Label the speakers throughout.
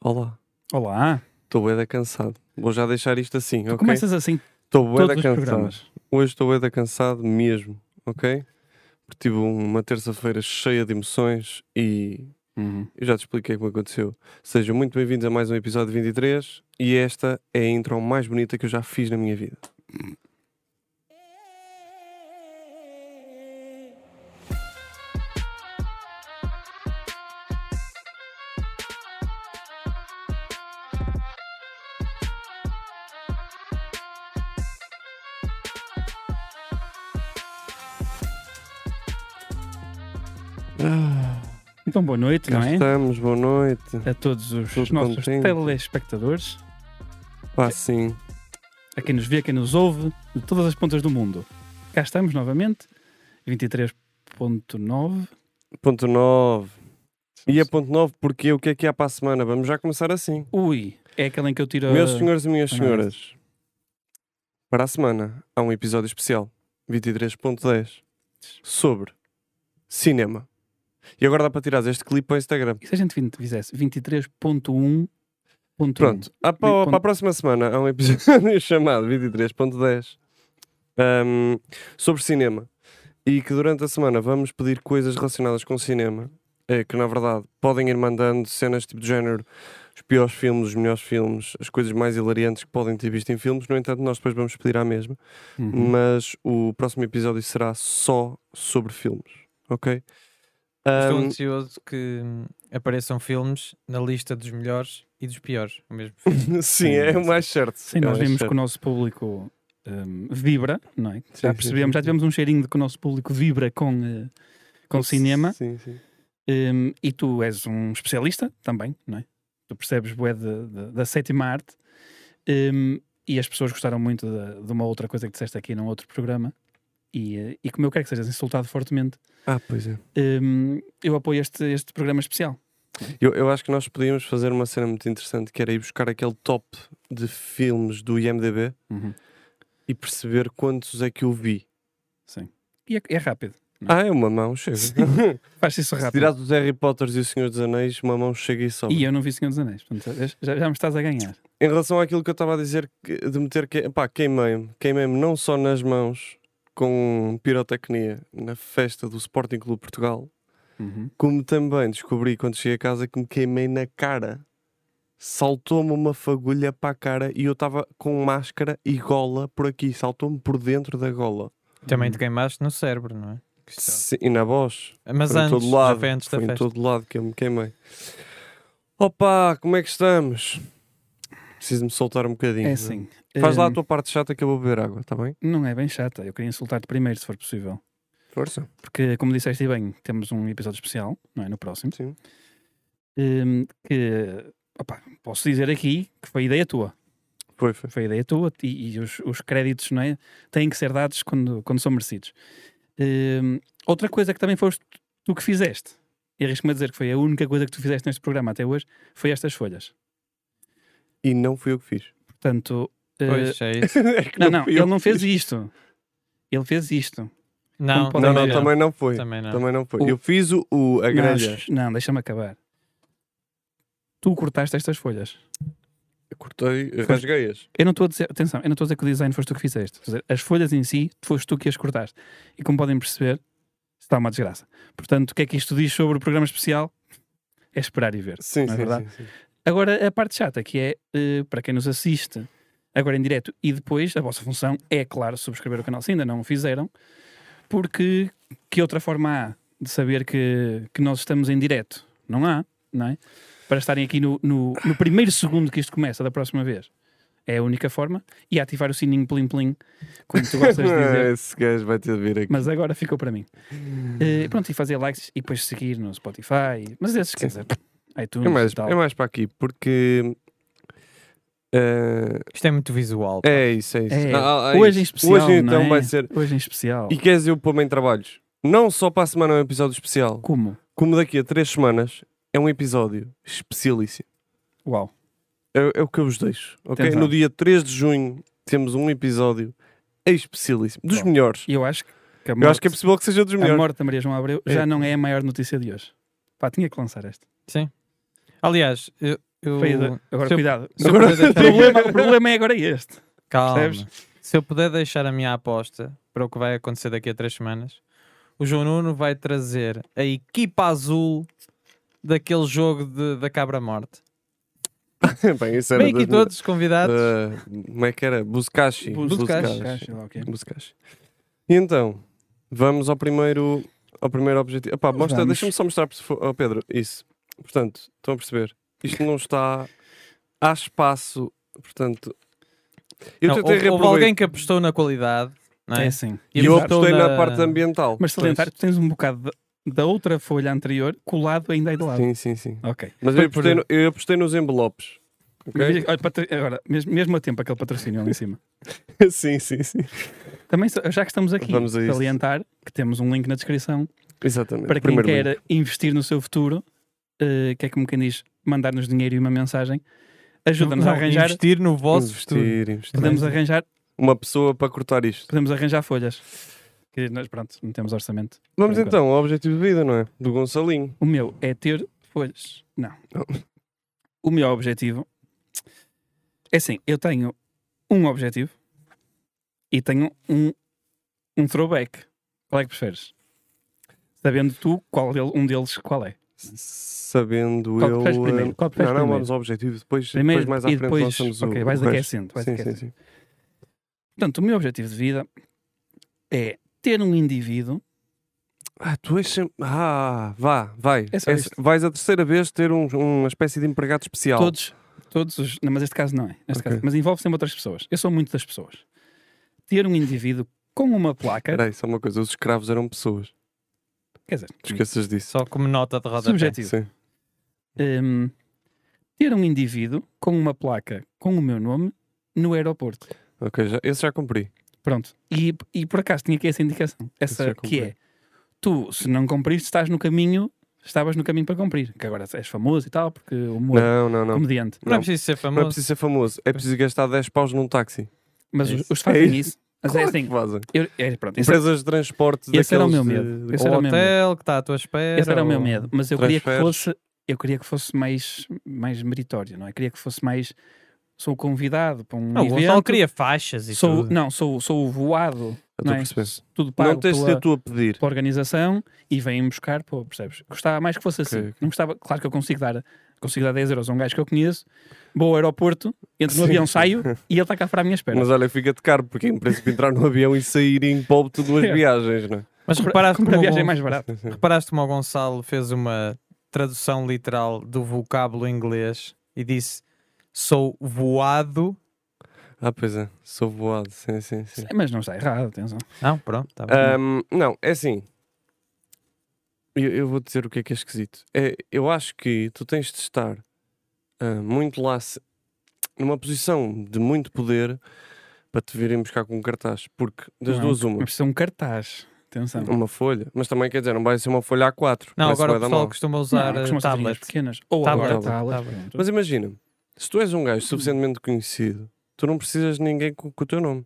Speaker 1: Olá,
Speaker 2: Olá.
Speaker 1: estou bué da cansado. Vou já deixar isto assim, ok?
Speaker 2: Começas assim
Speaker 1: Estou bué
Speaker 2: todos
Speaker 1: da
Speaker 2: os
Speaker 1: cansado.
Speaker 2: programas.
Speaker 1: Hoje estou bué da cansado mesmo, ok? Porque tive um, uma terça-feira cheia de emoções e
Speaker 2: Uhum.
Speaker 1: eu já te expliquei como aconteceu. Sejam muito bem-vindos a mais um episódio 23 e esta é a intro mais bonita que eu já fiz na minha vida.
Speaker 2: Então, boa noite,
Speaker 1: Cá
Speaker 2: não é?
Speaker 1: estamos, boa noite.
Speaker 2: A todos os
Speaker 1: Todos
Speaker 2: nossos
Speaker 1: contentes.
Speaker 2: telespectadores, É.
Speaker 1: Pá, sim.
Speaker 2: a quem nos vê, a quem nos ouve, de todas as pontas do mundo. Cá estamos novamente, 23.9.
Speaker 1: Ponto 9. E a ponto 9 porque o que é que há para a semana? Vamos já começar assim.
Speaker 2: Ui, é aquela em que eu tiro a-
Speaker 1: Meus senhores e minhas
Speaker 2: a
Speaker 1: senhoras, para a semana há um episódio especial, 23.10, sobre cinema. E agora dá para tirar este clipe para o Instagram.
Speaker 2: E se a gente vin- fizesse 23.1?
Speaker 1: Pronto, há pa- para,
Speaker 2: ponto- um?
Speaker 1: a próxima semana há um episódio chamado 23.10 ahm, sobre cinema. E que durante a semana vamos pedir coisas relacionadas com cinema, eh, que na verdade podem ir mandando cenas tipo de género, os piores filmes, os melhores filmes, as coisas mais hilariantes que podem ter visto em filmes. No entanto, nós depois vamos pedir à mesma.
Speaker 2: Uhum.
Speaker 1: Mas o próximo episódio será só sobre filmes, ok?
Speaker 3: Estou
Speaker 1: Ahm,
Speaker 3: ansioso que hum, apareçam filmes na lista dos melhores e dos piores. O mesmo
Speaker 1: sim, é o mais certo. é o
Speaker 2: Sim, nós
Speaker 1: mais
Speaker 2: vimos
Speaker 1: certo.
Speaker 2: que o nosso público hum, vibra, não é?
Speaker 1: Sim,
Speaker 2: Já
Speaker 1: sim,
Speaker 2: percebemos,
Speaker 1: sim,
Speaker 2: já
Speaker 1: sim.
Speaker 2: tivemos um cheirinho de que o nosso público vibra com, eh, com cinema.
Speaker 1: Sim, sim.
Speaker 2: Hum, e tu és um especialista também, não é? Tu percebes bué de- de- da sétima arte. Hum, e as pessoas gostaram muito da- de, uma outra coisa que disseste aqui num outro programa. E, eh, e como eu quero que sejas insultado fortemente,
Speaker 1: Ah, pois é.
Speaker 2: hum, eu apoio este, este programa especial.
Speaker 1: Eu, eu acho que nós podíamos fazer uma cena muito interessante que era ir buscar aquele top de filmes do IMDB e perceber quantos é que eu vi.
Speaker 2: E é, é rápido.
Speaker 1: Ah, é uma mão, chega.
Speaker 2: Sim,
Speaker 1: Se
Speaker 2: Faz isso rápido.
Speaker 1: tirares os Harry Potters e o Senhor dos Anéis, uma mão chega e sobe.
Speaker 2: E eu não vi Senhor dos Anéis, portanto, já, já me estás a ganhar.
Speaker 1: Em relação àquilo que eu estava a dizer, que- de meter que, pá, queimei-me, queimei-me não só nas mãos com pirotecnia na festa do Sporting Clube Portugal, como também descobri quando cheguei a casa que me queimei na cara. Saltou-me uma fagulha para a cara e eu estava com máscara e gola por aqui. Saltou-me por dentro da gola. Uhum.
Speaker 3: Também te queimaste no cérebro, não é? Que isto-
Speaker 1: Sim, e na voz.
Speaker 3: Mas
Speaker 1: Foi em
Speaker 3: antes,
Speaker 1: todo
Speaker 3: já
Speaker 1: lado.
Speaker 3: foi antes da
Speaker 1: Foi em
Speaker 3: festa.
Speaker 1: todo lado que eu me queimei. Opa, como é que estamos? Preciso-me soltar um bocadinho.
Speaker 2: É
Speaker 1: né?
Speaker 2: assim.
Speaker 1: Faz lá a
Speaker 2: hum,
Speaker 1: tua parte chata que eu vou beber água, está bem?
Speaker 2: Não é bem chata, eu queria insultar-te primeiro, se for possível.
Speaker 1: Força.
Speaker 2: Porque, como disseste bem, temos um episódio especial, não é? No próximo.
Speaker 1: Sim.
Speaker 2: Hum, que opá, posso dizer aqui que foi ideia tua.
Speaker 1: Foi, foi.
Speaker 2: Foi ideia tua e, e os, os créditos não é? têm que ser dados quando, quando são merecidos. Hum, outra coisa que também foste tu que fizeste, e arrisco-me a dizer que foi a única coisa que tu fizeste neste programa até hoje, foi estas folhas.
Speaker 1: E não fui eu que fiz.
Speaker 2: Portanto, eh,
Speaker 3: Pois, é isso.
Speaker 1: É que
Speaker 2: não, não,
Speaker 1: fui eu
Speaker 2: ele não
Speaker 1: que
Speaker 2: fez
Speaker 1: fiz.
Speaker 2: isto. Ele fez isto.
Speaker 3: Não,
Speaker 2: podem
Speaker 1: Não, não,
Speaker 2: ver.
Speaker 1: também não foi.
Speaker 3: Também não.
Speaker 1: Também não foi.
Speaker 2: O-
Speaker 1: Eu fiz o, o- a
Speaker 2: Não,
Speaker 1: grelha.
Speaker 2: sh- Não, deixa-me acabar. Tu cortaste estas folhas.
Speaker 1: Eu cortei,
Speaker 2: Foste-
Speaker 1: rasguei-as.
Speaker 2: Eu não estou a dizer, atenção, eu não estou a dizer que o design foste tu que fizeste. Quer dizer, as folhas em si, foste tu que as cortaste. E como podem perceber, está uma desgraça. Portanto, o que é que isto diz sobre o programa especial? É esperar e ver.
Speaker 1: Sim,
Speaker 2: não é
Speaker 1: sim,
Speaker 2: verdade?
Speaker 1: sim, sim.
Speaker 2: Agora, a parte chata, que é eh, para quem nos assiste agora em direto e depois, a vossa função é, claro, subscrever o canal se ainda não o fizeram, porque que outra forma há de saber que, que nós estamos em direto? Não há, não é? Para estarem aqui no, no, no primeiro segundo que isto começa da próxima vez. É a única forma. E ativar o sininho plim-plim, como tu gostas de dizer.
Speaker 1: Esse gajo vai ter de vir aqui.
Speaker 2: Mas agora ficou para mim. Eh, pronto, e fazer likes e depois seguir no Spotify. Mas esses, quer dizer, iTunes
Speaker 1: É mais,
Speaker 2: e tal.
Speaker 1: é mais para aqui, porque. eh,
Speaker 3: Isto é muito visual. pá.
Speaker 1: é isso, é isso.
Speaker 2: É,
Speaker 1: Ah, ah, é
Speaker 2: hoje em
Speaker 1: isso.
Speaker 2: especial.
Speaker 1: Hoje então
Speaker 2: não é?
Speaker 1: vai ser.
Speaker 2: Hoje em especial.
Speaker 1: E queres eu pôr-me em trabalhos? Não só para a semana é um episódio especial,
Speaker 2: como?
Speaker 1: como daqui a três semanas é um episódio especialíssimo.
Speaker 2: Uau.
Speaker 1: É, é o que eu vos deixo, ok?
Speaker 2: Atenção.
Speaker 1: No dia 3 de junho temos um episódio especialíssimo, dos
Speaker 2: Bom,
Speaker 1: melhores.
Speaker 2: E eu acho que a morte,
Speaker 1: Eu acho que é possível que seja dos
Speaker 2: a
Speaker 1: melhores.
Speaker 2: morte da Maria João Abreu já
Speaker 1: É.
Speaker 2: não é a maior notícia de hoje. Pá, tinha que lançar esta.
Speaker 3: Aliás, eu, eu-
Speaker 2: Foi a- Agora,
Speaker 3: se eu-
Speaker 2: cuidado.
Speaker 3: se eu
Speaker 1: Agora-
Speaker 3: puder
Speaker 2: O
Speaker 3: deixar-
Speaker 2: problema, o problema é agora este.
Speaker 3: Calma.
Speaker 2: Percebes?
Speaker 3: Se eu puder deixar a minha aposta para o que vai acontecer daqui a três semanas, o João Nuno vai trazer a equipa azul daquele jogo de- da Cabra Morte.
Speaker 1: Bem, isso era
Speaker 3: Vem aqui
Speaker 1: da-
Speaker 3: todos convidados.
Speaker 1: da- como é que era? Buzkashi.
Speaker 2: Bus-
Speaker 3: Buzkashi.
Speaker 2: Buscashi, lá, ok.
Speaker 1: Buzkashi. E então, vamos ao primeiro, ao primeiro objetivo. Epá, mostra,
Speaker 2: Vamos.
Speaker 1: deixa-me só mostrar por favor, ao Pedro isso. Portanto, estão a perceber? Isto não está. Há espaço. Portanto, eu tentei
Speaker 3: Não, houve, houve
Speaker 1: reaproveitar.
Speaker 3: alguém que apostou na qualidade. Não é?
Speaker 2: É assim.
Speaker 1: E eu
Speaker 3: apostou
Speaker 1: apostei na...
Speaker 3: na-
Speaker 1: parte ambiental.
Speaker 2: Mas salientar, tu tens um bocado da, da outra folha anterior colado ainda aí do lado.
Speaker 1: Sim, sim, sim.
Speaker 2: Ok.
Speaker 1: Mas eu apostei, no- eu apostei nos envelopes. Ok?
Speaker 2: Olha, patro- Agora, mesmo, mesmo a tempo, aquele patrocínio ali em cima.
Speaker 1: sim, sim, sim.
Speaker 2: Também, só- já que estamos aqui,
Speaker 1: Vamos a isso.
Speaker 2: salientar que temos um link na descrição
Speaker 1: Exatamente.
Speaker 2: para quem
Speaker 1: É Primeiro
Speaker 2: quer
Speaker 1: link.
Speaker 2: investir no seu futuro, eh, que é como quem diz, mandar-nos dinheiro e uma mensagem. Ajuda-nos a
Speaker 3: Não,
Speaker 2: arranjar.
Speaker 3: Investir no vosso futuro.
Speaker 1: investir, investir.
Speaker 2: Podemos arranjar,
Speaker 1: Uma pessoa para cortar isto.
Speaker 2: podemos arranjar folhas. Que nós, pronto, não temos orçamento.
Speaker 1: Vamos
Speaker 2: enquanto.
Speaker 1: então ao objetivo de vida, não é? Do Gonçalinho.
Speaker 2: O meu é ter folhas. Não.
Speaker 1: Não.
Speaker 2: O meu objetivo é assim: eu tenho um objetivo e tenho um, um throwback. Qual é que preferes? Sabendo tu qual dele- um deles qual é.
Speaker 1: Sabendo
Speaker 2: Qual que
Speaker 1: eu.
Speaker 2: preferes
Speaker 1: eh,
Speaker 2: primeiro? Qual que
Speaker 1: Não,
Speaker 2: preferes
Speaker 1: não,
Speaker 2: primeiro?
Speaker 1: vamos ao objetivo. Depois,
Speaker 2: Primeiro
Speaker 1: depois mais à
Speaker 2: e
Speaker 1: frente
Speaker 2: depois.
Speaker 1: lançamos o.
Speaker 2: ok,
Speaker 1: o
Speaker 2: vais
Speaker 1: resto.
Speaker 2: aquecendo. Vais
Speaker 1: Sim, sim,
Speaker 2: aquecendo.
Speaker 1: sim.
Speaker 2: Portanto, o meu objetivo de vida é ter um indivíduo.
Speaker 1: Ah, tu és sempre. Ah, vá, vai.
Speaker 2: É só
Speaker 1: És-
Speaker 2: isto.
Speaker 1: vais a terceira vez ter um- uma espécie de empregado especial.
Speaker 2: Todos, todos os. Não, mas este caso não é. Neste
Speaker 1: Ok.
Speaker 2: caso, mas envolve sempre outras pessoas. Eu sou muito das pessoas. Ter um indivíduo com uma placa.
Speaker 1: Espera aí, só uma coisa. Os escravos eram pessoas.
Speaker 2: Quer dizer,
Speaker 1: Te esqueças disso.
Speaker 3: Só como nota de roda.
Speaker 2: subjetivo.
Speaker 1: Sim.
Speaker 2: Hum, ter um indivíduo com uma placa com o meu nome no aeroporto.
Speaker 1: Ok, já, esse já cumpri.
Speaker 2: Pronto. E, e por acaso tinha aqui essa indicação.
Speaker 1: Isso
Speaker 2: Essa
Speaker 1: já
Speaker 2: que
Speaker 1: cumpri.
Speaker 2: é: tu, se não cumpriste, estás no caminho, estavas no caminho para cumprir. Que agora és famoso e tal, porque o humor
Speaker 1: Não, não, não.
Speaker 2: comediante.
Speaker 3: Não é
Speaker 1: Não.
Speaker 3: preciso ser
Speaker 1: Não é
Speaker 3: famoso.
Speaker 1: preciso ser famoso. É preciso gastar 10 paus num táxi.
Speaker 2: Mas
Speaker 3: É
Speaker 2: os,
Speaker 3: isso.
Speaker 2: os que fazem
Speaker 1: É
Speaker 2: isso. Mas
Speaker 1: Claro
Speaker 2: é assim.
Speaker 1: que fazem.
Speaker 2: eu- é, pronto, esse,
Speaker 1: Empresas de transporte
Speaker 2: esse era o meu
Speaker 1: daqueles
Speaker 2: medo.
Speaker 1: de-
Speaker 2: Esse
Speaker 3: Ou
Speaker 2: era o meu medo.
Speaker 3: hotel que está à tua espera.
Speaker 2: Esse era o meu
Speaker 3: ou-
Speaker 2: medo. Mas eu queria que
Speaker 1: transferes.
Speaker 2: fosse. Eu queria que fosse mais, mais meritório, não é? Queria que fosse mais. Sou convidado para um
Speaker 3: Não, o
Speaker 2: evento.
Speaker 3: Gonçalo queria faixas e
Speaker 2: sou,
Speaker 3: tudo.
Speaker 2: não, sou, sou o voado,
Speaker 1: Eu
Speaker 2: não
Speaker 1: estou a
Speaker 2: é?
Speaker 1: perceber.
Speaker 2: tudo pago
Speaker 1: não tens de
Speaker 2: pela,
Speaker 1: ser tu a pedir.
Speaker 2: pela organização e vêm-me buscar, pô, percebes? Gostava mais que fosse
Speaker 1: Ok,
Speaker 2: assim.
Speaker 1: ok.
Speaker 2: Não gostava, claro que eu consigo dar, consigo dar 10 euros a um gajo que eu conheço, vou ao aeroporto, entro no
Speaker 1: Sim.
Speaker 2: avião, saio e ele está cá para a minha espera.
Speaker 1: Mas olha, fica-te caro, porque em princípio entrar no avião e sair em pobre tu duas
Speaker 2: É.
Speaker 1: viagens, não é?
Speaker 3: Mas
Speaker 2: Compra-
Speaker 3: reparaste
Speaker 2: compra
Speaker 3: como,
Speaker 2: a
Speaker 3: o
Speaker 2: viagem é
Speaker 3: Gon-
Speaker 2: mais barata.
Speaker 3: reparaste como o Gonçalo fez uma tradução literal do vocábulo inglês e disse sou voado.
Speaker 1: Ah, pois é, sou voado, sim, sim, sim.
Speaker 2: Mas não está errado, atenção.
Speaker 3: Não, pronto, tá bem.
Speaker 1: Ahm, não, é assim. Eu, eu vou dizer o que é que é esquisito. É, eu acho que tu tens de estar ah, muito lá, se- numa posição de muito poder, para te virem buscar com um cartaz. Porque das
Speaker 2: Não,
Speaker 3: é
Speaker 1: duas, uma.
Speaker 2: Mas precisa de um cartaz, atenção.
Speaker 1: Uma folha. Mas também quer dizer, não vai ser uma folha A4.
Speaker 3: Não,
Speaker 1: parece
Speaker 3: agora o
Speaker 1: bué da
Speaker 3: pessoal
Speaker 1: mal.
Speaker 3: costuma
Speaker 2: Não,
Speaker 3: usar eh,
Speaker 2: costuma ser linhas
Speaker 3: tablet.
Speaker 2: pequenas. Ou
Speaker 3: Tablet,
Speaker 2: agora
Speaker 3: tablet,
Speaker 2: tablet,
Speaker 3: tablet.
Speaker 2: pronto.
Speaker 1: Mas imagina, se tu és um gajo suficientemente conhecido, tu não precisas de ninguém com, com o teu nome.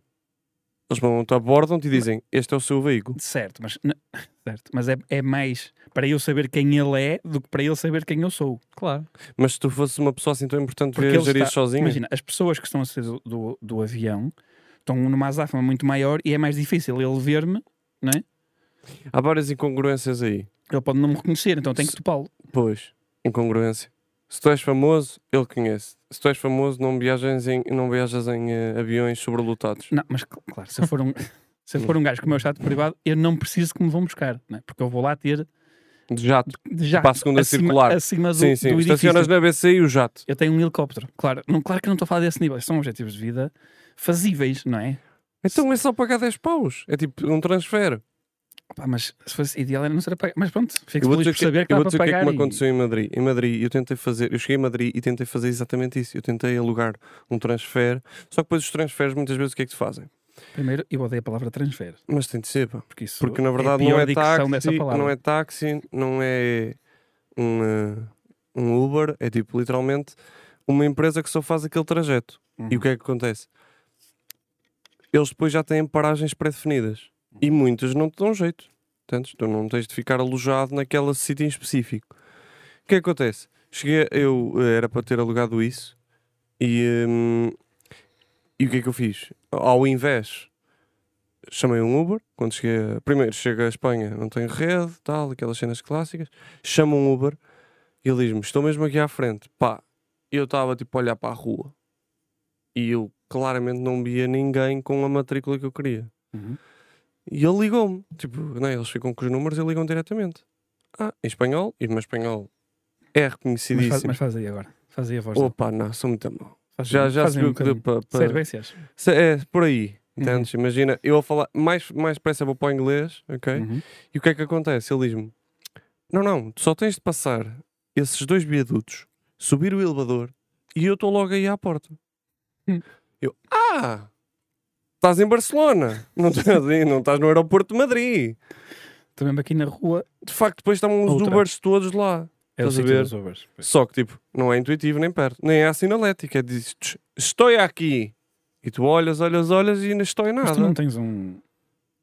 Speaker 1: Eles vão-te abordam-te e dizem: Este é o seu veículo.
Speaker 2: Certo, mas, n- certo, mas é, é mais para eu saber quem ele é do que para ele saber quem eu sou.
Speaker 3: Claro.
Speaker 1: Mas se tu fosses uma pessoa assim tão importante,
Speaker 2: Porque ele
Speaker 1: viajarias
Speaker 2: está-
Speaker 1: sozinho?
Speaker 2: Imagina, as pessoas que estão a sair do, do, do avião estão numa azáfama muito maior e é mais difícil ele ver-me,
Speaker 1: Há várias incongruências aí.
Speaker 2: ele pode não me reconhecer, então tem que
Speaker 1: Se-
Speaker 2: topá-lo.
Speaker 1: Pois, incongruência. Se tu és famoso, ele conhece. Se tu és famoso, não viajas em, não viajas em eh, aviões sobrelotados.
Speaker 2: Não, mas cl- claro, se eu for um, se eu for um gajo com o meu estado privado, eu não preciso que me vão buscar, não é? porque eu vou lá ter
Speaker 1: De jato.
Speaker 2: já
Speaker 1: Para a segunda
Speaker 2: acima,
Speaker 1: circular.
Speaker 2: acima do,
Speaker 1: sim, sim.
Speaker 2: do edifício.
Speaker 1: Estacionas na BC e o jato.
Speaker 2: Eu tenho um helicóptero, claro. Não, claro que não estou a falar desse nível, são objetivos de vida fazíveis, não é?
Speaker 1: Então é só pagar 10 paus. É tipo um transfer.
Speaker 2: Pá, mas se fosse ideal era não ser a pagar. Mas pronto, fico
Speaker 1: Eu vou dizer
Speaker 2: feliz por
Speaker 1: que-
Speaker 2: saber que
Speaker 1: eu
Speaker 2: dá
Speaker 1: vou
Speaker 2: para
Speaker 1: dizer o que é
Speaker 2: pagar.
Speaker 1: que me
Speaker 2: e-
Speaker 1: aconteceu em Madrid. Em Madrid, eu tentei fazer, eu cheguei a Madrid e tentei fazer exatamente isso. Eu tentei alugar um transfer, só que depois os transferes muitas vezes o que é que te fazem?
Speaker 2: Primeiro, eu odeio a palavra transfer,
Speaker 1: Mas tem de ser, pá.
Speaker 2: porque isso
Speaker 1: Porque na
Speaker 2: a
Speaker 1: verdade
Speaker 2: pior
Speaker 1: não, é
Speaker 2: dicção
Speaker 1: táxi,
Speaker 2: dessa palavra.
Speaker 1: não é táxi, não é um, eh, um Uber, é tipo literalmente uma empresa que só faz aquele trajeto. E
Speaker 2: Uhum.
Speaker 1: o que é que acontece? Eles depois já têm paragens pré-definidas
Speaker 2: Uhum.
Speaker 1: e muitas não te dão jeito. Portanto, tu não tens de ficar alojado naquela sítio em específico. O que é que acontece? Cheguei, eu eh, era para ter alugado isso e, hum, e o que é que eu fiz? Ao invés, chamei um Uber. Quando cheguei, a- primeiro chego a Espanha, não tenho rede, tal, aquelas cenas clássicas. Chamo um Uber e ele diz-me: Estou mesmo aqui à frente. Pá, eu estava tipo a olhar para a rua e eu claramente não via ninguém com a matrícula que eu queria.
Speaker 2: Uhum.
Speaker 1: E ele ligou-me. Tipo, né, eles ficam com os números e ligam diretamente. Ah, em espanhol, e o meu espanhol é
Speaker 2: Mas,
Speaker 1: reconhecidíssimo.
Speaker 2: faz, mas faz aí agora. Faz aí a voz. dele.
Speaker 1: Opa, não, sou muito mal.
Speaker 2: Faz aí-
Speaker 1: Já, já
Speaker 2: faz aí
Speaker 1: se viu
Speaker 2: um
Speaker 1: que deu
Speaker 2: bocadinho.
Speaker 1: para.
Speaker 2: Servências.
Speaker 1: É, por aí.
Speaker 2: Uhum.
Speaker 1: Entendes? Imagina, eu a falar mais, mais depressa vou para o inglês, ok?
Speaker 2: Uhum.
Speaker 1: E o que é que acontece? Ele diz-me: Não, não, tu só tens de passar esses dois viadutos, subir o elevador e eu estou logo aí à porta.
Speaker 2: Hum.
Speaker 1: Eu, ah! Estás em Barcelona, não estás, aí, não estás no aeroporto de Madrid.
Speaker 2: Estou mesmo aqui na rua.
Speaker 1: De facto, depois estavam os
Speaker 2: Outra.
Speaker 1: Ubers todos lá.
Speaker 2: É
Speaker 1: Estás
Speaker 2: o
Speaker 1: a
Speaker 2: sítio
Speaker 1: ver?
Speaker 2: dos Ubers.
Speaker 1: Só que, tipo, não é intuitivo nem perto. Nem é a sinalética. Diz, "Tch, estou aqui. E tu olhas, olhas, olhas e não estou em
Speaker 2: Mas tu não
Speaker 1: nada.
Speaker 2: tens um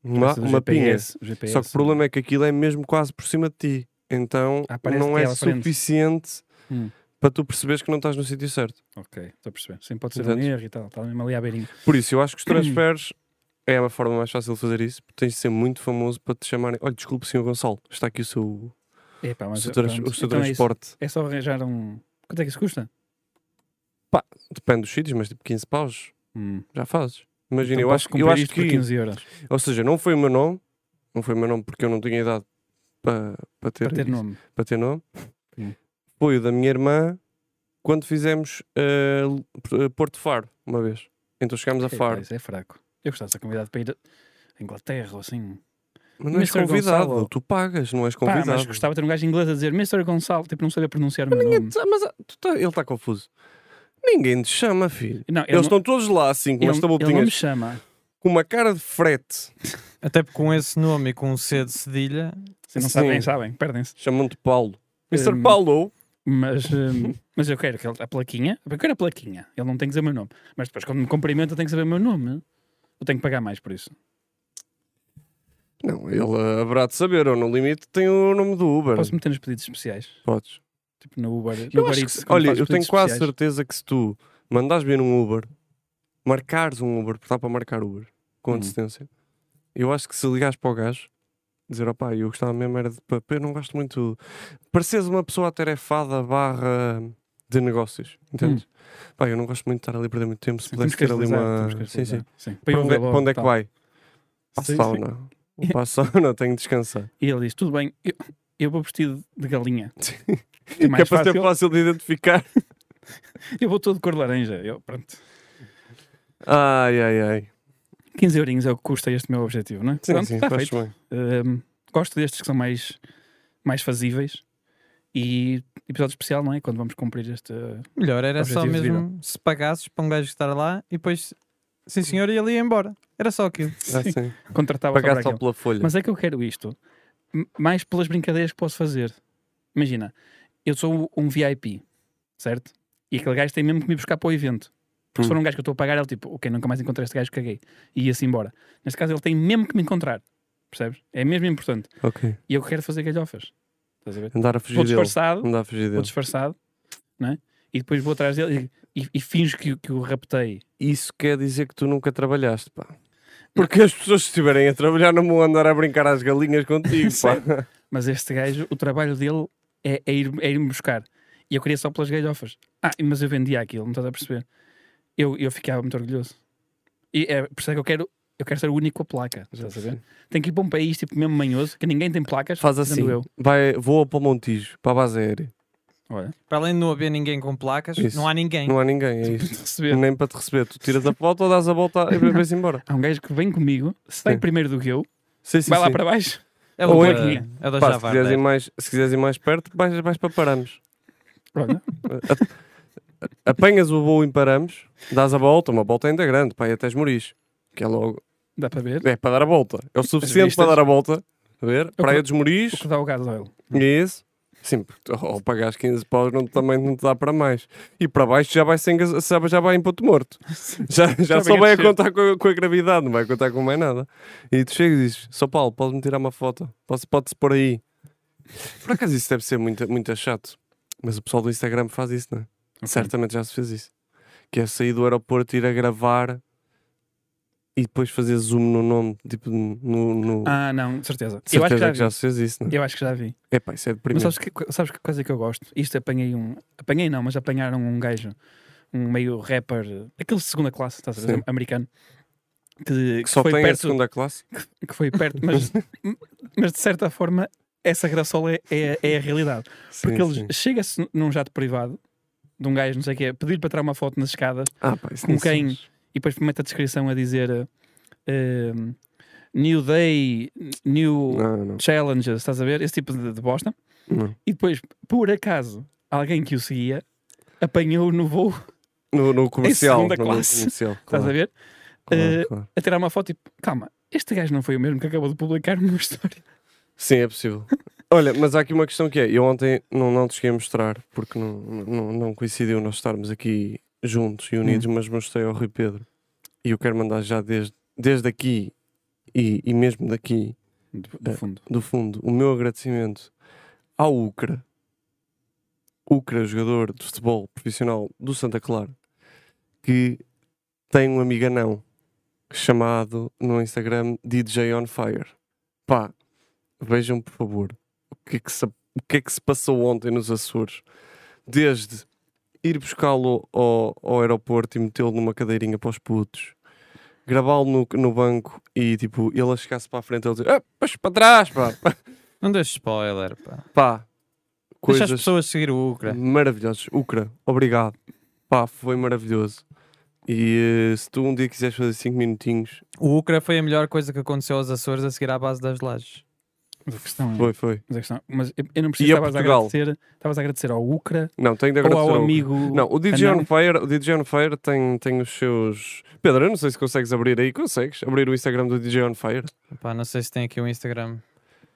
Speaker 1: Uma,
Speaker 2: esse do
Speaker 1: uma pinha.
Speaker 2: GPS, GPS.
Speaker 1: Só que o problema é que aquilo é mesmo quase por cima de ti. Então
Speaker 2: Ah, parece
Speaker 1: não
Speaker 2: que é
Speaker 1: é
Speaker 2: à frente.
Speaker 1: suficiente
Speaker 2: Hum.
Speaker 1: para tu perceberes que não estás no sítio certo.
Speaker 2: Ok, estou a perceber. Sim, pode ser um
Speaker 1: Entendes?
Speaker 2: erro e tal. Está mesmo ali à beirinha.
Speaker 1: Por isso, eu acho que os transfers é a forma mais fácil de fazer isso. porque Tens de ser muito famoso para te chamarem. Olha, desculpe, senhor Gonçalo, está aqui o seu,
Speaker 2: Epá,
Speaker 1: o
Speaker 2: mas,
Speaker 1: seu, trans-
Speaker 2: pronto.
Speaker 1: o seu
Speaker 2: Então é isso.
Speaker 1: transporte.
Speaker 2: É só arranjar um. Quanto é que isso custa?
Speaker 1: Depende dos sítios, mas tipo 15 paus já fazes. Imagina,
Speaker 2: Então
Speaker 1: eu
Speaker 2: posso
Speaker 1: acho, que- eu
Speaker 2: comprar
Speaker 1: acho
Speaker 2: isto
Speaker 1: que.
Speaker 2: por 15 euros.
Speaker 1: Ou seja, não foi o meu nome, não foi o meu nome porque eu não tinha idade para, para, ter,
Speaker 2: Para ter nome.
Speaker 1: para ter nome.
Speaker 2: Hum.
Speaker 1: Foi o da minha irmã quando fizemos eh, L- eh, Porto Faro, uma vez. Então chegámos a
Speaker 2: Epá,
Speaker 1: Faro.
Speaker 2: isso é fraco. Eu gostava de ser convidado para ir a Inglaterra ou assim.
Speaker 1: Mas não és
Speaker 2: Mr.
Speaker 1: convidado,
Speaker 2: Gonçalo.
Speaker 1: tu pagas, não és
Speaker 2: Pá,
Speaker 1: convidado.
Speaker 2: mas gostava de ter um gajo inglês a dizer Mr. Gonçalo, tipo, não saber pronunciar o meu nome.
Speaker 1: Ah, mas, ah, tu tá- ele está confuso. Ninguém te chama, filho.
Speaker 2: Não, ele
Speaker 1: Eles
Speaker 2: não,
Speaker 1: estão todos lá assim, com
Speaker 2: ele,
Speaker 1: umas
Speaker 2: ele não me
Speaker 1: tabuletinhas,
Speaker 2: chama.
Speaker 1: com uma cara de frete.
Speaker 3: Até porque com esse nome e com o C de cedilha,
Speaker 2: Vocês não
Speaker 1: Sim.
Speaker 2: sabem, sabem, perdem-se.
Speaker 1: Chamam-te Paulo. Mr.
Speaker 2: Hum.
Speaker 1: Paulo,
Speaker 2: Mas, hum, mas eu quero que ele, a plaquinha. Eu quero a plaquinha. Ele não tem que dizer o meu nome. Mas depois, quando me cumprimenta, tem que saber o meu nome. Eu tenho que pagar mais por isso.
Speaker 1: não, ele ah, haverá de saber, ou no limite tem o nome do Uber.
Speaker 2: Posso meter nos pedidos especiais?
Speaker 1: Podes.
Speaker 2: Tipo no Uber. No
Speaker 1: Eu
Speaker 2: Uber
Speaker 1: acho que
Speaker 2: Eats,
Speaker 1: se-
Speaker 2: quando
Speaker 1: olha,
Speaker 2: fazes
Speaker 1: eu tenho
Speaker 2: pedidos
Speaker 1: quase
Speaker 2: especiais.
Speaker 1: certeza que se tu mandares vir um Uber, marcares um Uber, porque dá para marcar Uber com
Speaker 2: Hum.
Speaker 1: antecedência, eu acho que se ligares para o gajo, dizer, opá, eu gostava mesmo era de papel, eu não gosto muito. Pareces uma pessoa atarefada barra de negócios, entendes? Pá, eu não gosto muito de estar ali a perder muito tempo, se pudermos
Speaker 2: Temos Hum. que
Speaker 1: ter ali
Speaker 2: agilizar,
Speaker 1: uma.
Speaker 2: temos que
Speaker 1: Sim, sim.
Speaker 2: agilizar. Sim. Para
Speaker 1: Para
Speaker 2: eu
Speaker 1: onde, é-
Speaker 2: ver
Speaker 1: para onde é que
Speaker 2: logo, tá.
Speaker 1: vai? Para a
Speaker 2: Sim, sim.
Speaker 1: sauna. Para a sauna, tenho de descansar.
Speaker 2: E ele diz: tudo bem, eu, eu vou vestido de galinha.
Speaker 1: É, que é
Speaker 2: mais
Speaker 1: para ser
Speaker 2: fácil.
Speaker 1: fácil de identificar.
Speaker 2: Eu vou todo de cor de laranja. Eu, pronto.
Speaker 1: Ai, ai, ai.
Speaker 2: 15 eurinhos é o que custa este meu objetivo, não é?
Speaker 1: Sim,
Speaker 2: pronto,
Speaker 1: sim,
Speaker 2: está
Speaker 1: faz
Speaker 2: feito.
Speaker 1: bem.
Speaker 2: Hum, gosto destes que são mais, mais fazíveis. E episódio especial, não é? Quando vamos cumprir este.
Speaker 3: melhor era só
Speaker 2: Objetivo de
Speaker 3: mesmo se pagasses para um gajo estar lá e depois, sim senhor, e ali ia embora. Era só aquilo.
Speaker 1: Ah, sim.
Speaker 2: Contratava
Speaker 1: Pagar
Speaker 2: só
Speaker 1: só
Speaker 2: para
Speaker 1: pela folha.
Speaker 2: Mas é que eu quero isto m- mais pelas brincadeiras que posso fazer. Imagina, eu sou um VIP, certo? E aquele gajo tem mesmo que me buscar para o evento. Porque se
Speaker 1: Hum.
Speaker 2: for um gajo que eu estou a pagar, ele tipo, ok, nunca mais encontrei este gajo, caguei. E ia-se embora. Neste caso, ele tem mesmo que me encontrar. Percebes? É mesmo importante.
Speaker 1: Ok.
Speaker 2: E eu quero fazer galhofas. Estás a ver?
Speaker 1: Andar a
Speaker 2: Vou
Speaker 1: fugir dele.
Speaker 2: disfarçado,
Speaker 1: Andar a fugir
Speaker 2: vou
Speaker 1: dele.
Speaker 2: disfarçado, não é? E depois vou atrás dele e, e, e finjo que, o- que o raptei.
Speaker 1: Isso quer dizer que tu nunca trabalhaste, pá. Porque as pessoas que estiverem a trabalhar não vão andar a brincar às galinhas contigo, pá.
Speaker 2: Mas este gajo, o trabalho dele é, é ir- é ir-me buscar. E eu queria só pelas galhofas. Ah, mas eu vendia aquilo, não estás a perceber? Eu, eu ficava muito orgulhoso. E é, por isso é que eu quero, eu quero ser o único com a placa. Estás a ver? Tenho que ir para um país tipo mesmo manhoso, que ninguém tem placas.
Speaker 1: Faz assim,
Speaker 2: sendo Eu.
Speaker 1: vai, voa para o Montijo, para a base aérea.
Speaker 2: Olha,
Speaker 3: Para além de não haver ninguém com placas,
Speaker 1: Isso.
Speaker 3: não há ninguém.
Speaker 1: Não há ninguém, é isto.
Speaker 2: receber.
Speaker 1: Nem para te receber. Tu tiras a foto ou dás a volta e vais embora.
Speaker 2: Há um gajo que vem comigo, sai
Speaker 1: Sim.
Speaker 2: primeiro do que eu,
Speaker 1: Sim, sim,
Speaker 2: vai lá
Speaker 1: sim.
Speaker 2: para baixo.
Speaker 3: É
Speaker 1: Ou
Speaker 3: o
Speaker 1: é
Speaker 3: da-
Speaker 2: que-
Speaker 3: é o
Speaker 1: Pá, se,
Speaker 3: da
Speaker 1: quiseres ir
Speaker 3: Javardeiro.
Speaker 1: mais, se quiseres ir mais perto, vais, vais para Paramos.
Speaker 2: Olha,
Speaker 1: A- Apanhas o voo em Paramos, dás a volta, uma volta ainda grande, pá, e até Esmoriz. Que é logo.
Speaker 2: dá para ver.
Speaker 1: É para dar a volta. É o suficiente
Speaker 2: vistas.
Speaker 1: para dar a volta. A ver? Praia dos Moris.
Speaker 2: O que dá o gasóleo.
Speaker 1: E é isso? Sim, porque ao pagar as 15 paus não, também não te dá para mais. E para baixo já vai, sem, gas- sabe, já vai em ponto morto. Já, já
Speaker 2: Já
Speaker 1: só
Speaker 2: vem a
Speaker 1: vai a
Speaker 2: descer.
Speaker 1: contar com a, com a gravidade, não vai contar com mais nada. E tu chegas e dizes: Só Paulo, podes-me tirar uma foto? Posso- Pode-se pôr aí. Por acaso isso deve ser muito, muito chato. Mas o pessoal do Instagram faz isso, não é?
Speaker 2: Ok.
Speaker 1: Certamente já se fez isso. Que é sair do aeroporto, ir a gravar e depois fazer zoom no nome, tipo no. no...
Speaker 2: Ah, não, de certeza.
Speaker 1: De certeza
Speaker 2: eu acho
Speaker 1: que
Speaker 2: que
Speaker 1: já
Speaker 2: já vi.
Speaker 1: se fez isso, não é?
Speaker 2: Eu acho que já vi.
Speaker 1: Epá, isso é
Speaker 2: Mas
Speaker 1: deprimente.
Speaker 2: sabes que, sabes que coisa que eu gosto? Isto apanhei um. Apanhei não, mas apanharam um gajo, um meio rapper, aquele de segunda classe, estás a ver?
Speaker 1: Sim.
Speaker 2: Americano. Que,
Speaker 1: Que
Speaker 2: que
Speaker 1: só
Speaker 2: foi
Speaker 1: tem a
Speaker 2: perto,
Speaker 1: segunda classe?
Speaker 2: que foi perto, mas, mas de certa forma essa graçola é, é, é a realidade. Porque
Speaker 1: Sim,
Speaker 2: ele
Speaker 1: sim.
Speaker 2: chega-se num jato privado de um gajo, não sei o quê, pedir para tirar uma foto nas escadas
Speaker 1: Ah, pá, isso
Speaker 2: com
Speaker 1: não se
Speaker 2: quem-
Speaker 1: faz.
Speaker 2: e depois mete a descrição a dizer eh, eh, New Day, New
Speaker 1: Não, não.
Speaker 2: Challenges, estás a ver? Esse tipo de, de bosta.
Speaker 1: não.
Speaker 2: E depois, por acaso, alguém que o seguia apanhou no voo,
Speaker 1: No, no comercial.
Speaker 2: segunda
Speaker 1: no- no
Speaker 2: classe.
Speaker 1: comercial,
Speaker 2: estás
Speaker 1: claro,
Speaker 2: a ver?
Speaker 1: claro,
Speaker 2: Eh,
Speaker 1: claro.
Speaker 2: A tirar uma foto tipo, calma, este gajo não foi o mesmo que acabou de publicar uma história.
Speaker 1: Sim, é possível. Olha, mas há aqui uma questão que é: eu ontem não, não te cheguei a mostrar, porque não, não, não coincidiu nós estarmos aqui juntos e
Speaker 2: Hum.
Speaker 1: unidos, mas mostrei ao Rui Pedro. E eu quero mandar já desde, desde aqui e, e mesmo daqui,
Speaker 2: Do,
Speaker 1: do
Speaker 2: fundo.
Speaker 1: do fundo, o meu agradecimento ao Ucra. Ucra, jogador de futebol profissional do Santa Clara, que tem um amiganão chamado no Instagram DJ on Fire. Pá, vejam por favor o que é que se, o que é que se passou ontem nos Açores. Desde ir buscá-lo ao, ao aeroporto e metê-lo numa cadeirinha para os putos, gravá-lo no, no banco e tipo, ele a chegasse para a frente, ele dizer, ah, puxa para trás, pá,
Speaker 3: Não deixes spoiler, pá.
Speaker 1: pá.
Speaker 3: Deixa as
Speaker 1: Coisas
Speaker 3: pessoas seguir o Ucra.
Speaker 1: maravilhosas. Ucra, obrigado. Pá, foi maravilhoso. E eh, se tu um dia quiseres fazer 5 minutinhos,
Speaker 3: O Ucra foi a melhor coisa que aconteceu aos Açores a seguir à base das lajes.
Speaker 2: Mas a questão é.
Speaker 1: foi, foi.
Speaker 2: Mas, a questão- mas eu- eu não preciso.
Speaker 1: E a
Speaker 2: Estavas a,
Speaker 1: Portugal?
Speaker 2: agradecer, estavas a agradecer ao Ucra
Speaker 1: Não, tenho de
Speaker 2: ou
Speaker 1: agradecer
Speaker 2: ao
Speaker 1: ao Ucra.
Speaker 2: amigo.
Speaker 1: Não, o DJ
Speaker 2: Anão?
Speaker 1: on Fire, o DJ on Fire tem, tem os seus. Pedro, eu não sei se consegues abrir aí. Consegues abrir o Instagram do DJ on Fire?
Speaker 3: Pá, não sei se tem aqui o Instagram.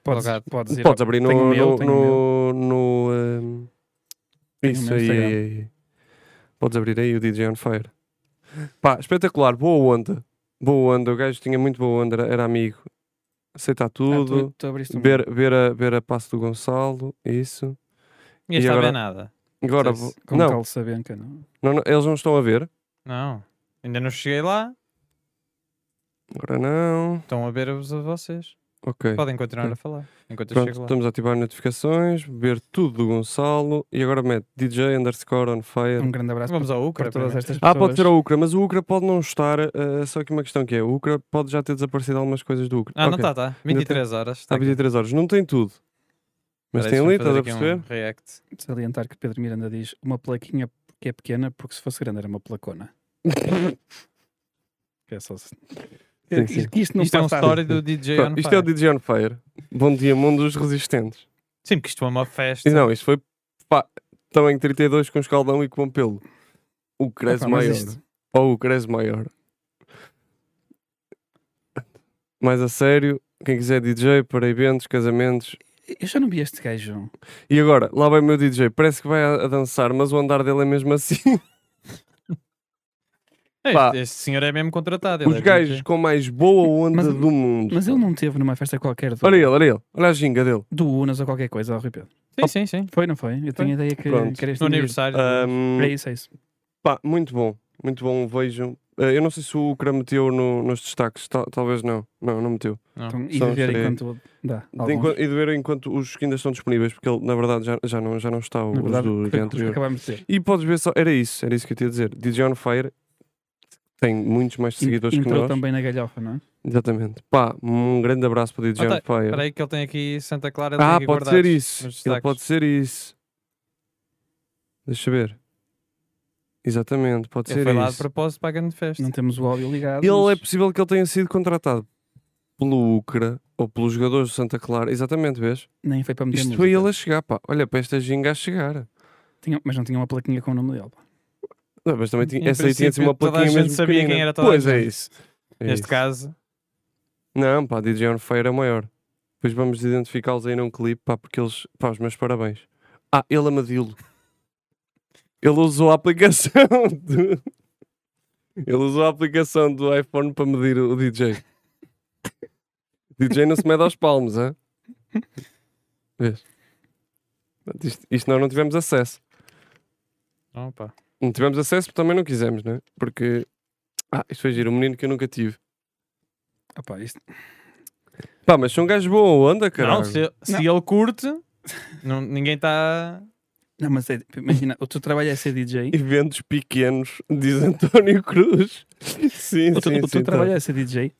Speaker 2: Podes,
Speaker 3: Logado.
Speaker 2: podes ir.
Speaker 1: Podes abrir no.
Speaker 2: Tenho o meu,
Speaker 1: no,
Speaker 2: tenho
Speaker 1: no, no, ehm,
Speaker 2: Tenho o
Speaker 1: Isso
Speaker 2: meu
Speaker 1: aí, aí,
Speaker 2: Instagram.
Speaker 1: aí. Podes abrir aí o DJ on Fire. Pá, espetacular, boa onda. Boa onda, o gajo tinha muito boa onda, era- era amigo. Aceitar
Speaker 2: Ah,
Speaker 1: tudo.
Speaker 2: tu, tu abriste um...
Speaker 1: ver, ver, a, ver a passo do Gonçalo, isso.
Speaker 3: E este
Speaker 1: E
Speaker 3: está
Speaker 1: agora-
Speaker 3: bem nada.
Speaker 1: Agora,
Speaker 3: Sim,
Speaker 1: vou-
Speaker 2: Com
Speaker 1: não,
Speaker 2: caldo sabenca, não?
Speaker 1: não, não, eles não estão a ver.
Speaker 3: Não. Ainda não cheguei lá.
Speaker 1: Agora não.
Speaker 3: Estão a ver-vos a vocês.
Speaker 1: Ok.
Speaker 3: Podem continuar a falar. Enquanto eu
Speaker 1: Pronto,
Speaker 3: chego lá.
Speaker 1: estamos a ativar notificações, ver tudo do Gonçalo e agora mete DJ underscore on fire.
Speaker 2: Um grande abraço
Speaker 3: Vamos ao Ucra.
Speaker 2: para todas
Speaker 3: primeiro.
Speaker 2: estas pessoas.
Speaker 1: Ah, pode ser o Ucra, mas o Ucra pode não estar. eh, só que uma questão que é: o Ucra pode já ter desaparecido algumas coisas do Ucra.
Speaker 3: Ah, não
Speaker 1: Ok,
Speaker 3: está, tá. 23 horas.
Speaker 1: Está a
Speaker 3: Está aqui.
Speaker 1: 23 horas, não tem tudo. Mas tem
Speaker 3: Parece que
Speaker 1: ali,
Speaker 3: vou
Speaker 1: estás
Speaker 3: fazer
Speaker 1: a
Speaker 3: aqui um
Speaker 1: perceber?
Speaker 3: react.
Speaker 2: Salientar que Pedro Miranda diz uma plaquinha que é pequena, porque se fosse grande era uma placona. Que É só se-
Speaker 1: Sim, sim.
Speaker 2: Que isto não
Speaker 3: Isto é um
Speaker 2: passa-
Speaker 3: story do DJ on
Speaker 1: Pronto, isto é o
Speaker 3: fire.
Speaker 1: DJ on fire. Bom dia, mundo dos resistentes.
Speaker 3: Sim, porque isto é uma festa.
Speaker 1: E não, isto foi pá, também 32 com escaldão e com pelo. O Cres
Speaker 2: Epá, mas
Speaker 1: maior.
Speaker 2: isto-
Speaker 1: Ou o Cres maior. Mais a sério, quem quiser DJ para eventos, casamentos.
Speaker 2: Eu já não vi este gajo.
Speaker 1: E agora, lá vai o meu DJ, parece que vai a, a dançar, mas o andar dele é mesmo assim. pá.
Speaker 3: Este, este senhor é mesmo contratado. ele
Speaker 1: Os
Speaker 3: é
Speaker 1: gajos
Speaker 3: DJ.
Speaker 1: com mais boa onda
Speaker 2: Mas-
Speaker 1: do mundo.
Speaker 2: Mas ele não teve numa festa qualquer do,
Speaker 1: Olha ele, olha ele, olha a ginga dele.
Speaker 2: do Unas ou qualquer coisa, ó, Rui Pedro.
Speaker 3: Sim, sim, sim.
Speaker 2: Foi, não foi? Eu
Speaker 3: Foi.
Speaker 2: tenho a ideia que,
Speaker 1: Pronto.
Speaker 2: que era este indivíduo.
Speaker 3: No aniversário.
Speaker 1: Ahm,
Speaker 2: É isso, é isso.
Speaker 1: Pá, muito bom, muito bom, vejam. Eh, eu não sei se o Ucra meteu no- nos destaques, tal- talvez não. Não, não meteu.
Speaker 2: Então, e
Speaker 1: só
Speaker 2: de ver
Speaker 1: gostaria-
Speaker 2: enquanto dá.
Speaker 1: De
Speaker 2: alguns.
Speaker 1: enquan- e de ver enquanto os que ainda estão disponíveis, porque ele na verdade já, já, não, já não está o
Speaker 2: Na verdade,
Speaker 1: os do dia
Speaker 2: foi o que é?
Speaker 1: anterior.
Speaker 2: acabámos de ter.
Speaker 1: E podes ver só, era isso, era isso que eu tinha a dizer. DJ on Fire tem muitos mais seguidores que
Speaker 2: Entrou
Speaker 1: nós.
Speaker 2: também na galhofa, não é?
Speaker 1: Exatamente. Pá, um grande abraço para o DJ
Speaker 3: Ah,
Speaker 1: on Fire.
Speaker 3: Espera aí que ele tem aqui Santa Clara. ele tem
Speaker 1: ah,
Speaker 3: aqui
Speaker 1: pode ser
Speaker 3: guardados
Speaker 1: isso.
Speaker 3: nos
Speaker 1: Ele
Speaker 3: destaques.
Speaker 1: pode ser isso. Deixa eu ver. Exatamente, pode
Speaker 3: Ele
Speaker 1: ser
Speaker 3: foi lá de
Speaker 1: isso.
Speaker 3: propósito para a grande festa.
Speaker 2: Não temos o áudio ligado.
Speaker 1: Ele é
Speaker 2: mas-
Speaker 1: possível que ele tenha sido contratado pelo Ucra ou pelos jogadores do Santa Clara. Exatamente, vês?
Speaker 2: Nem foi para meter
Speaker 1: Isto
Speaker 2: música.
Speaker 1: foi ele a chegar, pá. Olha para esta ginga a chegar.
Speaker 2: Tinha- mas não tinha uma plaquinha com o nome dele. pá.
Speaker 1: Não, mas também tinha,
Speaker 3: Em
Speaker 1: essa aí tinha de ser uma
Speaker 3: princípio, toda a
Speaker 1: plaquinha
Speaker 3: gente
Speaker 1: mesmo
Speaker 3: sabia
Speaker 1: pequenina.
Speaker 3: quem era toda a
Speaker 1: Pois é
Speaker 3: gente.
Speaker 1: isso. É
Speaker 3: Neste
Speaker 1: isso.
Speaker 3: caso,
Speaker 1: Não, pá, DJ on Fire é maior. Depois vamos identificá-los aí num clipe, pá, porque eles. Pá, os meus parabéns. Ah, ele amadilo. Ele usou a aplicação do. Ele usou a aplicação do iPhone para medir o DJ. DJ não se mede aos palmos, hã? Vês? Portanto, Isto, isto nós não tivemos acesso.
Speaker 3: Opa.
Speaker 1: Não tivemos acesso porque também não quisemos, né? Porque. Ah, isto foi giro, um menino que eu nunca tive.
Speaker 2: Opa, isto-
Speaker 1: Pá, mas sou um gajo bom ou onda, caralho?
Speaker 3: Não, se, se ele curte, não- ninguém tá- está.
Speaker 2: Não, mas é, imagina, o teu trabalho é ser DJ.
Speaker 1: Eventos pequenos, diz António Cruz. Sim,
Speaker 2: O teu,
Speaker 1: sim,
Speaker 2: o teu
Speaker 1: sim,
Speaker 2: trabalho
Speaker 1: tá.
Speaker 2: é ser DJ.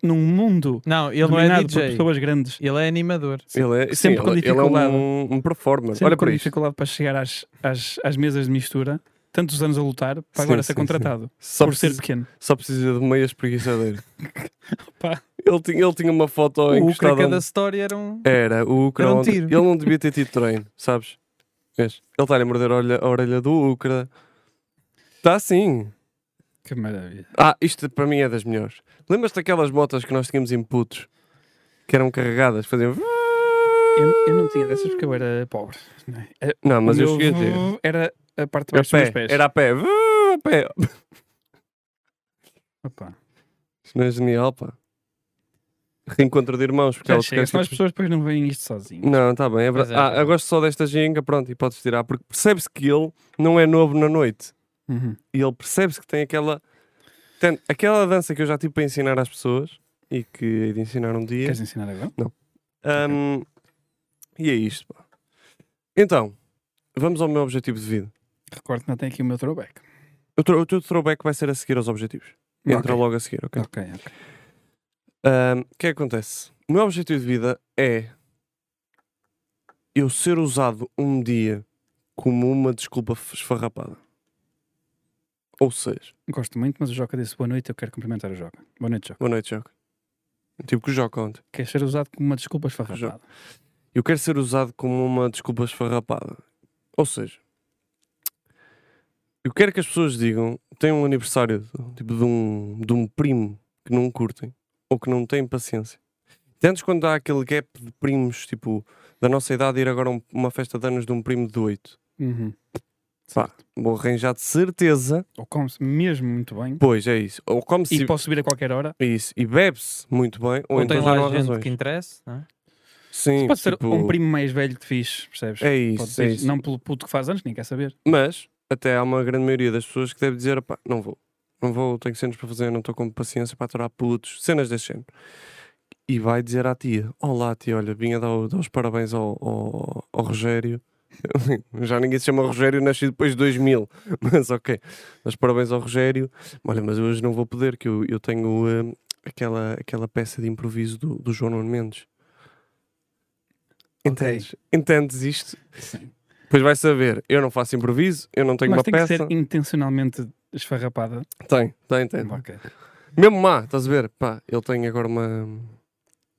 Speaker 2: Num mundo
Speaker 3: Não, ele não é
Speaker 2: dominado por
Speaker 3: DJ.
Speaker 2: pessoas grandes.
Speaker 3: Ele é animador.
Speaker 1: Ele é, sim,
Speaker 2: Sempre com
Speaker 1: ele, ele é
Speaker 2: dificuldade.
Speaker 1: um, um performer.
Speaker 2: Sempre
Speaker 1: Olha
Speaker 2: com
Speaker 1: para isto.
Speaker 2: dificuldade para chegar às, às, às mesas de mistura, tantos anos a lutar, para
Speaker 1: Sim,
Speaker 2: agora ser
Speaker 1: sim,
Speaker 2: contratado,
Speaker 1: Só
Speaker 2: por ser
Speaker 1: precisa,
Speaker 2: pequeno.
Speaker 1: só precisa de meia espreguiçadeira.
Speaker 2: Pá.
Speaker 1: ele, tinha, ele tinha uma foto
Speaker 3: O Ucra,
Speaker 1: encostada. a um-
Speaker 3: cada story era um.
Speaker 1: Era, o Ucra.
Speaker 3: Era um
Speaker 1: ontem-
Speaker 3: tiro.
Speaker 1: Ele não devia ter tido treino, sabes? Vês? Ele está a morder a orelha, a orelha do Ucra. Está assim.
Speaker 2: Que maravilha.
Speaker 1: Ah, isto para mim é das melhores. Lembras-te daquelas motas que nós tínhamos em putos? Que eram carregadas, faziam.
Speaker 2: Eu, eu não tinha dessas porque eu era pobre. não é? Eh,
Speaker 1: Não, mas
Speaker 2: o
Speaker 1: eu
Speaker 2: meu
Speaker 1: cheguei a ter.
Speaker 2: voo Era a parte de
Speaker 1: A
Speaker 2: baixo dos meus
Speaker 1: pé,
Speaker 2: pés.
Speaker 1: era a pé. A pé.
Speaker 2: Opa,
Speaker 1: Isto não é genial, pá. Reencontro de irmãos, porque
Speaker 2: já
Speaker 1: ela tipo
Speaker 2: chega, senão as pessoas depois não veem isto sozinhas.
Speaker 1: Não, está bem. É
Speaker 3: Pois
Speaker 1: verdade.
Speaker 3: é, pois
Speaker 1: ah,
Speaker 3: é.
Speaker 1: eu gosto só desta ginga, pronto, e podes tirar, porque percebe-se que ele não é novo na noite.
Speaker 2: Uhum.
Speaker 1: E ele percebe-se que tem aquela. tem aquela dança que eu já tive para ensinar às pessoas e que hei de ensinar um dia.
Speaker 2: Queres ensinar agora?
Speaker 1: Ahm, e é isto, pá. Então, vamos ao meu objetivo de vida.
Speaker 2: Recordo que não tem aqui o meu throwback.
Speaker 1: O, tro- o teu throwback vai ser a seguir aos objetivos. Entra logo a seguir, ok?
Speaker 2: Ok, ok.
Speaker 1: Ahm, O que é que acontece? O meu objetivo de vida é eu ser usado um dia como uma desculpa f- esfarrapada. Ou seja,
Speaker 2: Gosto muito, mas o Joca disse boa noite, eu quero cumprimentar o Joca. Boa noite, Joca.
Speaker 1: boa noite, Joca. Tipo que o Joca ontem.
Speaker 2: Quer é ser usado como uma desculpa esfarrapada.
Speaker 1: Eu quero ser usado como uma desculpa esfarrapada. Ou seja, eu quero que as pessoas digam: tem um aniversário de- tipo, de, um, de um primo que não curtem ou que não têm paciência. De Antes, quando há aquele gap de primos, tipo, da nossa idade, ir agora a um- uma festa de anos de um primo de 8,
Speaker 2: Uhum.
Speaker 1: Pá. vou arranjar de certeza.
Speaker 2: Ou come-se mesmo muito bem
Speaker 1: Pois é isso. Ou como se.
Speaker 2: e posso subir a qualquer hora.
Speaker 1: Isso. E bebe-se muito bem, ou,
Speaker 3: Ou tem
Speaker 1: então já não
Speaker 3: lá
Speaker 1: há
Speaker 3: gente
Speaker 1: razões.
Speaker 3: que interessa, não é?
Speaker 1: Sim,
Speaker 2: Pode ser
Speaker 1: tipo,
Speaker 2: um primo mais velho que fiz, percebes?
Speaker 1: É
Speaker 2: Pode
Speaker 1: isso,
Speaker 2: ser,
Speaker 1: é isso.
Speaker 2: Não pelo puto que faz anos, nem quer saber.
Speaker 1: Mas até há uma grande maioria das pessoas que deve dizer: pá, não vou, não vou, tenho cenas para fazer, não estou com paciência para aturar putos, cenas deste género. E vai dizer à tia: Olá, tia, olha, vinha dar, o- dar os parabéns ao, ao- ao Rogério. Já ninguém se chama Rogério, nasci depois de 2000, mas ok. Mas parabéns ao Rogério. Olha, mas hoje não vou poder, que eu, eu tenho hum, aquela, aquela peça de improviso do, do João Nuno Mendes.
Speaker 2: Ok.
Speaker 1: Entendes? Entendes isto?
Speaker 2: Sim.
Speaker 1: Pois vai saber, eu não faço improviso, eu não tenho
Speaker 2: mas
Speaker 1: uma
Speaker 2: tem
Speaker 1: peça. É,
Speaker 2: que ser tipo, intencionalmente esfarrapada.
Speaker 1: Tem, tem, tem.
Speaker 2: Ok.
Speaker 1: Mesmo má, estás a ver? Pá, ele tem agora uma,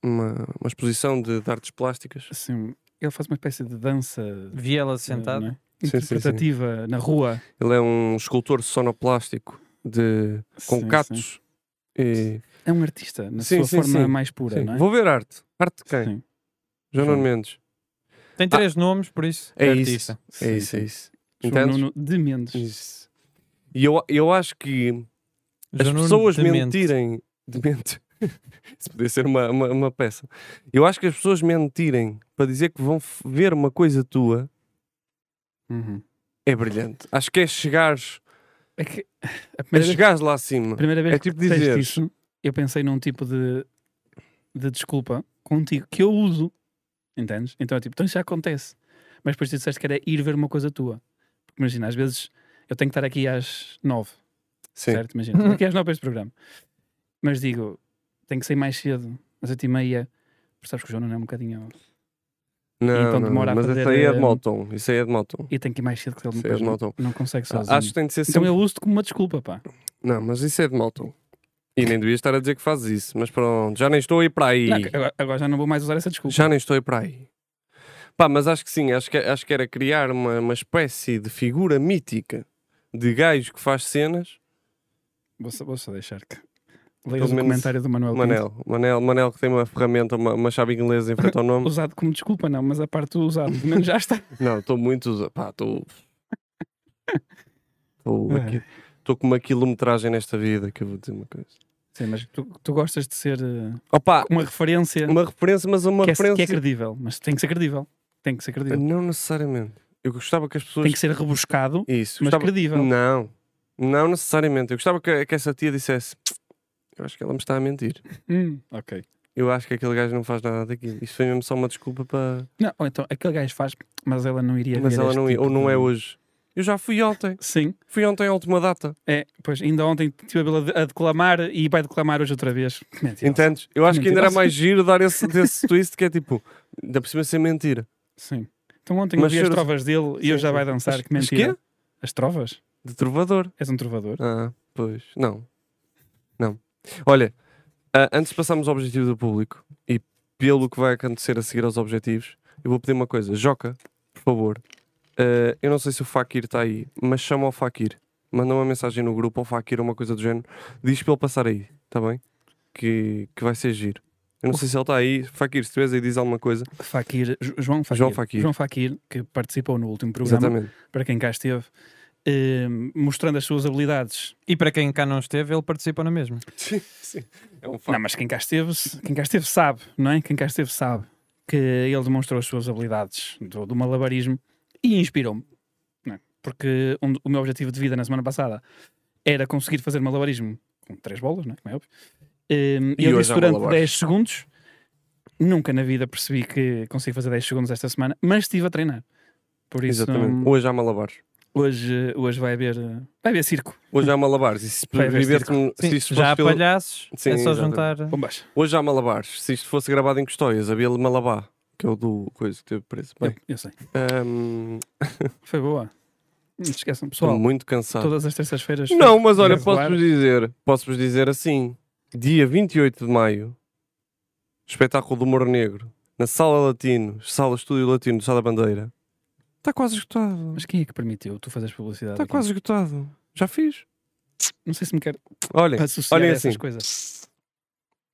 Speaker 1: uma, uma exposição de, de artes plásticas.
Speaker 2: Assim, ele faz uma espécie de dança
Speaker 3: Vi ela
Speaker 2: não
Speaker 3: sentada.
Speaker 2: é?
Speaker 1: Sim, sim, sim.
Speaker 2: interpretativa na rua.
Speaker 1: Ele é um escultor sonoplástico de, com
Speaker 2: Sim, sim.
Speaker 1: catos. E,
Speaker 2: É um artista, na
Speaker 1: Sim,
Speaker 2: sua
Speaker 1: sim,
Speaker 2: forma
Speaker 1: sim.
Speaker 2: mais pura,
Speaker 1: sim,
Speaker 2: não é?
Speaker 1: Vou ver arte. Arte de quem?
Speaker 2: Sim.
Speaker 1: João
Speaker 2: João.
Speaker 1: Nuno Mendes.
Speaker 3: Tem três nomes, por isso.
Speaker 1: É
Speaker 3: é
Speaker 1: isso.
Speaker 3: artista.
Speaker 1: É
Speaker 2: Sim,
Speaker 1: isso, é
Speaker 2: sim.
Speaker 1: isso.
Speaker 2: João
Speaker 1: Entendes?
Speaker 2: Nuno de Mendes.
Speaker 1: Isso. E eu, eu acho que as
Speaker 3: João Nuno
Speaker 1: pessoas
Speaker 3: Demente.
Speaker 1: mentirem. Demente. Isso podia ser uma, uma, uma peça. Eu acho que as pessoas mentirem para dizer que vão f- ver uma coisa tua
Speaker 2: Uhum.
Speaker 1: é brilhante. Acho que é chegares,
Speaker 2: É que a
Speaker 1: é
Speaker 2: primeira vez
Speaker 1: chegares lá acima.
Speaker 2: Primeira vez
Speaker 1: É tipo
Speaker 2: que disseste
Speaker 1: dizeres.
Speaker 2: isso, eu pensei num tipo de, de desculpa contigo que eu uso. Entendes? Então é tipo, então isso já acontece. Mas depois tu disseste que era ir ver uma coisa tua. Porque imagina, às vezes eu tenho que estar aqui às nove,
Speaker 1: Sim.
Speaker 2: certo? Imagina, estou aqui às nove para este programa. Mas digo, tenho que sair mais cedo, às oito e meia. Sabes que o João não é um bocadinho.
Speaker 1: Não,
Speaker 2: Então
Speaker 1: não,
Speaker 2: demora a
Speaker 1: mas
Speaker 2: fazer,
Speaker 1: isso aí é de
Speaker 2: eh,
Speaker 1: mau tom. Isso aí é de mau tom.
Speaker 2: E tenho que ir mais cedo que ele
Speaker 1: Sim,
Speaker 2: depois
Speaker 1: é mau tom.
Speaker 2: não, não consegue sozinho.
Speaker 1: Acho que tem de ser um
Speaker 2: Então
Speaker 1: sempre.
Speaker 2: eu uso-te como uma desculpa, pá.
Speaker 1: Não, mas isso é de mau tom. E nem devias estar a dizer que fazes isso. Mas pronto, já nem estou a ir para aí.
Speaker 2: Não, agora, agora já não vou mais usar essa desculpa.
Speaker 1: Já nem estou a ir para aí. Pá, mas acho que sim, acho que, acho que era criar uma, uma espécie de figura mítica de gajo que faz cenas.
Speaker 2: Vou só, vou só deixar que. Leias o
Speaker 1: menos
Speaker 2: comentário do Manuel Pinto.
Speaker 1: Manel, Manel, Manel que tem uma ferramenta, uma, uma chave inglesa em frente ao nome.
Speaker 2: Usado como desculpa, não, mas a parte do usado, pelo menos já está.
Speaker 1: Não, estou muito. usa- Pá, estou. Estou
Speaker 2: É.
Speaker 1: aqui- estou com uma quilometragem nesta vida que eu vou dizer uma coisa.
Speaker 2: Sim, mas tu, tu gostas de ser eh,
Speaker 1: Opa,
Speaker 2: uma referência
Speaker 1: uma referência, mas uma
Speaker 2: que, é,
Speaker 1: referência.
Speaker 2: que é credível, mas tem que ser credível. Tem que ser credível.
Speaker 1: Não necessariamente. Eu gostava que as pessoas.
Speaker 2: Tem que ser rebuscado,
Speaker 1: Isso.
Speaker 2: mas
Speaker 1: Gostava...
Speaker 2: credível.
Speaker 1: Não. Não necessariamente. Eu gostava que, que essa tia dissesse: Eu acho que ela me está a mentir.
Speaker 2: Hum, ok.
Speaker 1: Eu acho que aquele gajo não faz nada daquilo. Isso foi mesmo só uma desculpa para.
Speaker 2: Não, ou então aquele gajo faz, mas ela não iria
Speaker 1: Mas
Speaker 2: ver
Speaker 1: ela
Speaker 2: este
Speaker 1: não ia.
Speaker 2: tipo
Speaker 1: Ou não
Speaker 2: de-
Speaker 1: é hoje. Eu já fui ontem.
Speaker 2: Sim,
Speaker 1: Fui ontem à última data.
Speaker 2: é. Pois ainda ontem estive a vê-la a declamar e vai declamar hoje outra vez. Mentira.
Speaker 1: Entendes? Eu acho que ainda
Speaker 2: Mentira.
Speaker 1: era mais giro dar esse, desse twist que é tipo. Ainda por cima ser mentira.
Speaker 2: Sim. Então ontem
Speaker 1: Mas
Speaker 2: eu vi as
Speaker 1: ser-
Speaker 2: trovas dele e eu
Speaker 1: Sim,
Speaker 2: já
Speaker 1: sim.
Speaker 2: vai dançar.
Speaker 1: Mas-
Speaker 2: que
Speaker 1: mas
Speaker 2: mentira.
Speaker 1: quê?
Speaker 2: As trovas?
Speaker 1: De trovador.
Speaker 2: És um trovador?
Speaker 1: Ah, pois. Não. Não. Olha, ah, antes de passarmos ao objetivo do público e pelo que vai acontecer a seguir aos objetivos, eu vou pedir uma coisa. Joca, por favor. Ah, eu não sei se o Fakir está aí, mas chama o Fakir. Manda uma mensagem no grupo ao Fakir ou uma coisa do género. Diz para ele passar aí, está bem? Que, que vai ser giro. Eu não sei se ele está aí. Fakir, se estiveres aí, diz alguma coisa.
Speaker 2: Fakir, Jo- João Fakir.
Speaker 1: João Fakir.
Speaker 2: Fakir, que participou no último programa,
Speaker 1: Exatamente.
Speaker 2: para quem cá esteve, eh, mostrando as suas habilidades.
Speaker 3: E para quem cá não esteve, ele participa na mesma.
Speaker 1: Sim, sim. É um
Speaker 2: Não,
Speaker 1: facto.
Speaker 2: mas quem cá esteve, quem cá esteve sabe, não é? Quem cá esteve sabe que ele demonstrou as suas habilidades do, do malabarismo e inspirou-me. não é? Porque um- o meu objetivo de vida na semana passada era conseguir fazer malabarismo com três bolas, não é? Como é óbvio. Ehm,
Speaker 1: E
Speaker 2: e eu
Speaker 1: hoje
Speaker 2: disse
Speaker 1: há
Speaker 2: durante
Speaker 1: malabares.
Speaker 2: 10 segundos. Nunca na vida percebi que consigo fazer 10 segundos esta semana, mas estive a treinar. Por isso, hum,
Speaker 1: Exatamente. Hoje há malabares.
Speaker 2: hoje, hoje vai, haver, eh, vai haver circo.
Speaker 1: Hoje há malabares. E se
Speaker 2: Vai haver
Speaker 1: viver como.
Speaker 3: Sim,
Speaker 1: Se isto
Speaker 3: já há
Speaker 1: fosse pelo-
Speaker 3: palhaços, é
Speaker 1: Sim,
Speaker 3: só
Speaker 1: exatamente.
Speaker 3: juntar.
Speaker 2: Bombas.
Speaker 1: Hoje há malabares. Se isto fosse gravado em Custóias, havia Malabá, que é o do coisa que teve preso.
Speaker 2: Eu,
Speaker 1: Bem,
Speaker 2: eu sei.
Speaker 1: hum,
Speaker 2: Foi boa. Não se esqueçam, pessoal.
Speaker 1: estou muito cansado.
Speaker 2: Todas as terças-feiras.
Speaker 1: Ah. Não, mas olha,
Speaker 2: regular.
Speaker 1: posso-vos dizer, posso-vos dizer assim: dia 28 de maio, espetáculo do Moro Negro, na Sala Latino, Sala Estúdio Latino, Sala Bandeira. Está quase esgotado.
Speaker 2: Mas quem é que permitiu tu fazeres publicidade?
Speaker 1: Está
Speaker 2: aqui?
Speaker 1: Tá quase esgotado. Já fiz.
Speaker 2: Não sei se me quero
Speaker 1: Olhem,
Speaker 2: associar
Speaker 1: olhem
Speaker 2: a essas
Speaker 1: assim.
Speaker 2: coisas.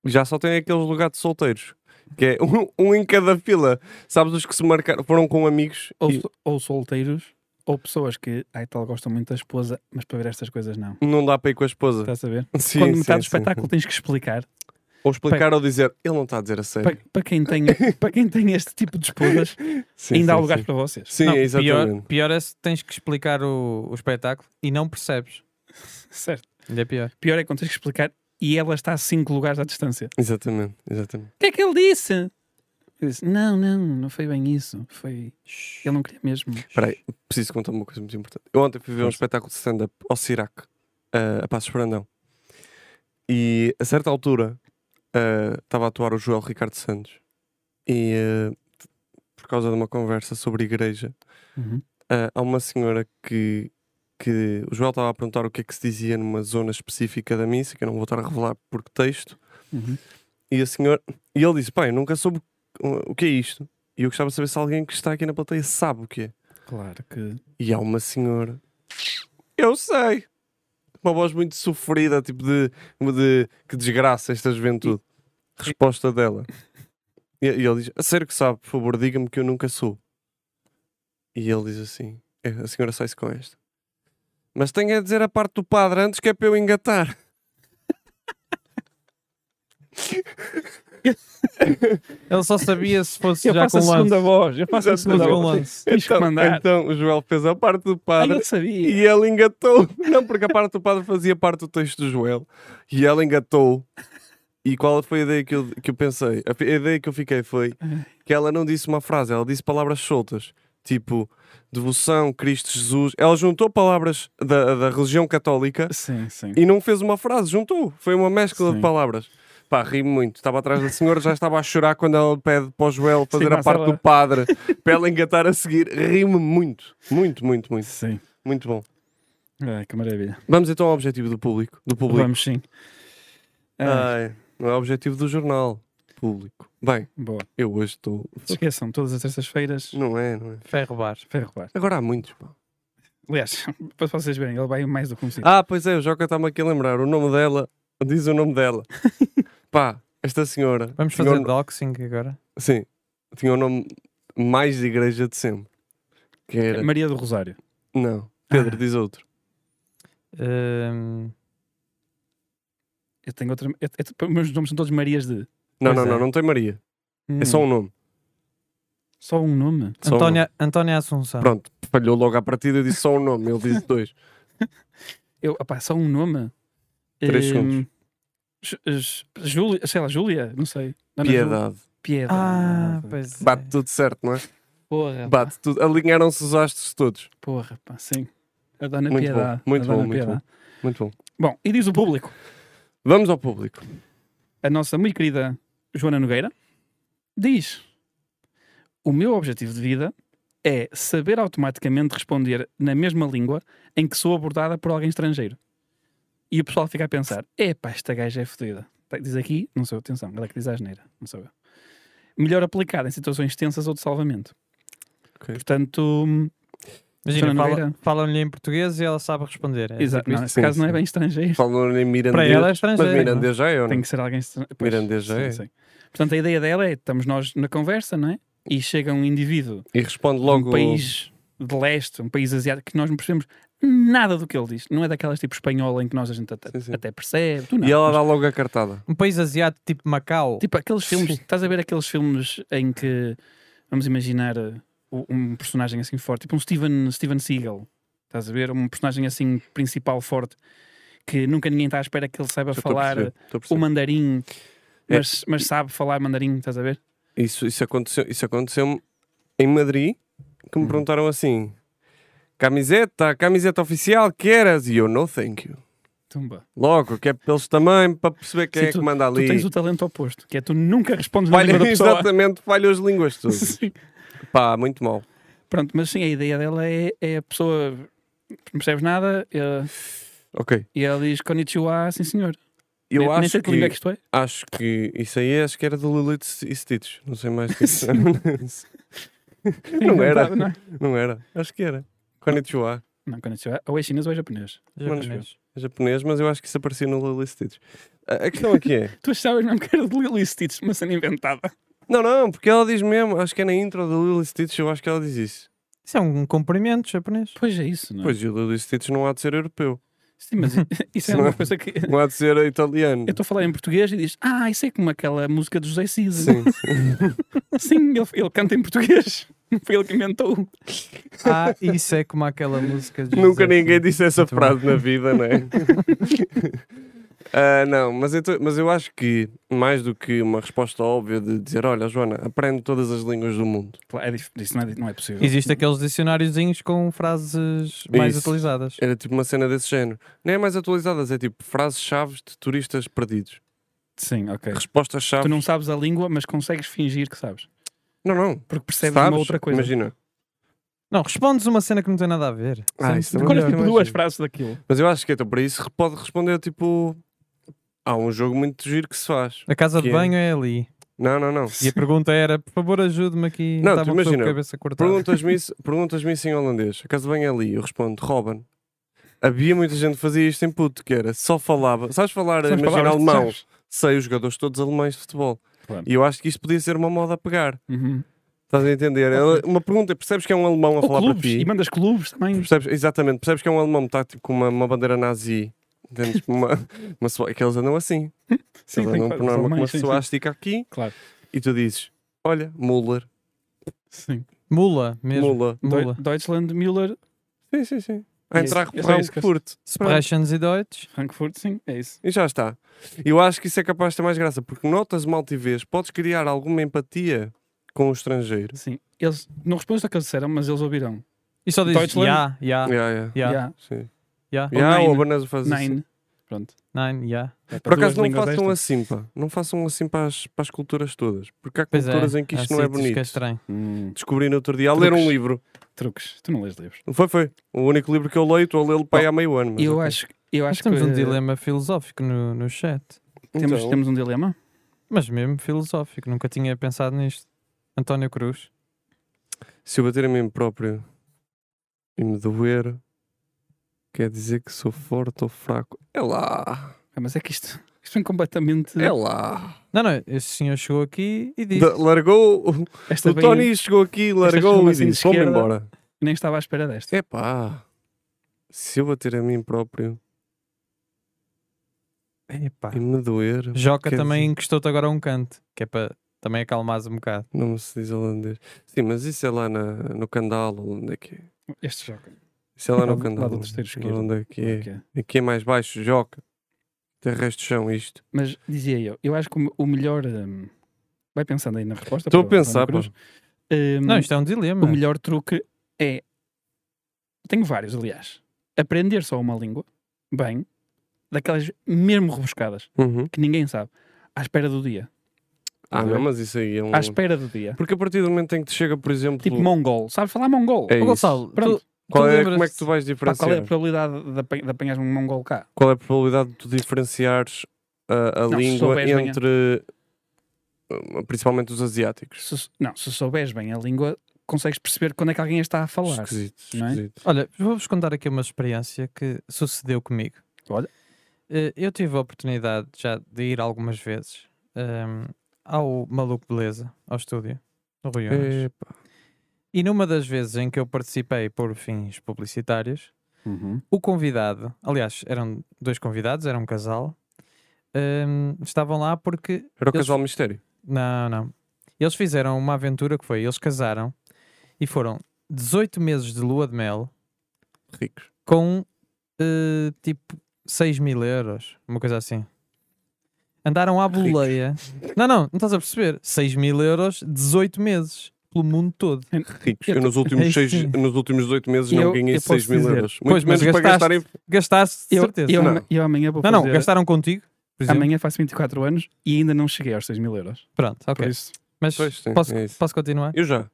Speaker 1: já só tem aqueles lugares de solteiros. Que é um, um em cada fila. Sabes os que se marcaram, foram com amigos.
Speaker 2: Ou,
Speaker 1: e-
Speaker 2: ou solteiros, ou pessoas que, ai tal, gostam muito da esposa, mas para ver estas coisas não.
Speaker 1: Não dá para ir com a esposa.
Speaker 2: Estás a saber?
Speaker 1: Sim,
Speaker 2: Quando metade do
Speaker 1: sim, sim.
Speaker 2: espetáculo tens que explicar.
Speaker 1: Ou explicar ou dizer, ele não está a dizer a sério.
Speaker 2: Para, para quem tem, para quem tem este tipo de esposas,
Speaker 1: Sim,
Speaker 2: ainda há
Speaker 1: sim,
Speaker 2: lugares
Speaker 1: sim.
Speaker 2: para vocês.
Speaker 1: Sim,
Speaker 3: Não, pior,
Speaker 1: exatamente.
Speaker 3: pior é se tens que explicar o, o espetáculo e não percebes.
Speaker 2: Certo.
Speaker 3: Ainda é pior.
Speaker 2: Pior é quando tens que explicar e ela está a 5 lugares à distância.
Speaker 1: Exatamente, exatamente.
Speaker 2: O que é que ele disse? Eu disse, não, não, não foi bem isso. Foi. Ele não queria mesmo.
Speaker 1: Espera aí, preciso contar uma coisa muito importante. Eu ontem fui ver um espetáculo de stand-up ao Cirac, eh, a Passos Brandão. E a certa altura eh, estava a atuar o Joel Ricardo Santos. E eh, por causa de uma conversa sobre igreja,
Speaker 2: Uhum.
Speaker 1: Ah, há uma senhora que, que o Joel estava a perguntar o que é que se dizia numa zona específica da missa, que eu não vou estar a revelar por que texto,
Speaker 2: Uhum.
Speaker 1: e a senhora, e ele disse: Pai, eu nunca soube o o que é isto. E eu gostava de saber se alguém que está aqui na plateia sabe o que é.
Speaker 2: Claro que.
Speaker 1: E há uma senhora, eu sei, uma voz muito sofrida, tipo de, de que desgraça esta juventude. Resposta dela. E, e ele diz: A sério que sabe, por favor, diga-me que eu nunca soube. E ele diz assim: é, A senhora sai-se com esta. Mas tenho a dizer a parte do padre antes que é para eu engatar.
Speaker 3: Ele só sabia se fosse
Speaker 2: Eu
Speaker 3: já
Speaker 2: faço
Speaker 3: com um
Speaker 2: a
Speaker 3: lance.
Speaker 2: segunda voz, eu faço a
Speaker 1: Exato,
Speaker 2: segunda
Speaker 3: Mas com
Speaker 1: eu-
Speaker 2: voz.
Speaker 3: lance.
Speaker 2: um Tens que mandar.
Speaker 1: então o Joel fez a parte do
Speaker 2: Ah,
Speaker 1: padre
Speaker 2: eu sabia.
Speaker 1: E ela engatou. Não, porque a parte do padre fazia parte do texto do Joel. E ela engatou. E qual foi a ideia que eu, que eu pensei? A fi- a ideia que eu fiquei foi que ela não disse uma frase, ela disse palavras soltas. Tipo, devoção, Cristo, Jesus. Ela juntou palavras da, da religião católica
Speaker 2: Sim, sim.
Speaker 1: e não fez uma frase, juntou. Foi uma mescla
Speaker 2: Sim.
Speaker 1: de palavras. Pá, ri muito. Estava atrás da senhora, já estava a chorar quando ela pede para o Joel fazer a
Speaker 2: mas
Speaker 1: parte
Speaker 2: ela-
Speaker 1: do padre para ela engatar a seguir. Ri-me muito. Muito, muito, muito.
Speaker 2: Sim.
Speaker 1: Muito bom.
Speaker 2: Ai, que maravilha.
Speaker 1: Vamos então ao objetivo do público. Do público.
Speaker 2: Vamos sim. Ah,
Speaker 1: Ai, não é o objetivo do jornal. Público. Bem,
Speaker 2: Boa.
Speaker 1: eu hoje estou.
Speaker 2: Se esqueçam, todas as terças-feiras
Speaker 1: Não é, não é?
Speaker 3: Ferro bar.
Speaker 2: vai roubar.
Speaker 1: Agora há muitos. Pá.
Speaker 2: Aliás, para vocês verem, ele vai mais do que um sítio.
Speaker 1: Ah, pois é, o Joca está-me aqui a lembrar. O nome dela. Diz o nome dela. Pá, esta senhora.
Speaker 3: Vamos
Speaker 1: tinha
Speaker 3: fazer
Speaker 1: o-
Speaker 3: doxing agora.
Speaker 1: Sim, tinha o nome mais de igreja de sempre. Que era.
Speaker 2: Maria do Rosário.
Speaker 1: Não, Pedro,
Speaker 2: Ah.
Speaker 1: diz outro.
Speaker 3: Hum,
Speaker 2: Eu tenho outra. eu- eu- os meus nomes são todos Marias de.
Speaker 1: Não,
Speaker 3: Pois
Speaker 1: não,
Speaker 3: é.
Speaker 1: não, não tem Maria.
Speaker 2: Hum.
Speaker 1: É só um nome.
Speaker 2: Só um nome?
Speaker 1: um Só um
Speaker 3: Antónia, Antónia Assunção.
Speaker 1: Pronto, falhou logo à partida, eu disse só um nome, ele disse dois.
Speaker 2: Eu, opá, só um nome?
Speaker 1: Três
Speaker 2: Hum,
Speaker 1: segundos.
Speaker 2: Ju- Ju- Júlia, sei lá, Júlia? Não sei. Não, não, Júlia.
Speaker 1: Piedade.
Speaker 2: Piedade.
Speaker 3: Ah, pois é.
Speaker 1: Bate tudo certo, não é?
Speaker 2: Porra, pá,
Speaker 1: Bate tudo. Alinharam-se os astros todos.
Speaker 2: porra, pá, sim. A Dona
Speaker 1: Muito bom,
Speaker 2: Piedade.
Speaker 1: muito
Speaker 2: a Dona
Speaker 1: bom, muito
Speaker 2: Piedade.
Speaker 1: Muito bom.
Speaker 2: bom. e diz o público.
Speaker 1: Vamos ao público.
Speaker 2: A nossa muito querida Joana Nogueira diz: O meu objetivo de vida é saber automaticamente responder na mesma língua em que sou abordada por alguém estrangeiro. E o pessoal fica a pensar: epá, esta gaja é fodida. Tá- Diz aqui, não sou eu, atenção, ela é que diz a asneira, não sou eu. Melhor aplicada em situações tensas ou de salvamento.
Speaker 1: Ok.
Speaker 2: Portanto,
Speaker 3: Imagina,
Speaker 2: Joana
Speaker 3: fala-
Speaker 2: Nogueira.
Speaker 3: falam-lhe em português e ela sabe responder. É
Speaker 2: exa-
Speaker 3: tipo
Speaker 2: não,
Speaker 3: isto.
Speaker 2: nesse
Speaker 1: sim,
Speaker 2: caso não é
Speaker 1: sim.
Speaker 2: bem estrangeiro.
Speaker 1: Falam em
Speaker 3: Para
Speaker 1: mirandês.
Speaker 3: ela é
Speaker 1: Mas
Speaker 3: estrangeira. não é?
Speaker 1: mirandês já é ou
Speaker 2: Tem
Speaker 1: não?
Speaker 2: que ser alguém estrangeiro.
Speaker 1: Mirandês já é.
Speaker 2: Portanto, a ideia dela é: estamos nós na conversa, não é? E chega um indivíduo
Speaker 1: E responde
Speaker 2: de
Speaker 1: logo.
Speaker 2: um país de leste, um país asiático, que nós não percebemos nada do que ele diz. Não é daquelas tipo espanhola em que nós a gente até,
Speaker 1: Sim, sim.
Speaker 2: até percebe. Tu não,
Speaker 1: E ela
Speaker 2: mas,
Speaker 1: dá logo a cartada.
Speaker 3: Um país asiático tipo Macau.
Speaker 2: Tipo aqueles filmes, estás a ver aqueles filmes em que vamos imaginar uh, um personagem assim forte, tipo um Steven, Steven Seagal. Estás a ver? Um personagem assim principal forte que nunca ninguém está à espera que ele saiba
Speaker 1: Já estou a
Speaker 2: falar
Speaker 1: perceber, estou a
Speaker 2: o
Speaker 1: perceber.
Speaker 2: mandarim,
Speaker 1: É.
Speaker 2: mas, mas sabe falar mandarim, estás a ver?
Speaker 1: Isso, isso aconteceu isso aconteceu em Madrid, que me
Speaker 2: Hum.
Speaker 3: Uhum.
Speaker 1: perguntaram assim: camiseta, camiseta oficial, que eras? E eu, no thank you.
Speaker 2: Tumba.
Speaker 1: Logo, que é para eles também, para perceber quem
Speaker 2: Sim,
Speaker 1: é que manda
Speaker 2: Tu
Speaker 1: ali.
Speaker 2: tens o talento oposto, que é tu nunca respondes na
Speaker 1: Falha-
Speaker 2: língua da pessoa.
Speaker 1: exatamente, falha as línguas todas.
Speaker 2: Sim.
Speaker 1: Pá, muito mal.
Speaker 2: Pronto, mas sim, a ideia dela é, é a pessoa não percebes nada eh,
Speaker 1: Ok.
Speaker 2: e ela diz konnichiwa, sim senhor.
Speaker 1: Eu
Speaker 2: nem, nem
Speaker 1: acho,
Speaker 2: sei que língua é que
Speaker 1: que,
Speaker 2: isto é.
Speaker 1: acho que isso aí acho que era do Lilith e Stitch. Não sei mais que isso. não era.
Speaker 2: Inventado, Não, é?
Speaker 1: Não era. Acho que era. Konnichiwa.
Speaker 2: não konnichiwa, ou é chinês ou é japonês.
Speaker 1: Vamos ver.
Speaker 3: Japonês.
Speaker 1: É japonês, mas eu acho que isso aparecia no Lilith e Stitch. A a questão aqui é.
Speaker 2: Tu achavas mesmo que era de Lily Stitch, uma cena inventada.
Speaker 1: Não, não, porque ela diz mesmo, acho que é na intro do Lily Stitch, eu acho que ela diz isso.
Speaker 3: Isso é um cumprimento japonês.
Speaker 2: Pois é isso, não é?
Speaker 1: Pois, e o Lily Stitch não há de ser europeu,
Speaker 2: Sim, mas isso é
Speaker 1: Não é?
Speaker 2: uma coisa que... Eu
Speaker 1: não há de ser italiano.
Speaker 2: estou a falar em português e diz, ah, isso é como aquela música do José Cid.
Speaker 1: Sim,
Speaker 2: Sim, ele, ele canta em português. Não Foi ele que inventou.
Speaker 3: Ah, isso é como aquela música de
Speaker 1: nunca
Speaker 3: José
Speaker 1: ninguém
Speaker 3: Cid.
Speaker 1: disse essa
Speaker 3: Muito
Speaker 1: frase na vida, não é? Ah, não, mas, então- mas eu acho que mais do que uma resposta óbvia de dizer: Olha, Joana, aprende todas as línguas do mundo.
Speaker 2: Claro, É, dif- isso não é, não é possível.
Speaker 3: Existem aqueles dicionáriozinhos com frases mais
Speaker 1: Isso.
Speaker 3: utilizadas.
Speaker 1: Era tipo uma cena desse género. Nem é mais atualizadas, é tipo frases-chave de turistas perdidos.
Speaker 2: Sim, ok.
Speaker 1: Respostas-chave.
Speaker 2: Tu não sabes a língua, mas consegues fingir que sabes.
Speaker 1: Não, não.
Speaker 2: Porque percebes
Speaker 1: Sabes?
Speaker 2: uma outra coisa.
Speaker 1: Imagina.
Speaker 3: Não, respondes uma cena que não tem nada a ver.
Speaker 1: Ah,
Speaker 3: Sim.
Speaker 1: isso também
Speaker 2: Agora
Speaker 1: não
Speaker 2: tipo
Speaker 1: imagino.
Speaker 2: duas frases daquilo.
Speaker 1: Mas eu acho que então, para isso re- pode responder tipo. Há um jogo muito giro que se faz.
Speaker 3: A casa de
Speaker 1: Que é?
Speaker 3: banho é ali.
Speaker 1: Não, não, não.
Speaker 2: Tá.
Speaker 3: E a pergunta era, por favor, ajude-me aqui.
Speaker 1: Não,
Speaker 3: Estava
Speaker 1: tu
Speaker 2: uma
Speaker 3: com a
Speaker 1: imagina.
Speaker 3: cabeça cortada.
Speaker 1: Perguntas-me isso, perguntas isso em holandês. A casa de banho é ali. Eu respondo, Robin. Havia muita gente que fazia isto em puto, que era só falava. Sabes falar,
Speaker 2: São as
Speaker 1: imagina,
Speaker 2: palavras que
Speaker 1: alemão?
Speaker 2: sabes.
Speaker 1: Sei os jogadores todos alemães de futebol.
Speaker 2: Claro.
Speaker 1: E eu acho que isso podia ser uma moda a pegar.
Speaker 2: Uhum.
Speaker 1: Estás a entender? Ela- uma pergunta, percebes que é um alemão a
Speaker 2: Ou
Speaker 1: falar
Speaker 2: clubes,
Speaker 1: para ti?
Speaker 2: e mandas clubes também.
Speaker 1: Percebes, exatamente, percebes que é um alemão que está tipo, com uma, uma bandeira nazi. Entendes? Uma, uma, sua- é que eles andam assim.
Speaker 2: Sim,
Speaker 1: eles
Speaker 2: tem
Speaker 1: andam
Speaker 2: que-
Speaker 1: por norma com é uma
Speaker 2: alemães, sim, sim.
Speaker 1: suástica aqui.
Speaker 2: Claro.
Speaker 1: E tu dizes: Olha, Müller,
Speaker 2: Sim.
Speaker 3: Mula, mesmo.
Speaker 1: Mula.
Speaker 2: Deu-
Speaker 3: Mula.
Speaker 2: Deutschland, Müller,
Speaker 1: Sim, sim, sim.
Speaker 2: E
Speaker 1: A
Speaker 2: é-
Speaker 1: entrar
Speaker 2: é só
Speaker 1: por
Speaker 2: isso que eu-
Speaker 1: furto.
Speaker 3: Sprechens e Deutsch.
Speaker 2: Frankfurt, sim, é isso.
Speaker 1: E já está. Eu acho que isso é capaz de ter mais graça, porque notas mal te vês, podes criar alguma empatia com o estrangeiro.
Speaker 2: Sim. Eles não respondem ao que eles disseram, mas eles ouvirão.
Speaker 3: E só diz,
Speaker 2: Deutschland?
Speaker 3: já, já,
Speaker 1: Yeah, yeah.
Speaker 3: já,
Speaker 2: Yeah.
Speaker 1: Sim.
Speaker 3: já,
Speaker 2: Ah. Ou
Speaker 1: Yeah,
Speaker 2: nine.
Speaker 1: ou Banana faz assim.
Speaker 2: Nine. Pronto.
Speaker 3: nine, já.
Speaker 2: É para
Speaker 1: Por acaso
Speaker 2: duas
Speaker 1: não
Speaker 2: línguas
Speaker 1: façam
Speaker 2: destas.
Speaker 1: assim, pá. Não façam assim para as, para as culturas todas. Porque há
Speaker 3: Pois é,
Speaker 1: culturas em que
Speaker 3: há
Speaker 1: isto não é
Speaker 3: sítios que
Speaker 1: bonito.
Speaker 3: é estranho.
Speaker 2: Hum,
Speaker 1: Descobri no outro dia, a ler um
Speaker 2: Truques.
Speaker 1: livro.
Speaker 2: truques. Tu não lês livros.
Speaker 1: Foi, foi. O único livro que eu leio, estou a lê-lo para aí há meio ano. mas
Speaker 2: Oh, Eu
Speaker 1: ok.
Speaker 2: acho, eu acho que
Speaker 3: Temos um dilema filosófico no, no chat.
Speaker 2: temos,
Speaker 1: Então,
Speaker 2: temos um dilema.
Speaker 3: Mas mesmo filosófico, nunca tinha pensado nisto. António Cruz.
Speaker 1: Se eu bater a mim próprio e me doer, quer dizer que sou forte ou fraco. É lá,
Speaker 2: Ah, mas é que isto, isto é completamente.
Speaker 1: é lá.
Speaker 3: Não, não, esse senhor chegou aqui e disse.
Speaker 1: Da- largou, o
Speaker 2: Esta veio-
Speaker 1: Tony chegou aqui, largou e
Speaker 2: chama-se assim de
Speaker 1: disse: Vamos
Speaker 2: esquerda."
Speaker 1: embora.
Speaker 2: nem estava à espera desta.
Speaker 1: É pá, se eu bater a mim próprio
Speaker 3: Epá.
Speaker 1: e me doer,
Speaker 3: Joca
Speaker 1: Quer
Speaker 3: também
Speaker 1: dizer-
Speaker 3: encostou-te agora a um canto, que é para Também acalmás um bocado.
Speaker 1: Não se diz holandês. Sim, mas isso é lá na, no Candalo, onde é que é?
Speaker 2: Este jogo.
Speaker 1: Isso é lá
Speaker 2: Lá
Speaker 1: no
Speaker 2: do- lá do
Speaker 1: Candalo.
Speaker 2: terceiro
Speaker 1: não
Speaker 2: esquerdo.
Speaker 1: Onde é que
Speaker 2: que
Speaker 1: é?
Speaker 2: é.
Speaker 1: Aqui é mais baixo, Joca. Tem resto de chão isto.
Speaker 2: Mas dizia eu, eu acho que o me- o melhor. hum, vai pensando aí na resposta.
Speaker 1: Estou a
Speaker 2: para o António
Speaker 1: pensar, pô.
Speaker 2: Cruz. Hum,
Speaker 3: Não, isto é um dilema.
Speaker 2: O melhor truque é. Tenho vários, aliás. Aprender só uma língua, bem, daquelas mesmo rebuscadas,
Speaker 1: Uhum.
Speaker 2: que ninguém sabe, à espera do dia.
Speaker 1: Ah,
Speaker 2: Estás tá a ver?
Speaker 1: não, mas isso aí é um.
Speaker 2: À espera do dia.
Speaker 1: Porque a partir do momento em que te chega, por exemplo.
Speaker 2: Tipo mongol. Sabes falar mongol?
Speaker 1: É
Speaker 3: Ó,
Speaker 1: isso.
Speaker 3: Gonçalo,
Speaker 2: Pronto.
Speaker 3: tu,
Speaker 1: qual
Speaker 3: tu
Speaker 1: é,
Speaker 3: lembras-
Speaker 1: como é que tu vais
Speaker 2: Pá, qual é a
Speaker 1: diferenciar?
Speaker 2: probabilidade de, apan- de apanhares um mongol cá?
Speaker 1: Qual é a probabilidade de tu diferenciares a, a
Speaker 2: Não, se
Speaker 1: língua
Speaker 2: souberes bem,
Speaker 1: entre. uh, Principalmente os asiáticos?
Speaker 2: Se- não, se souberes bem a língua, consegues perceber quando é que alguém a está a falar.
Speaker 1: Esquisito,
Speaker 2: não é?
Speaker 1: esquisito.
Speaker 3: Olha, vou-vos contar aqui uma experiência que sucedeu comigo.
Speaker 2: Olha.
Speaker 3: Eh, Eu tive a oportunidade já de ir algumas vezes ehm, ao Maluco Beleza, ao estúdio, no Rui
Speaker 2: Eh.
Speaker 3: Unas.
Speaker 1: Epá.
Speaker 3: E numa das vezes em que eu participei por fins publicitários,
Speaker 1: Uhum.
Speaker 3: o convidado, aliás, eram dois convidados, era um casal, ehm, estavam lá porque
Speaker 1: Era o
Speaker 3: Eles-
Speaker 1: casal mistério.
Speaker 3: não, não. Eles fizeram uma aventura que foi: eles casaram e foram 18 meses de lua de mel
Speaker 1: Ricos.
Speaker 3: com eh, tipo 6 mil euros, uma coisa assim. Andaram à
Speaker 1: Ricos.
Speaker 3: boleia. Não, não, não estás a perceber. 6 mil euros, 18 meses, pelo mundo todo.
Speaker 1: Ricos.
Speaker 2: Eu é
Speaker 1: Eu, nos, últimos
Speaker 3: Ei,
Speaker 1: seis,
Speaker 3: sim.
Speaker 1: nos últimos 18 meses
Speaker 2: Eu-
Speaker 1: não ganhei
Speaker 2: eu posso
Speaker 1: 6 mil
Speaker 2: dizer.
Speaker 1: euros.
Speaker 3: Pois,
Speaker 1: Muito
Speaker 3: mas
Speaker 1: menos para gastar em.
Speaker 3: Gastaste, de
Speaker 2: Eu,
Speaker 3: certeza.
Speaker 2: eu,
Speaker 1: Não.
Speaker 2: ama- eu amanhã vou
Speaker 3: não,
Speaker 2: fazer.
Speaker 3: não, gastaram contigo, por exemplo.
Speaker 2: Amanhã faço 24 anos e ainda não cheguei aos 6 mil euros.
Speaker 3: Pronto, ok.
Speaker 2: Por isso,
Speaker 3: Mas
Speaker 1: Pois, sim,
Speaker 3: posso,
Speaker 1: é isso.
Speaker 3: posso continuar?
Speaker 1: Eu já.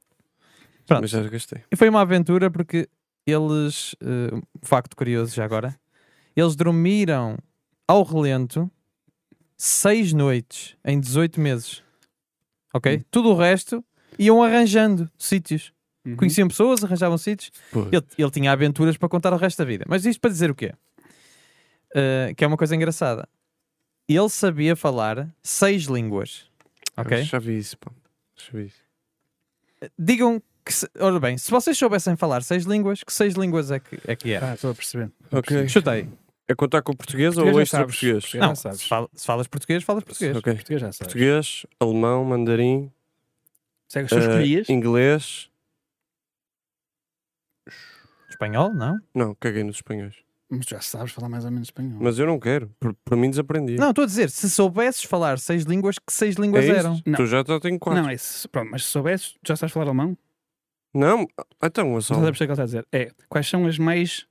Speaker 3: Pronto.
Speaker 1: Mas já gastei.
Speaker 3: E foi uma aventura porque eles, eh, um facto curioso já agora, eles dormiram ao relento seis noites em 18 meses. Ok? Tudo o resto iam arranjando sítios.
Speaker 2: uhum.
Speaker 3: Conheciam pessoas, arranjavam sítios.
Speaker 1: Pois.
Speaker 3: Ele, ele tinha aventuras para contar o resto da vida. Mas isto para dizer o quê? Eh, que é uma coisa engraçada. Ele sabia falar seis línguas. Ok?
Speaker 1: Já vi isso, pá. Já vi isso.
Speaker 3: Digam que, se, ora bem, se vocês soubessem falar seis línguas, que seis línguas é que, é que era?
Speaker 2: Ah, estou a perceber.
Speaker 1: Ok.
Speaker 3: Chutei.
Speaker 1: É contar com o português,
Speaker 2: Português
Speaker 1: ou
Speaker 2: já
Speaker 1: extra
Speaker 2: sabes.
Speaker 1: português?
Speaker 2: Português
Speaker 3: Não,
Speaker 2: já
Speaker 3: se,
Speaker 2: sabes.
Speaker 3: fala- se falas português, falas português.
Speaker 1: Ok.
Speaker 2: Português já sabes.
Speaker 1: Português, alemão, mandarim,
Speaker 2: Segue as
Speaker 1: eh,
Speaker 2: suas escolhias.
Speaker 1: inglês.
Speaker 3: Espanhol, não?
Speaker 1: Não, caguei nos espanhóis.
Speaker 2: Mas já sabes falar mais ou menos espanhol.
Speaker 1: Mas eu não quero. por- Para mim desaprendi.
Speaker 3: Não, estou a dizer, se soubesses falar seis línguas, que seis
Speaker 1: é
Speaker 3: línguas
Speaker 1: isso?
Speaker 3: eram?
Speaker 2: Não.
Speaker 1: Tu já só tenho quatro.
Speaker 2: não, é isso. Pronto, mas se soubesses, já sabes falar alemão?
Speaker 1: Não? Ah, Então, eu só.
Speaker 2: Estás a perceber o que ele está a dizer? É, quais são as mais.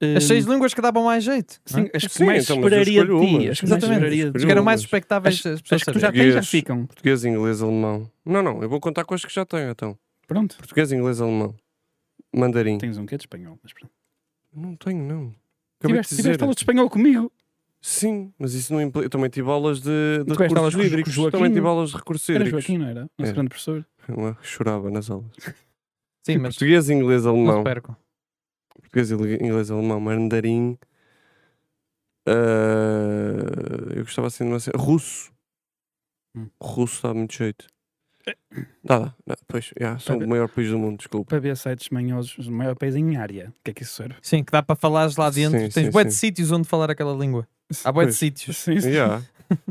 Speaker 2: eh,
Speaker 3: As seis línguas que davam mais jeito. não é?
Speaker 2: Sim, as que
Speaker 1: Sim,
Speaker 2: mais
Speaker 1: então, mas eu
Speaker 2: esperaria de
Speaker 1: escolho
Speaker 2: ti.
Speaker 1: uma.
Speaker 2: As que mais
Speaker 3: Exatamente.
Speaker 2: esperaria de ti.
Speaker 3: As que eram
Speaker 1: línguas.
Speaker 3: mais expectáveis
Speaker 2: As-
Speaker 3: as
Speaker 2: As
Speaker 3: pessoas
Speaker 2: que tu já
Speaker 3: saberem.
Speaker 2: tens já
Speaker 1: Português.
Speaker 2: ficam.
Speaker 1: Português, inglês, alemão. Não, não, eu vou contar com as que já tenho, então.
Speaker 2: Pronto.
Speaker 1: Português, inglês, alemão. Mandarim.
Speaker 2: Tens um quê de espanhol? Mas pronto.
Speaker 1: Não tenho, não. Acabei
Speaker 2: Tiveste,
Speaker 1: de dizer. é
Speaker 2: tiveste aulas de espanhol comigo.
Speaker 1: Sim, mas isso não implica. Eu também tive aulas de, de
Speaker 2: Tu tiveste
Speaker 1: recursos
Speaker 2: aulas com o
Speaker 1: hídricos.
Speaker 2: Joaquim?
Speaker 1: Também tive aulas de recursos
Speaker 2: Era
Speaker 1: hídricos.
Speaker 2: Joaquim, não era? Nosso
Speaker 1: Era.
Speaker 2: grande professor.
Speaker 1: Eu chorava nas aulas.
Speaker 3: Sim, mas
Speaker 1: Português, inglês,
Speaker 3: não se
Speaker 1: alemão.
Speaker 3: percam.
Speaker 1: português, il- inglês, alemão, mandarim. ah, eu gostava assim de uma cena. Russo.
Speaker 2: Hum. Eh.
Speaker 1: Russo dá muito jeito. Dá, dá. dá, Pois, já, são
Speaker 2: Para-
Speaker 1: o maior país do mundo, desculpa.
Speaker 2: Para ver sites manhosos, o maior país em área. O que é que isso serve?
Speaker 3: Sim, que dá para falares lá dentro.
Speaker 1: Sim,
Speaker 3: Tens
Speaker 1: sim,
Speaker 3: bué de
Speaker 1: sim.
Speaker 3: sítios onde falar aquela língua. Há bué de
Speaker 1: Pois.
Speaker 3: sítios.
Speaker 2: Sim, sim.
Speaker 1: Já,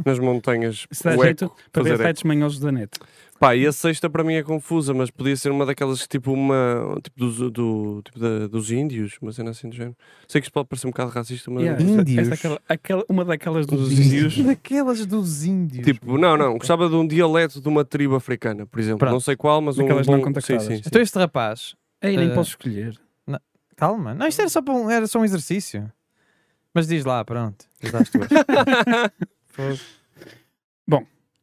Speaker 1: nas montanhas.
Speaker 2: Isso dá
Speaker 1: o eco.
Speaker 2: jeito para ver
Speaker 1: fazer
Speaker 2: sites manhosos da net.
Speaker 1: Pá, e a sexta para mim é confusa, mas podia ser uma daquelas que tipo uma. Tipo dos, do, tipo da- dos índios, uma cena assim do género. Sei que isto pode parecer um bocado racista, mas.
Speaker 2: Yeah,
Speaker 3: Índios.
Speaker 2: essa- essa é aquela- aquela- uma daquelas dos
Speaker 1: Dos
Speaker 2: índios.
Speaker 3: Daquelas dos índios.
Speaker 1: Tipo, não, não, gostava de um dialeto de uma tribo africana, por exemplo.
Speaker 3: Pronto.
Speaker 1: Não sei qual, mas um.
Speaker 2: Daquelas não
Speaker 1: bom- sim,
Speaker 2: contactadas.
Speaker 1: sim, sim.
Speaker 3: Então este rapaz,
Speaker 2: Ei, nem
Speaker 3: Eh,
Speaker 2: posso escolher.
Speaker 3: calma. Não, isto era só, para um, era só um exercício. Mas diz lá, pronto. Diz lá as tuas. Fogo.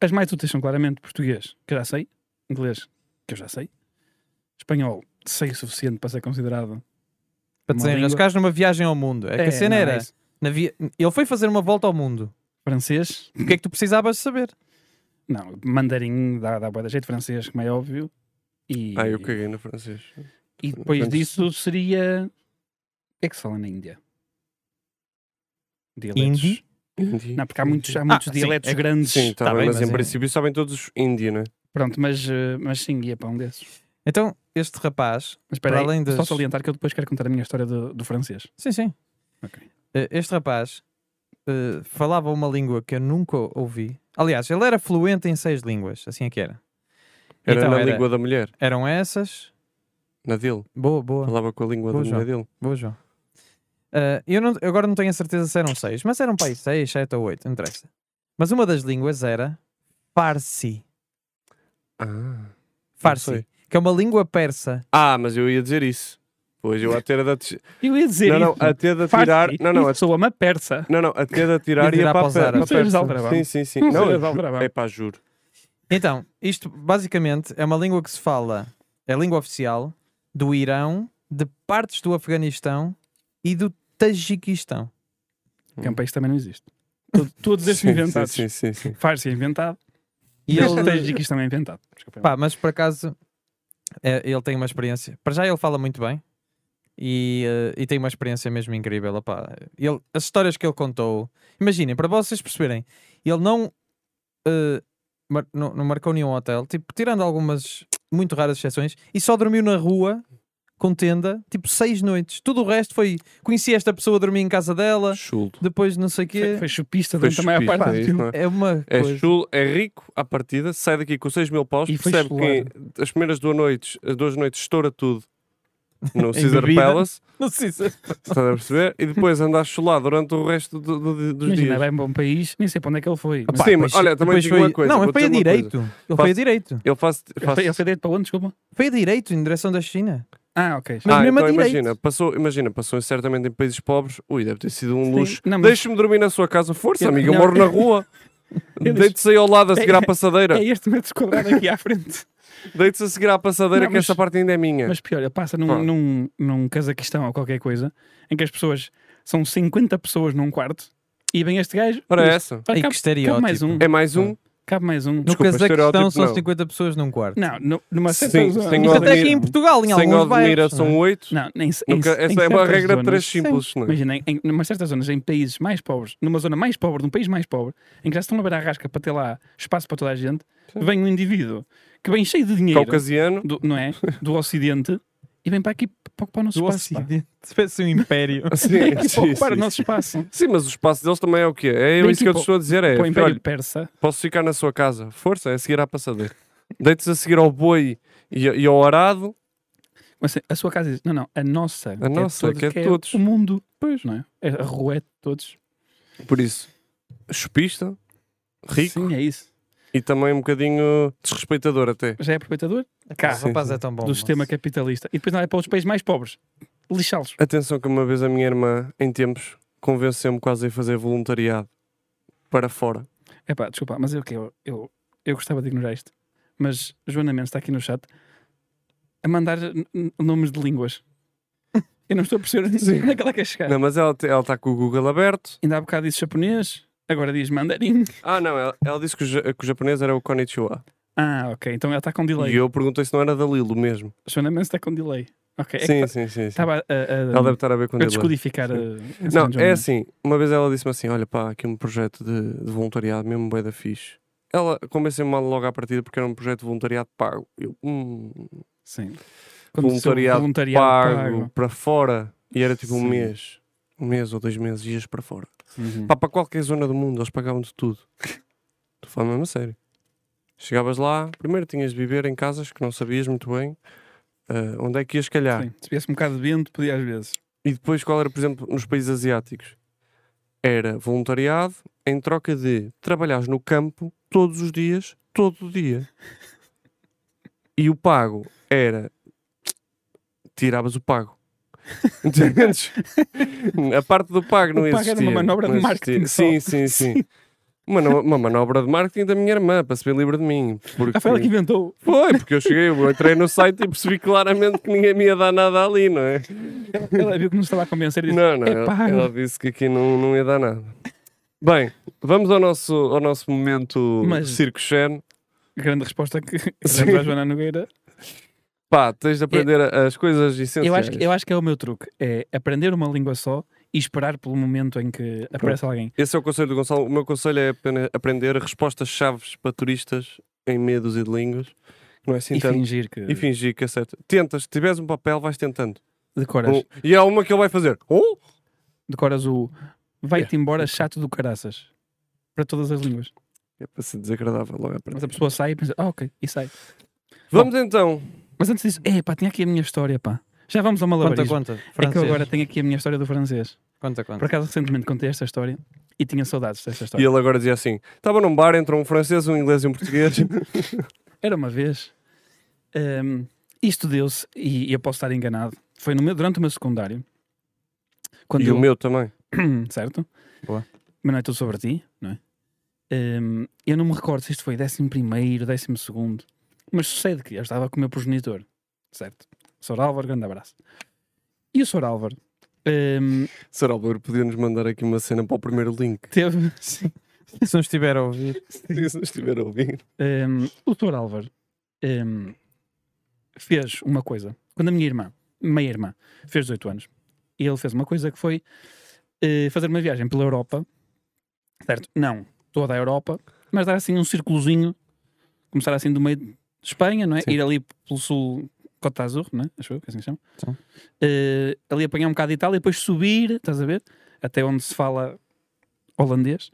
Speaker 2: As mais úteis são claramente português, que eu já sei, inglês, que eu já sei, espanhol, sei o suficiente para ser considerado.
Speaker 3: para
Speaker 2: Uma
Speaker 3: te
Speaker 2: língua-
Speaker 3: desenrascares numa viagem ao mundo. É que a cena
Speaker 2: não,
Speaker 3: era.
Speaker 2: é isso.
Speaker 3: na vi- Ele foi fazer uma volta ao mundo.
Speaker 2: francês,
Speaker 3: O que é que tu precisavas de saber?
Speaker 2: não, mandarim, dá, dá boa da jeito, francês, como é óbvio. E,
Speaker 1: Ah, eu caguei no francês.
Speaker 2: e depois disso seria. O que é que se fala na Índia? Dialetos.
Speaker 3: Hindi?
Speaker 1: Indi.
Speaker 2: Não, porque há
Speaker 1: Ah,
Speaker 2: muitos, há muitos
Speaker 3: sim,
Speaker 2: dialetos
Speaker 3: é que-
Speaker 2: grandes.
Speaker 1: Sim, tá
Speaker 3: Tá
Speaker 1: bem,
Speaker 3: bem,
Speaker 1: mas,
Speaker 3: mas
Speaker 1: em
Speaker 3: é-
Speaker 1: princípio sabem todos os índio, né?
Speaker 2: Pronto, mas, eh, mas sim, ia para um desses.
Speaker 3: Então, este rapaz.
Speaker 2: Mas espera
Speaker 3: Para
Speaker 2: aí,
Speaker 3: além
Speaker 2: só
Speaker 3: das-
Speaker 2: salientar que eu depois quero contar a minha história do, do francês.
Speaker 3: Sim, sim.
Speaker 2: Ok.
Speaker 3: Eh, Este rapaz eh, falava uma língua que eu nunca ouvi. Aliás, ele era fluente em seis línguas. Assim é que era.
Speaker 1: Era
Speaker 3: Então
Speaker 1: na
Speaker 3: era-
Speaker 1: língua da mulher,
Speaker 3: Eram essas.
Speaker 1: na dele.
Speaker 3: Boa, boa.
Speaker 1: Falava com a língua da
Speaker 3: Boa,
Speaker 1: mulher dele.
Speaker 3: Boa, João. Ah, eu não- eu agora não tenho a certeza se eram seis, mas eram para aí seis, sete ou oito, não interessa. Mas uma das línguas era Farsi.
Speaker 1: Ah.
Speaker 3: Farsi,
Speaker 1: sei.
Speaker 3: que é uma língua persa.
Speaker 1: Ah, mas eu ia dizer isso. Pois eu até era de...
Speaker 2: Eu ia dizer
Speaker 1: Não, não,
Speaker 2: isso.
Speaker 1: até de
Speaker 2: Farsi,
Speaker 1: atirar. Não, não,
Speaker 2: isso soa uma persa.
Speaker 1: Não, não, até de atirar
Speaker 3: Ia
Speaker 1: ia
Speaker 3: tirar
Speaker 1: para
Speaker 3: para
Speaker 1: a
Speaker 3: os árabes.
Speaker 1: perna.
Speaker 2: Não sejas aldrabão.
Speaker 1: Sim, sim, sim.
Speaker 2: Não
Speaker 1: Não,
Speaker 2: sejas aldrabão.
Speaker 1: é pá, juro.
Speaker 3: Então, isto basicamente é uma língua que se fala, é a língua oficial do Irão, de partes do Afeganistão e do Tajiquistão.
Speaker 2: Campeões um também não existe. Todo- Todos estes
Speaker 1: Sim,
Speaker 2: inventados.
Speaker 1: Sim, sim, sim. sim.
Speaker 2: Farsi é inventado.
Speaker 3: E
Speaker 2: E
Speaker 3: ele-
Speaker 2: este Tajiquis também é inventado. Desculpa.
Speaker 3: Pá, mas por acaso é, ele tem uma experiência. Para já ele fala muito bem e, eh, e tem uma experiência mesmo incrível. opá. Ele, as histórias que ele contou, imaginem, para vocês perceberem, ele não, eh, mar- não, não marcou nenhum hotel, tipo, tirando algumas muito raras exceções, e só dormiu na rua com tenda, tipo, seis noites. Tudo o resto foi. Conheci esta pessoa, dormi em casa dela,
Speaker 1: Chulo.
Speaker 3: depois não sei o quê.
Speaker 2: Foi, foi chupista
Speaker 1: Foi
Speaker 2: durante a maior
Speaker 1: chupista,
Speaker 2: parte
Speaker 1: é
Speaker 2: do
Speaker 1: isso,
Speaker 2: tempo.
Speaker 1: não é?
Speaker 3: É uma
Speaker 1: É
Speaker 3: coisa.
Speaker 1: chulo, é rico à partida, sai daqui com 6 mil paus,
Speaker 2: E foi
Speaker 1: percebe que as primeiras duas noites, as duas noites estoura tudo no Caesar
Speaker 3: bebida.
Speaker 1: Palace,
Speaker 3: Não sei se-
Speaker 1: estás a perceber? E depois anda a chular durante o resto do- do- dos
Speaker 2: Imagina,
Speaker 1: dias.
Speaker 2: vai para um país, nem sei para onde é que ele foi. mas
Speaker 1: Sim, mas olha, também
Speaker 3: depois
Speaker 1: digo uma coisa,
Speaker 3: Não, mas
Speaker 1: vou
Speaker 3: foi a
Speaker 1: dizer uma coisa.
Speaker 3: direito. Ele foi
Speaker 1: Faço-
Speaker 3: a direito.
Speaker 1: Ele faz.
Speaker 2: Ele
Speaker 1: faz-
Speaker 2: foi- ele foi direito para onde? Desculpa.
Speaker 3: Foi a direito, em direção da China.
Speaker 2: Ah, ok.
Speaker 3: mas
Speaker 1: ah,
Speaker 3: mesmo a
Speaker 1: então
Speaker 3: direito.
Speaker 1: imagina, passou, imagina, passou certamente em países pobres. Ui, deve ter sido um
Speaker 2: Sim,
Speaker 1: luxo.
Speaker 2: não, mas-
Speaker 1: Deixa-me dormir na sua casa, força,
Speaker 2: Eu-
Speaker 1: amiga, eu
Speaker 2: não.
Speaker 1: moro na rua. Deite-se aí ao lado a seguir à passadeira.
Speaker 2: É este metro quadrado aqui à frente.
Speaker 1: Deite-se a seguir à passadeira
Speaker 2: Não,
Speaker 1: que
Speaker 2: mas-
Speaker 1: esta parte ainda é minha.
Speaker 2: Mas pior, ele passa
Speaker 1: Pá.
Speaker 2: num, num, num Cazaquistão ou qualquer coisa em que as pessoas são 50 pessoas num quarto e vem este gajo.
Speaker 1: Ora, é
Speaker 2: diz,
Speaker 1: essa.
Speaker 2: "Olha,
Speaker 3: Ei, que
Speaker 2: cabe,
Speaker 3: estereótipo.
Speaker 2: cabe mais um.
Speaker 1: É mais um.
Speaker 2: Cabe mais um.
Speaker 3: No
Speaker 1: Desculpa,
Speaker 3: Cazaquistão
Speaker 1: estereótipo
Speaker 3: são
Speaker 1: não.
Speaker 3: 50 pessoas num quarto.
Speaker 2: Não, no- numa
Speaker 1: Sim,
Speaker 2: certa zona.
Speaker 1: sem
Speaker 3: Isto até
Speaker 1: Odmira-
Speaker 3: aqui em Portugal, em
Speaker 1: Sem
Speaker 3: alguns
Speaker 1: Odmira
Speaker 3: bairros. não
Speaker 1: são
Speaker 3: é?
Speaker 1: oito.
Speaker 2: Não, nem, em,
Speaker 1: Nunca-
Speaker 2: em
Speaker 1: Essa é uma
Speaker 2: certas
Speaker 1: regra de
Speaker 2: zonas-
Speaker 1: três simples, não é?
Speaker 2: Imagina, em, em numa certas zonas, em países mais pobres, numa zona mais pobre de um país mais pobre, em que já se estão a ver a rasca para ter lá espaço para toda a gente, vem um indivíduo que vem cheio de dinheiro,
Speaker 1: Caucasiano.
Speaker 2: do, não é? Do Ocidente, e vem para aqui para ocupar o nosso
Speaker 3: Do
Speaker 2: espaço. pá.
Speaker 3: Ocidente. Se fosse um império.
Speaker 1: Sim,
Speaker 2: Vem aqui para
Speaker 1: sim,
Speaker 2: ocupar o
Speaker 1: sim. É,
Speaker 2: nosso espaço.
Speaker 1: Sim, mas o espaço deles também é o quê? É
Speaker 2: Vem
Speaker 1: isso que
Speaker 2: aqui
Speaker 1: eu
Speaker 2: para
Speaker 1: te
Speaker 2: o-
Speaker 1: estou a dizer. É,
Speaker 2: Para o
Speaker 1: filho,
Speaker 2: Império
Speaker 1: olha,
Speaker 2: Persa.
Speaker 1: posso ficar na sua casa. Força, é a seguir à passadeira. Deite-se a seguir ao boi e, e ao arado.
Speaker 2: Mas a sua casa diz: não, não, a nossa. que
Speaker 1: nossa,
Speaker 2: é todos,
Speaker 1: que é todos.
Speaker 2: O mundo.
Speaker 1: Pois.
Speaker 2: Não é? É A rua é de todos.
Speaker 1: Por isso, chupista, rico
Speaker 2: Sim, é isso.
Speaker 1: e também um bocadinho desrespeitador até.
Speaker 2: Já é aproveitador
Speaker 3: Cá,
Speaker 1: Sim,
Speaker 3: rapaz,
Speaker 1: sim.
Speaker 3: é tão bom.
Speaker 2: do
Speaker 3: moço.
Speaker 2: sistema capitalista. E depois não é para os países mais pobres. Lixá-los.
Speaker 1: Atenção que uma vez a minha irmã, em tempos, convenceu-me quase a ir fazer voluntariado para fora.
Speaker 2: Epá, desculpa, mas eu, que eu, eu, eu gostava de ignorar isto. Mas Joana Mendes está aqui no chat a mandar n- n- nomes de línguas. Eu não estou a perceber onde é que ela quer chegar.
Speaker 1: Não, mas ela está com o Google aberto.
Speaker 2: Ainda há bocado disse japonês, agora diz mandarim.
Speaker 1: Ah, não, ela, ela disse que o, ja- que o japonês era o Konnichiwa.
Speaker 2: Ah, ok, então ela está com delay.
Speaker 1: E eu perguntei se não era da Lilo mesmo.
Speaker 2: Joana Mendes está com delay. Ok, é que
Speaker 1: Sim,
Speaker 2: tá-
Speaker 1: sim, sim. sim.
Speaker 2: estava a, a,
Speaker 1: Ela deve estar a ver com
Speaker 2: a
Speaker 1: Dylan.
Speaker 2: descodificar.
Speaker 1: Sim.
Speaker 2: A, a
Speaker 1: Não,
Speaker 2: Joana
Speaker 1: é
Speaker 2: Mendes.
Speaker 1: assim. Uma vez ela disse-me assim: Olha, pá, aqui um projeto de, de voluntariado, mesmo bué da fixe. Ela convenceu-me mal logo à partida porque era um projeto de voluntariado pago. Eu, hum,
Speaker 2: Sim.
Speaker 1: Voluntariado
Speaker 2: voluntariado
Speaker 1: pago, para fora. E era tipo um
Speaker 2: um Sim.
Speaker 1: mês. Um mês ou dois meses, ias para fora.
Speaker 2: Uhum.
Speaker 1: Pá, para qualquer zona do mundo, eles pagavam de tudo. Estou falando mesmo a sério. Chegavas lá, primeiro tinhas de viver em casas que não sabias muito bem ah, onde é que ias calhar.
Speaker 2: Sim, Se viesse um bocado de vento, podia às vezes.
Speaker 1: E depois qual era, por exemplo, nos países asiáticos? Era voluntariado em troca de trabalhares no campo todos os dias, todo o dia. E o pago era. Tiravas o pago. Entendes? A parte do pago não
Speaker 2: O pago era
Speaker 1: existia.
Speaker 2: uma manobra de
Speaker 1: não
Speaker 2: marketing
Speaker 1: existia. Sim, sim, sim. Uma, no- uma manobra de marketing da minha irmã, para se ver livre de mim. Porque...
Speaker 2: Ah, foi ela que inventou.
Speaker 1: Foi, porque eu cheguei, eu entrei no site e percebi claramente que ninguém me ia dar nada ali, não é?
Speaker 2: Ela, ela viu que nos estava a convencer e disse:
Speaker 1: Não, não,
Speaker 2: é
Speaker 1: ela-
Speaker 2: pago.
Speaker 1: ela disse que aqui não, não ia dar nada. Bem, vamos ao nosso, ao nosso momento
Speaker 2: Mas-
Speaker 1: Circo Shen.
Speaker 2: grande resposta que que
Speaker 1: Sim.
Speaker 2: demos à Joana Nogueira.
Speaker 1: Pá, tens de aprender a- as coisas essenciais.
Speaker 2: É- Eu acho, que- eu acho que é o meu truque: é aprender uma língua só e esperar pelo momento em que aparece alguém.
Speaker 1: Esse é o conselho do Gonçalo. O meu conselho é apenas aprender respostas-chaves para turistas em meia dúzia de línguas. Não é assim
Speaker 2: e
Speaker 1: tanto.
Speaker 2: fingir que.
Speaker 1: E fingir que acerta. Tentas, se tiveres um papel, vais tentando.
Speaker 2: decoras,
Speaker 1: Um- e há uma que ele vai fazer. Oh!
Speaker 2: decoras o vai-te embora chato do caraças. Para todas as línguas.
Speaker 1: É para ser desagradável logo a
Speaker 2: Mas a pessoa sai e pensa: ah, ok, e sai.
Speaker 1: Vamos então.
Speaker 2: Mas antes disso, é pá, tinha aqui a minha história, pá. Já vamos ao
Speaker 3: Conta,
Speaker 2: malabarismo.
Speaker 3: conta.
Speaker 2: É que eu
Speaker 3: francês.
Speaker 2: agora tenho aqui a minha história do francês.
Speaker 3: Conta, conta.
Speaker 2: Por acaso, recentemente contei esta história e tinha saudades desta
Speaker 1: E
Speaker 2: história.
Speaker 1: ele agora dizia assim: estava num bar, entrou um francês, um inglês e um português.
Speaker 2: Era uma vez. hum, isto deu-se, e eu posso estar enganado, foi no meu, durante o meu secundário. Quando
Speaker 1: e
Speaker 2: eu,
Speaker 1: o meu também.
Speaker 2: certo?
Speaker 3: Boa.
Speaker 2: Mas não é tudo sobre ti, não é? Hum, eu não me recordo se isto foi 11, 12, mas sucede que eu estava com o meu progenitor, certo? Sr. Álvaro, grande abraço. E o Sr. Álvaro hum,
Speaker 1: Sr. Álvaro, podia-nos mandar aqui uma cena para o primeiro link.
Speaker 2: teve.
Speaker 3: Se não estiver a ouvir,
Speaker 1: Se nos estiver a ouvir.
Speaker 2: Hum, o Dr. Álvaro hum, fez uma coisa. Quando a minha irmã, meia irmã, fez 18 anos, ele fez uma coisa que foi eh, fazer uma viagem pela Europa, certo? Não toda a Europa, mas dar assim um círculozinho, começar assim do meio de Espanha, não é?
Speaker 1: Sim.
Speaker 2: Ir ali pelo sul, Cota Azul, não é? Acho eu que é assim que se chama.
Speaker 3: Sim.
Speaker 2: Eh, ali apanhar um bocado de Itália, depois subir, estás a ver? Até onde se fala holandês.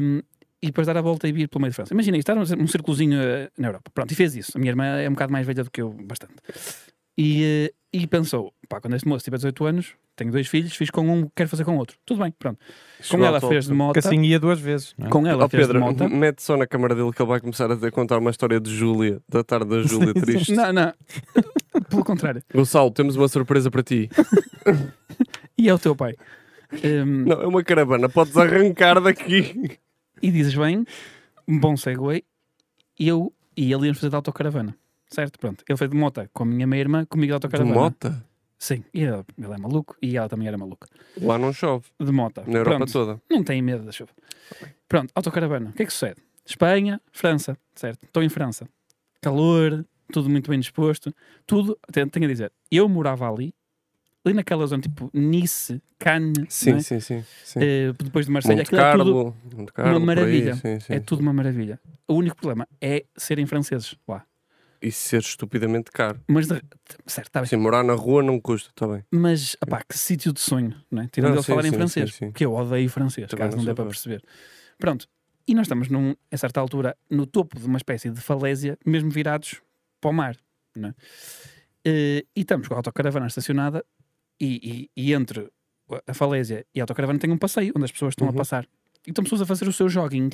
Speaker 2: Um, e depois dar a volta e vir pelo meio de França. Imagina, isto era um, um circulozinho eh, na Europa. Pronto, e fez isso. A minha irmã é um bocado mais velha do que eu, bastante. E, eh, e pensou, pá, quando este moço tiver 18 anos, tenho dois filhos, fiz com um, quero fazer com o outro. Tudo bem, pronto. Com ela fez de moto.
Speaker 3: que assim ia duas vezes. não é?
Speaker 2: Com ela
Speaker 1: Ó
Speaker 2: fez de
Speaker 1: Pedro, um
Speaker 2: moto.
Speaker 1: mete só na câmara dele que ele vai começar a ter- contar uma história de Júlia, da tarde da Júlia triste.
Speaker 2: Não, não. pelo contrário.
Speaker 1: Gonçalo, temos uma surpresa para ti.
Speaker 2: E é o teu pai. Um,
Speaker 1: Não, é uma caravana, podes arrancar daqui.
Speaker 2: e dizes bem, um bom segue, e eu e ele íamos fazer de autocaravana. Certo, pronto. Ele foi de moto com a minha meia-irmã, comigo de
Speaker 1: De
Speaker 2: autocaravana.
Speaker 1: mota?
Speaker 2: Sim, e ele, ele é maluco e ela também era maluca.
Speaker 1: Lá não chove,
Speaker 2: De moto.
Speaker 1: na Europa
Speaker 2: Pronto.
Speaker 1: toda.
Speaker 2: Não é? têm medo da chuva. Pronto, autocaravana. O que é que sucede? Espanha, França, certo? Estou em França. Calor, tudo muito bem disposto. Tudo, tenho tenho a dizer, eu morava ali, ali naquela zona tipo Nice, Cannes, não
Speaker 1: Sim,
Speaker 2: é?
Speaker 1: sim, sim. sim.
Speaker 2: Eh, depois de Marselha,
Speaker 1: Monte
Speaker 2: aquilo é tudo,
Speaker 1: Carlo, Monte Carlo, por aí,
Speaker 2: maravilha.
Speaker 1: sim, sim.
Speaker 2: é tudo uma maravilha. O único problema é serem franceses lá.
Speaker 1: E ser estupidamente caro.
Speaker 2: Mas, de- certo, está bem.
Speaker 1: Sim, morar na rua não custa, está bem.
Speaker 2: Mas, opá, que sítio de sonho, não é? Tirando
Speaker 1: Não,
Speaker 2: eles
Speaker 1: Ah, sim,
Speaker 2: falarem
Speaker 1: sim,
Speaker 2: francês,
Speaker 1: sim, sim.
Speaker 2: que eu odeio francês,
Speaker 1: Também
Speaker 2: caso
Speaker 1: não
Speaker 2: não dê
Speaker 1: sou
Speaker 2: para
Speaker 1: fã.
Speaker 2: perceber. Pronto, e nós estamos, num, a certa altura, no topo de uma espécie de falésia, mesmo virados para o mar, não é? Eh, E estamos com a autocaravana estacionada e, e- e entre a falésia e a autocaravana tem um passeio onde as pessoas estão
Speaker 1: Uhum.
Speaker 2: a passar. E estão pessoas a fazer o seu jogging,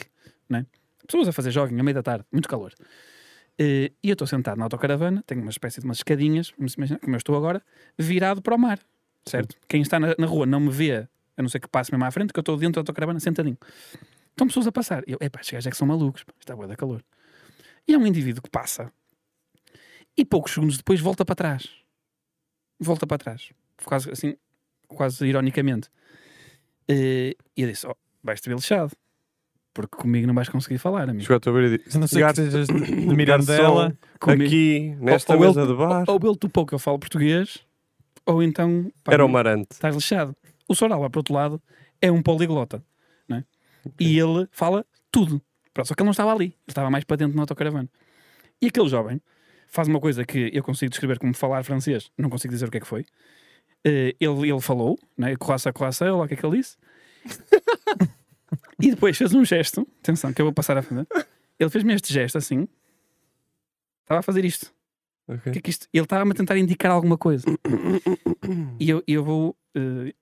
Speaker 2: não é? Pessoas a fazer jogging à meia da tarde, muito calor. Eh, E eu estou sentado na autocaravana, tenho uma espécie de umas escadinhas, vamos imaginar como eu estou agora, virado para o mar, certo? Quem está na, na rua não me vê, a não ser que passe mesmo à frente, que eu estou dentro da autocaravana sentadinho. Estão pessoas a passar. E eu, epá, estes gajos é que são malucos, pá, está boa da calor. E há um indivíduo que passa e poucos segundos depois volta para trás. Volta para trás. Quase assim, quase ironicamente. Eh, E eu disse: oh, vais-te ver lixado, porque comigo não vais conseguir falar, amigo.
Speaker 1: Chegou a tua beira e
Speaker 3: Se não sei que
Speaker 1: Gato-
Speaker 3: sejas de de Mirandela,
Speaker 2: Comigo-
Speaker 1: Aqui, nesta
Speaker 2: Ou- ou ele-
Speaker 1: mesa de bar,
Speaker 2: Ou ele topou que eu falo português, ou então pá,
Speaker 1: era o Marante.
Speaker 2: estás lixado. O Soral, por outro lado, é um poliglota. não é? E ele fala tudo. Pronto, só que ele não estava ali. Ele estava mais para dentro na autocaravana. E aquele jovem faz uma coisa que eu consigo descrever como falar francês. Não consigo dizer o que é que foi. Eh, ele, ele falou, né? coaça, coaça, lá o que é que ele disse. e depois fez um gesto. Atenção, que eu vou passar a fazer. Ele fez-me este gesto assim. Estava a fazer isto. O que é que isto? Ele estava-me a tentar indicar alguma coisa. E eu, eu vou. eh,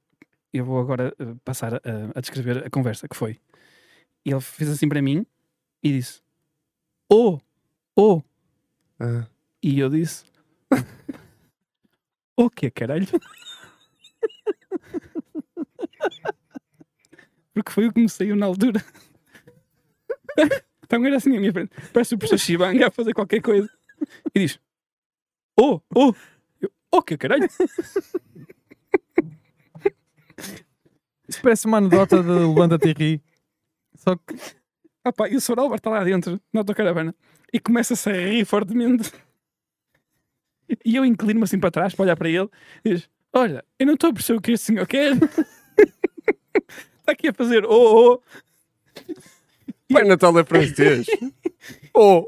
Speaker 2: eu vou agora eh, passar a, a descrever a conversa que foi. Ele fez assim para mim e disse: Oh, oh.
Speaker 1: Ah.
Speaker 2: E eu disse: O que é caralho? Porque foi o que me saiu na altura. Então era assim a minha frente. Parece o professor Shibang a fazer qualquer coisa. E diz: Oh, oh. Eu, oh, que caralho.
Speaker 3: isso parece uma anedota de Luanda Terry. Só que
Speaker 2: Ah pá, e o Sr. Albert está lá dentro, na autocaravana, e começa-se a rir fortemente. E eu inclino-me assim para trás, para olhar para ele, e diz: Olha, eu não estou a perceber o que este senhor quer. Está aqui a fazer oh, oh.
Speaker 1: Pai Natal é francês. oh,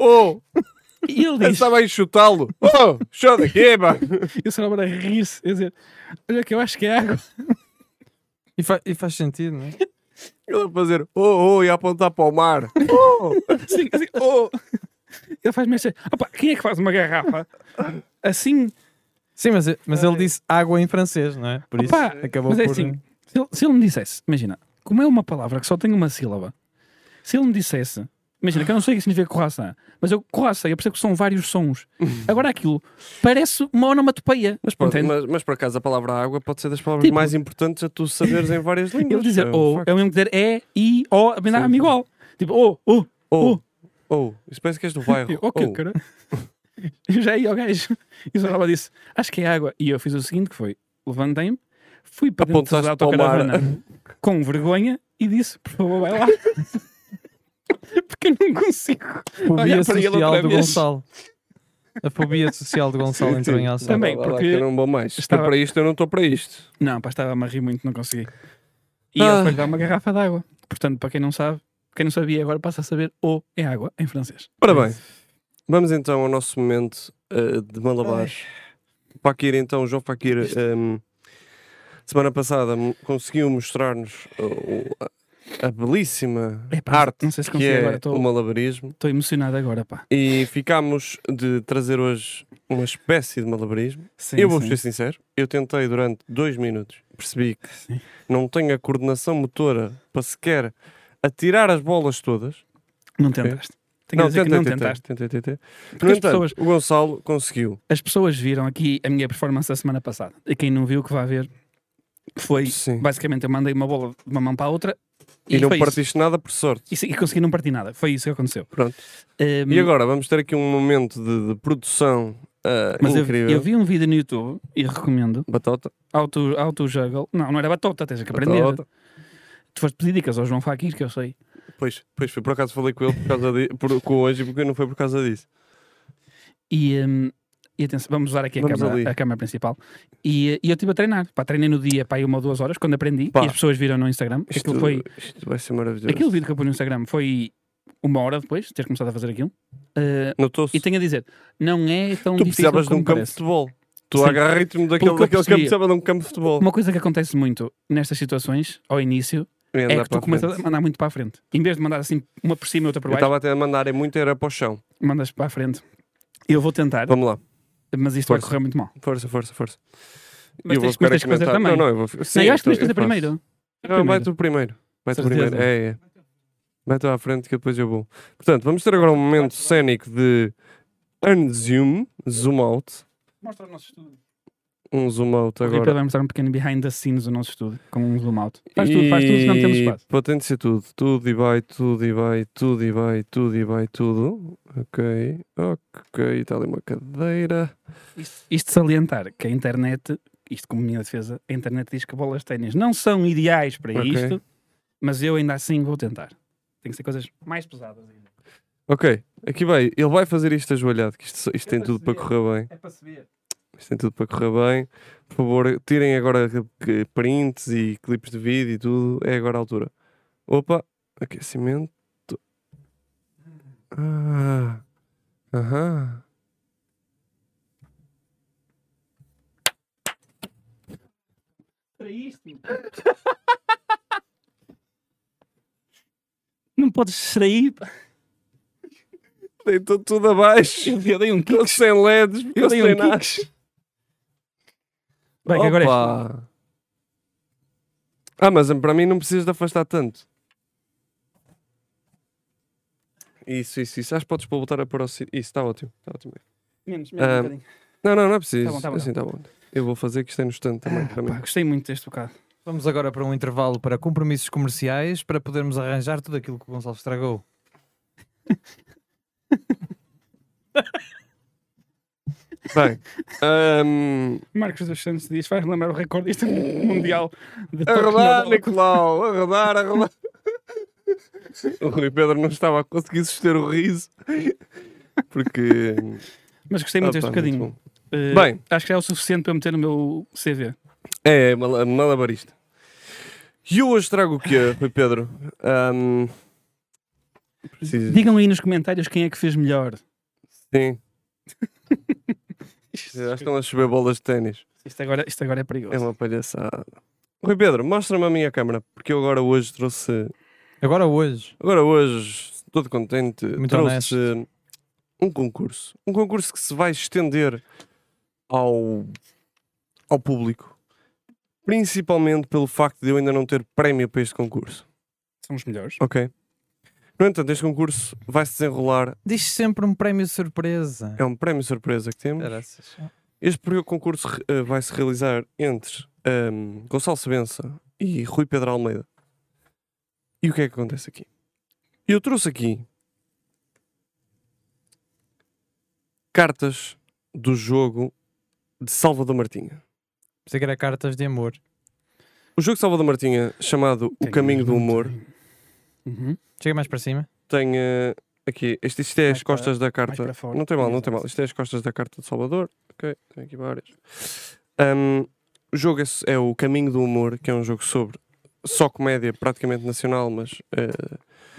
Speaker 1: oh,
Speaker 2: E ele
Speaker 1: eu
Speaker 2: diz:
Speaker 1: estava a enxutá-lo. Oh, show daqui, pá.
Speaker 2: E o Sr. Albert a rir-se, a dizer: Olha, que eu acho que é água.
Speaker 3: e, fa- e faz sentido, não é?
Speaker 1: Ele a fazer oh, oh e a apontar para o mar. Oh,
Speaker 2: Sim, assim, oh. Ele faz-me assim, opa, quem é que faz uma garrafa? Assim,
Speaker 3: Sim, mas, mas ele disse água em francês, não é? Por isso
Speaker 2: Opa,
Speaker 3: acabou
Speaker 2: mas é
Speaker 3: por.
Speaker 2: assim, se ele, se ele me dissesse, imagina, como é uma palavra que só tem uma sílaba, se ele me dissesse, imagina, que eu não sei o que significa croissant, mas eu croissant, eu percebo que são vários sons. Agora aquilo parece uma onomatopeia.
Speaker 1: Mas, pronto,
Speaker 2: entende?
Speaker 1: mas, mas por acaso a palavra água pode ser das palavras
Speaker 2: Tipo-
Speaker 1: mais importantes a tu saberes em várias línguas.
Speaker 2: ele dizer
Speaker 1: É um
Speaker 2: ou,
Speaker 1: facto.
Speaker 2: é o mesmo que dizer é, i, o, a mim dá-me igual. Tipo, ou, ou,
Speaker 1: ou,
Speaker 2: ou.
Speaker 1: ou. Oh, Isso parece que és do bairro. Oh.
Speaker 2: Eu, oh. Tipo, ok,
Speaker 1: ou.
Speaker 2: cara. Eu já ia ao gajo e o Sarava disse, acho que é água. E eu fiz o seguinte, que foi, levantei-me, fui para dentro
Speaker 1: Apontaste
Speaker 2: da
Speaker 1: para o mar.
Speaker 2: autocaravana com vergonha e disse, por favor, vai lá. Porque eu não consigo.
Speaker 3: Fobia
Speaker 2: Olha para ele
Speaker 3: social
Speaker 2: outra
Speaker 3: do
Speaker 2: vez.
Speaker 3: Gonçalo. A fobia social do Gonçalo entrou em ação.
Speaker 2: Também,
Speaker 1: Vá lá, vá lá,
Speaker 2: porque-
Speaker 1: que eu não vou mais. Se
Speaker 2: Estava-
Speaker 1: Estou para isto, eu não estou para isto.
Speaker 2: Não, pá, estava-me a rir muito, não consegui. E
Speaker 1: Ah.
Speaker 2: ele foi dar uma garrafa de água. Portanto, para quem não sabe, quem não sabia agora passa a saber o é água em francês.
Speaker 1: Ora bem, vamos então ao nosso momento eh, de malabares. Paquir, então, João Paquir, ehm, semana passada mo- conseguiu mostrar-nos eh, o- a- a belíssima
Speaker 2: É, pá,
Speaker 1: arte
Speaker 2: não sei se
Speaker 1: que
Speaker 2: consigo
Speaker 1: é
Speaker 2: agora, estou-
Speaker 1: o malabarismo.
Speaker 2: Estou emocionado agora, pá.
Speaker 1: E ficámos de trazer hoje uma espécie de malabarismo.
Speaker 2: Sim,
Speaker 1: eu vou
Speaker 2: sim.
Speaker 1: ser sincero, eu tentei durante dois minutos, percebi que
Speaker 2: Sim.
Speaker 1: não tenho a coordenação motora para sequer atirar as bolas todas.
Speaker 2: Não tentaste. Tenho a dizer que não
Speaker 1: tentei,
Speaker 2: tentaste.
Speaker 1: tentei, tentei.
Speaker 2: as
Speaker 1: No entanto,
Speaker 2: pessoas-
Speaker 1: o Gonçalo conseguiu.
Speaker 2: As pessoas viram aqui a minha performance da semana passada. E quem não viu, que vai ver. Foi,
Speaker 1: Sim.
Speaker 2: basicamente, eu mandei uma bola de uma mão para a outra
Speaker 1: E,
Speaker 2: e,
Speaker 1: não
Speaker 2: foi
Speaker 1: partiste nada por sorte.
Speaker 2: isso. E, se- e consegui não partir nada. Foi isso que aconteceu.
Speaker 1: Pronto.
Speaker 2: Um,
Speaker 1: E agora vamos ter aqui um momento de, de produção ah,
Speaker 2: Mas eu,
Speaker 1: incrível.
Speaker 2: eu vi um vídeo no YouTube, e recomendo,
Speaker 1: Batota.
Speaker 2: auto, auto juggle. Não, não era batota, tens que aprender.
Speaker 1: batota.
Speaker 2: Tu foste pedir dicas ao João Faquir, que eu sei.
Speaker 1: Pois, pois foi por acaso falei com ele por causa de, por, com hoje porque não foi por causa disso.
Speaker 2: E, hum, e atenção, vamos usar aqui a
Speaker 1: Vamos ali.
Speaker 2: câmara, a câmara principal. E, eh, e eu estive a treinar. Pá, treinei no dia para aí uma ou duas horas, quando aprendi.
Speaker 1: Pá.
Speaker 2: E as pessoas viram no Instagram. que
Speaker 1: Isto,
Speaker 2: Aquilo, foi,
Speaker 1: isto vai ser maravilhoso.
Speaker 2: aquele vídeo que eu pus no Instagram foi uma hora depois de ter começado a fazer aquilo. Eh,
Speaker 1: Notou-se.
Speaker 2: e tenho a dizer, não é tão
Speaker 1: Tu
Speaker 2: difícil
Speaker 1: precisavas de um
Speaker 2: como
Speaker 1: campo de
Speaker 2: parece.
Speaker 1: futebol. Tu
Speaker 2: Sim.
Speaker 1: agarrei-te-me daquele,
Speaker 2: Pelo que eu
Speaker 1: daquele que eu
Speaker 2: percebi.
Speaker 1: precisava de um campo de futebol.
Speaker 2: Uma coisa que acontece muito nestas situações, ao início,
Speaker 1: E andar
Speaker 2: é que
Speaker 1: para
Speaker 2: tu
Speaker 1: a
Speaker 2: começas a
Speaker 1: frente.
Speaker 2: mandar muito para a frente. Em vez de mandar assim uma por cima e outra por
Speaker 1: Eu
Speaker 2: baixo,
Speaker 1: estava até a mandar é muito era para o chão.
Speaker 2: mandas para a frente. Eu vou tentar,
Speaker 1: Vamos lá.
Speaker 2: mas isto
Speaker 1: Então,
Speaker 2: vai
Speaker 1: força.
Speaker 2: correr muito mal.
Speaker 1: Força, força, força.
Speaker 2: Mas
Speaker 1: eu vou
Speaker 2: tens, mas
Speaker 1: ficar a
Speaker 2: tens que fazer
Speaker 1: comentar.
Speaker 2: também.
Speaker 1: Não, não, eu vou ficar.
Speaker 2: Não, eu acho que tens de
Speaker 1: eu
Speaker 2: fazer
Speaker 1: faço.
Speaker 2: primeiro.
Speaker 1: Não, vai
Speaker 2: primeiro.
Speaker 1: tu primeiro. Vai tu
Speaker 2: Certeza.
Speaker 1: primeiro. É, é. Vai tu à frente que depois eu vou. Portanto, vamos ter agora um momento cénico de unzoom, zoom out.
Speaker 2: Mostra o nosso estudo.
Speaker 1: Um zoom out
Speaker 2: O Ripper
Speaker 1: agora.
Speaker 2: vai mostrar um pequeno behind the scenes do nosso estudo, com um zoom out. Faz tudo, faz tudo, senão não temos
Speaker 1: E
Speaker 2: espaço.
Speaker 1: Patente ser tudo. Tudo e vai, tudo e vai, tudo e vai, tudo e vai, tudo. Ok, ok. Está ali uma cadeira.
Speaker 2: Isto, isto salientar que a internet, isto como minha defesa, a internet diz que bolas de ténis não são ideais para
Speaker 1: Ok.
Speaker 2: isto, mas eu ainda assim vou tentar. Tem que ser coisas mais pesadas ainda.
Speaker 1: Ok, aqui vai. Ele vai fazer isto ajoelhado, que isto, isto tem
Speaker 2: Eu
Speaker 1: tudo para
Speaker 2: percebi.
Speaker 1: correr bem.
Speaker 2: É para se ver.
Speaker 1: Isto tem tudo para correr bem. Por favor, tirem agora que- que prints e clipes de vídeo e tudo. É agora a altura. Opa, aquecimento. Ah, aham.
Speaker 2: Não podes distrair. pá.
Speaker 1: Deitou tudo abaixo.
Speaker 2: Eu dei um
Speaker 1: Ficou
Speaker 2: kick.
Speaker 1: sem LEDs,
Speaker 2: Eu
Speaker 1: ficou
Speaker 2: dei
Speaker 1: sem
Speaker 2: um
Speaker 1: nada.
Speaker 2: kick. Bem, que agora é.
Speaker 1: Opa. Ah, mas para mim não precisas de afastar tanto. Isso, isso, isso. Acho que podes pôr- voltar a pôr ao sítio. Isso, está ótimo. Está ótimo.
Speaker 2: Menos, menos
Speaker 1: Ah,
Speaker 2: um bocadinho.
Speaker 1: Não, não, não é preciso.
Speaker 2: Tá bom, tá bom,
Speaker 1: assim, tá bom. Eu vou fazer que isto é no stand também. para mim.
Speaker 2: Pá, gostei muito deste bocado.
Speaker 3: Vamos agora para um intervalo para compromissos comerciais para podermos arranjar tudo aquilo que o Gonçalo estragou.
Speaker 1: Bem, ahm,
Speaker 2: Marcos dos Santos diz: vais lembrar o recordista mundial de
Speaker 1: a
Speaker 2: toque na
Speaker 1: rodar,
Speaker 2: bola.
Speaker 1: Nicolau, a rodar, a rodar. O Rui Pedro não estava a conseguir suster o riso porque.
Speaker 2: Mas gostei muito
Speaker 1: Ah,
Speaker 2: deste
Speaker 1: pá,
Speaker 2: bocadinho.
Speaker 1: muito bom.
Speaker 2: Eh,
Speaker 1: Bem.
Speaker 2: Acho que é o suficiente para eu meter no meu CV.
Speaker 1: É, é mala- malabarista. E eu hoje trago o quê, Rui Pedro? Ahm, preciso.
Speaker 2: Digam aí nos comentários quem é que fez melhor.
Speaker 1: Sim. Já estão a chover bolas de ténis.
Speaker 2: Isto agora, isto agora é perigoso.
Speaker 1: É uma palhaçada. Rui Pedro, mostra-me a minha câmera, porque eu agora hoje trouxe
Speaker 3: Agora hoje.
Speaker 1: Agora hoje, todo contente,
Speaker 3: Muito
Speaker 1: trouxe um concurso. Um concurso que se vai estender ao, ao público. Principalmente pelo facto de eu ainda não ter prémio para este concurso.
Speaker 2: São os melhores.
Speaker 1: Ok? No entanto, este concurso vai se desenrolar.
Speaker 3: Diz sempre um prémio surpresa.
Speaker 1: É um prémio surpresa que temos.
Speaker 3: Caraças.
Speaker 1: Este primeiro concurso re- eh, vai se realizar entre ehm, Gonçalo Sebença e Rui Pedro Almeida. E o que é que acontece aqui? Eu trouxe aqui cartas do jogo de Salvador Martinha.
Speaker 3: Pensei que era cartas de amor.
Speaker 1: O jogo de Salvador Martinha, chamado O
Speaker 2: Tenho
Speaker 1: Caminho do
Speaker 2: mesmo,
Speaker 1: Humor,
Speaker 2: tenho. Uhum.
Speaker 3: Chega mais para cima.
Speaker 1: tem eh, aqui. Isto, isto é
Speaker 2: Mais
Speaker 1: as costas da
Speaker 2: Mais
Speaker 1: carta.
Speaker 2: para fora.
Speaker 1: Não tem mal, não
Speaker 2: Exato.
Speaker 1: tem mal. Isto é as costas da carta de Salvador. Ok, tem aqui várias. Ahm, o jogo é, s- é o Caminho do Humor, que é um jogo sobre só comédia, praticamente nacional, mas eh,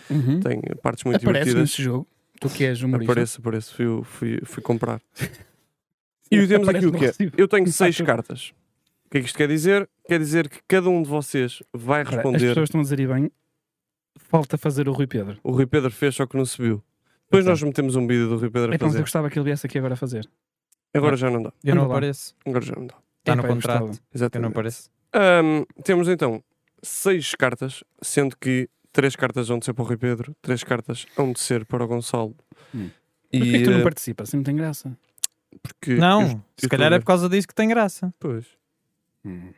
Speaker 2: Uhum.
Speaker 1: tem partes muito
Speaker 2: Aparece
Speaker 1: divertidas.
Speaker 2: nesse jogo. Tu que és humorista.
Speaker 1: Aparece, aparece. Fui, fui, fui comprar. E temos aqui o
Speaker 2: Aparece no
Speaker 1: quê?
Speaker 2: recibo.
Speaker 1: Eu tenho seis
Speaker 2: Exato.
Speaker 1: cartas. O que é que isto quer dizer? Quer dizer que cada um de vocês vai
Speaker 2: Ora, As
Speaker 1: responder.
Speaker 2: pessoas estão a dizer e bem. Falta fazer o Rui Pedro.
Speaker 1: O Rui Pedro fez, só que não se viu. Depois
Speaker 2: Então.
Speaker 1: nós metemos um vídeo do Rui Pedro a
Speaker 2: É como eu
Speaker 1: fazer.
Speaker 2: gostava que ele viesse aqui agora a fazer.
Speaker 1: Agora já não dá.
Speaker 3: Eu não
Speaker 2: Anda lá.
Speaker 3: apareço.
Speaker 1: Agora já não dá.
Speaker 3: Está no
Speaker 2: Epá, eu
Speaker 3: contrato.
Speaker 2: gostava.
Speaker 3: Eu não
Speaker 1: Exatamente.
Speaker 3: apareço.
Speaker 1: Ahm, temos então seis cartas, sendo que três cartas vão de ser para o Rui Pedro, três cartas vão de ser para o Gonçalo.
Speaker 2: Hum.
Speaker 1: E
Speaker 2: Porquê que tu não
Speaker 1: eh,
Speaker 2: participas? Assim não tem graça.
Speaker 1: porque eu-
Speaker 3: Não, se
Speaker 1: estou
Speaker 3: calhar
Speaker 1: a
Speaker 3: é
Speaker 1: ver.
Speaker 3: por causa disso que tem graça.
Speaker 1: pois.
Speaker 2: Hum.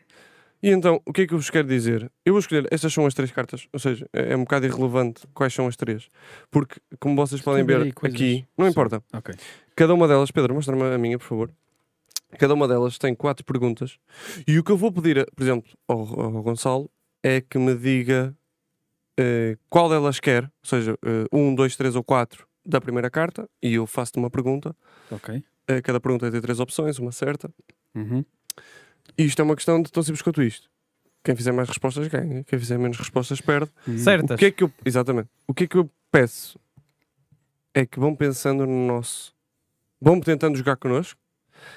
Speaker 1: E então, o que é que eu vos quero dizer? Eu vou escolher, estas são as três cartas, ou seja, é é um bocado irrelevante quais são as três, porque, como vocês podem
Speaker 2: haver
Speaker 1: ver
Speaker 2: aí coisas.
Speaker 1: aqui, não
Speaker 2: Sim.
Speaker 1: importa,
Speaker 2: Ok.
Speaker 1: Cada uma delas, Pedro, mostra-me a minha, por favor. Cada uma delas tem quatro perguntas. E o que eu vou pedir, a- por exemplo, ao, ao Gonçalo é que me diga eh, qual delas quer, ou seja, eh, um, dois, três ou quatro da primeira carta, e eu faço-te uma pergunta.
Speaker 2: Ok. Uhum,
Speaker 1: Eh, cada pergunta tem três opções, uma certa. E isto é uma questão de tão simples quanto isto. Quem fizer mais respostas ganha, quem fizer menos respostas perde.
Speaker 3: Certo.
Speaker 1: O que é que eu, exatamente. O que é que eu peço? É que vão pensando no nosso. Vão tentando jogar connosco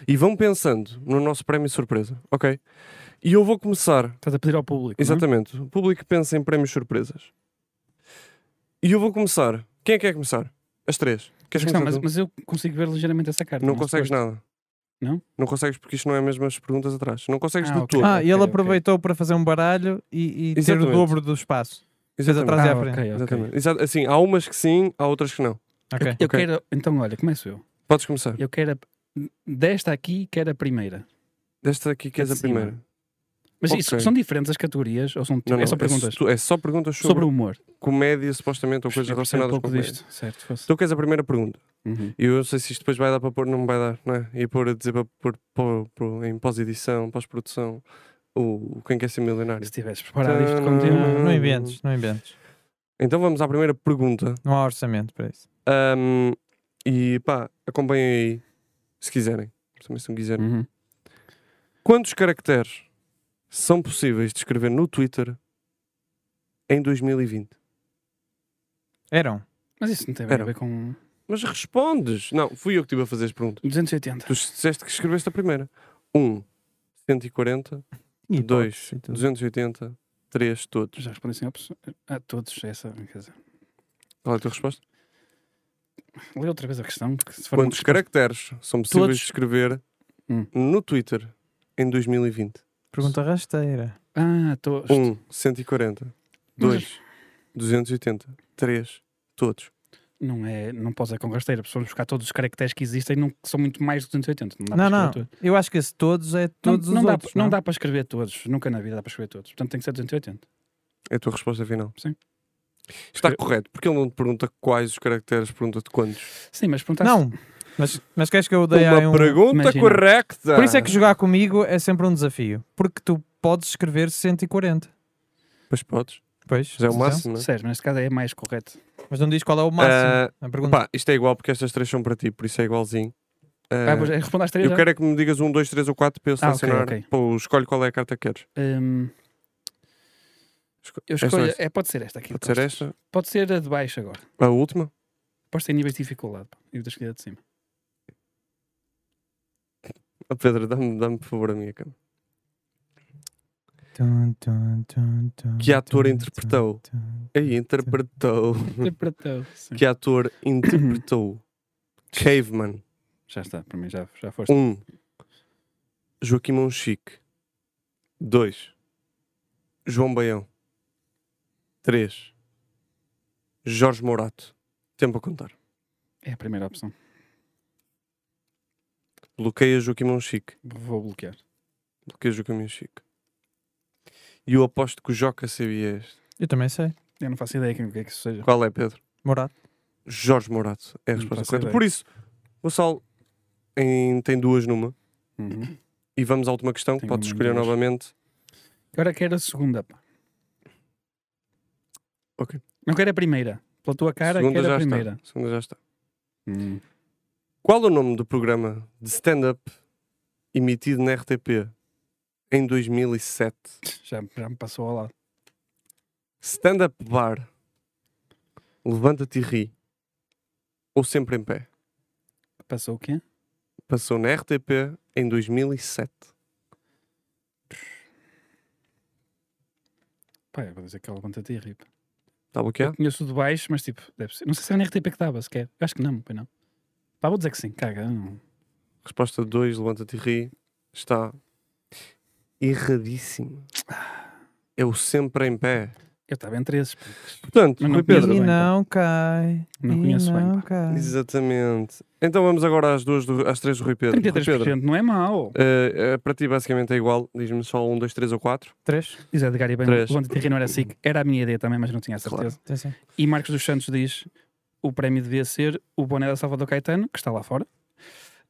Speaker 1: e vão pensando no nosso prémio surpresa, ok? E eu vou começar,
Speaker 2: Estás a pedir ao público. é?
Speaker 1: exatamente.
Speaker 2: Uhum.
Speaker 1: O público pensa em prémios surpresas. E eu vou começar. Quem é que quer começar? As três. Queres
Speaker 2: Não, é? Mas, não,
Speaker 1: começar?
Speaker 2: mas,
Speaker 1: tu?
Speaker 2: mas eu consigo ver ligeiramente essa carta.
Speaker 1: não consegues
Speaker 2: suposto.
Speaker 1: nada.
Speaker 2: Não?
Speaker 1: Não consegues porque isto não é mesmo as perguntas atrás. Não consegues
Speaker 2: Ah,
Speaker 1: de
Speaker 2: ok.
Speaker 1: todo.
Speaker 3: Ah, e ele
Speaker 2: Ok, ok.
Speaker 3: aproveitou para fazer um baralho e, e ter o
Speaker 1: Exatamente.
Speaker 3: dobro do espaço. Fez
Speaker 1: Exatamente.
Speaker 3: atrás e à
Speaker 2: Ah,
Speaker 3: frente.
Speaker 2: ok, ok.
Speaker 1: Exatamente. Exa- Assim, há umas que sim, há outras que não.
Speaker 3: Ok.
Speaker 2: Eu
Speaker 1: Ok.
Speaker 2: quero. Então, olha, começo eu.
Speaker 1: Podes começar.
Speaker 2: Eu quero. a- Desta aqui, quero a primeira.
Speaker 1: Desta aqui que
Speaker 2: É
Speaker 1: és a
Speaker 2: de cima.
Speaker 1: primeira.
Speaker 2: Mas
Speaker 1: Ok.
Speaker 2: isso, são diferentes as categorias? Ou são tipo,
Speaker 1: Não,
Speaker 2: é
Speaker 1: não,
Speaker 2: só perguntas?
Speaker 1: su- É só perguntas sobre,
Speaker 2: Sobre o humor.
Speaker 1: comédia, supostamente, ou coisas
Speaker 2: Eu percebo
Speaker 1: relacionadas com
Speaker 2: é um pouco
Speaker 1: comédia.
Speaker 2: disto. Certo, fosse. Uhum.
Speaker 1: Então, queres a primeira pergunta? E eu não sei se isto depois vai dar para pôr, não me vai dar, não é? E pôr a dizer para pôr, pôr- pôr em pós-edição, pós-produção, o o Quem Quer Ser Milionário.
Speaker 2: Se tivesse preparado isto
Speaker 1: Tadam.
Speaker 2: como tema.
Speaker 3: Não, não inventes, não inventes.
Speaker 1: Então, vamos à primeira pergunta.
Speaker 3: Não há orçamento para isso.
Speaker 1: Ahm, e pá, acompanhem aí, se quiserem. Também se não quiserem.
Speaker 2: Uhum.
Speaker 1: Quantos caracteres são possíveis de escrever no Twitter em 2020?
Speaker 3: Eram.
Speaker 2: Mas isso não tem
Speaker 1: Espera.
Speaker 2: a ver com.
Speaker 1: Mas respondes! Não, fui eu que estive a fazer as perguntas.
Speaker 2: 280.
Speaker 1: Tu disseste que escreveste a primeira. 1, 140,
Speaker 3: E então.
Speaker 1: 2,
Speaker 3: hipótese e tudo.
Speaker 1: 280, 3, todos.
Speaker 2: Já respondi sem opção. A todos, essa. Quer dizer,
Speaker 1: Qual é a tua resposta?
Speaker 2: lê outra vez a questão. Porque se for uma
Speaker 1: Quantos
Speaker 2: resposta-
Speaker 1: caracteres são possíveis
Speaker 3: Todos.
Speaker 1: de escrever
Speaker 2: Hum.
Speaker 1: no Twitter em 2020?
Speaker 3: Pergunta rasteira.
Speaker 2: Ah, todos.
Speaker 1: 1, 140, 2, 280, 3, todos.
Speaker 2: Não, é, não podes é com rasteira. Pessoas buscar todos os caracteres que existem não, que são muito mais de 280. Não, dá para
Speaker 3: Não, não.
Speaker 2: escrever todos.
Speaker 3: Eu acho que esse todos é todos
Speaker 2: não, não
Speaker 3: os
Speaker 2: dá,
Speaker 3: outros.
Speaker 2: não? dá para escrever todos. Nunca na vida dá para escrever todos. Portanto tem que ser 280.
Speaker 1: É a tua resposta final.
Speaker 2: Sim.
Speaker 1: Está
Speaker 2: Escre-
Speaker 1: correto, porque ele não te pergunta quais os caracteres, pergunta-te quantos.
Speaker 2: Sim, mas perguntaste.
Speaker 3: Não. Mas, mas queres que eu dei aí
Speaker 1: Uma
Speaker 3: um...
Speaker 1: pergunta
Speaker 2: Imagina.
Speaker 1: correta!
Speaker 3: Por isso é que jogar comigo é sempre um desafio. Porque tu podes escrever 140.
Speaker 1: Pois podes,
Speaker 3: Pois.
Speaker 1: mas é o
Speaker 3: então.
Speaker 1: máximo, não é?
Speaker 2: Sério, mas neste caso é mais correto.
Speaker 3: Mas não diz qual é o máximo.
Speaker 1: Ah,
Speaker 3: A pergunta.
Speaker 1: Pá, isto é igual porque estas três são para ti, por isso é igualzinho. Ah,
Speaker 2: ah, pois, é, responde às três.
Speaker 1: eu
Speaker 2: já?
Speaker 1: quero é que me digas um, dois, três ou quatro para eu
Speaker 2: Ah, ok,
Speaker 1: selecionar.
Speaker 2: ok.
Speaker 1: Pô, escolhe qual é a carta que queres.
Speaker 2: Hum,
Speaker 1: Esco-
Speaker 2: eu
Speaker 1: esta
Speaker 2: escolho.
Speaker 1: ou esta?
Speaker 2: É, pode ser esta aqui.
Speaker 1: Pode ser
Speaker 2: aposto.
Speaker 1: esta?
Speaker 2: Pode ser a de baixo agora.
Speaker 1: A última?
Speaker 2: Posso ter níveis de dificuldade. pá. E vou escolher a de cima.
Speaker 1: A Ah, Pedro, dá-me, dá-me, por favor, a minha cama.
Speaker 3: Tum, tum, tum, tum,
Speaker 1: Que ator
Speaker 3: tum,
Speaker 1: interpretou?
Speaker 3: tum, tum.
Speaker 1: Aí, interpretou. é-
Speaker 2: Interpretou. Tipo Sim.
Speaker 1: que ator interpretou? Caveman
Speaker 2: Já está, para mim já, já foste.
Speaker 1: 1. Joaquim Monchique 2. João Baião 3. Jorge Morato. Tempo a contar.
Speaker 2: É a primeira opção.
Speaker 1: Bloqueia Joaquim Monchique.
Speaker 2: Vou bloquear.
Speaker 1: do que o Caminho Chico. E eu aposto que o Joca sabia este.
Speaker 3: Eu também sei.
Speaker 2: Eu não faço ideia quem que é que isso seja.
Speaker 1: Qual é, Pedro?
Speaker 3: Morato.
Speaker 1: Jorge Morato é a
Speaker 2: Não
Speaker 1: resposta
Speaker 2: faço
Speaker 1: correta.
Speaker 2: ideia.
Speaker 1: Por isso, Gonçalo em- tem duas numa.
Speaker 2: Uhum.
Speaker 1: E vamos à última questão, que
Speaker 2: Tenho
Speaker 1: podes
Speaker 2: uma em
Speaker 1: escolher
Speaker 2: duas.
Speaker 1: novamente.
Speaker 2: Agora quero a segunda. Pá.
Speaker 1: Ok.
Speaker 2: Não quero a primeira. Pela tua cara,
Speaker 1: Segunda
Speaker 2: quero
Speaker 1: já
Speaker 2: a primeira.
Speaker 1: está. Segunda já está.
Speaker 2: Hum.
Speaker 1: Qual o nome do programa de stand-up emitido na RTP em 2007?
Speaker 2: Já, já me passou ao lado.
Speaker 1: Stand-up bar. Levanta-te e ri. Ou sempre em pé.
Speaker 2: Passou o quê?
Speaker 1: Passou na RTP em 2007.
Speaker 2: Pá, eu vou dizer que é o Levanta-te e Ripa.
Speaker 1: Está bloqueado?
Speaker 2: Eu conheço o de baixo, mas tipo, deve ser. Não sei se era na RTP que dava sequer. Eu acho que não, pois não. Pá, vou dizer que sim, caga. Não.
Speaker 1: Resposta 2, levanta-te e ri, está erradíssima. É o sempre em pé.
Speaker 2: Eu estava em três. pá.
Speaker 1: Portanto,
Speaker 2: Mas não
Speaker 1: Rui
Speaker 2: conheço
Speaker 1: Pedro.
Speaker 3: e
Speaker 2: bem, pá.
Speaker 3: não cai.
Speaker 2: Não
Speaker 3: e
Speaker 2: conheço bem,
Speaker 3: não
Speaker 2: pá.
Speaker 3: cai.
Speaker 1: Exatamente. Então vamos agora às, duas do- às três do Rui Pedro. Rui
Speaker 2: 33%
Speaker 1: Pedro,
Speaker 2: não é mau.
Speaker 1: eh, eh, para ti basicamente é igual. Diz-me só um, dois, três ou quatro.
Speaker 3: Três?
Speaker 2: Diz Edgar e bem,
Speaker 1: Três.
Speaker 2: Levanta-te e Ri não era assim. Era a minha ideia também, mas não tinha a certeza.
Speaker 1: Claro.
Speaker 3: Sim, sim.
Speaker 2: E Marcos dos Santos diz: o prémio devia ser o boné da Salvador Caetano, que está lá fora,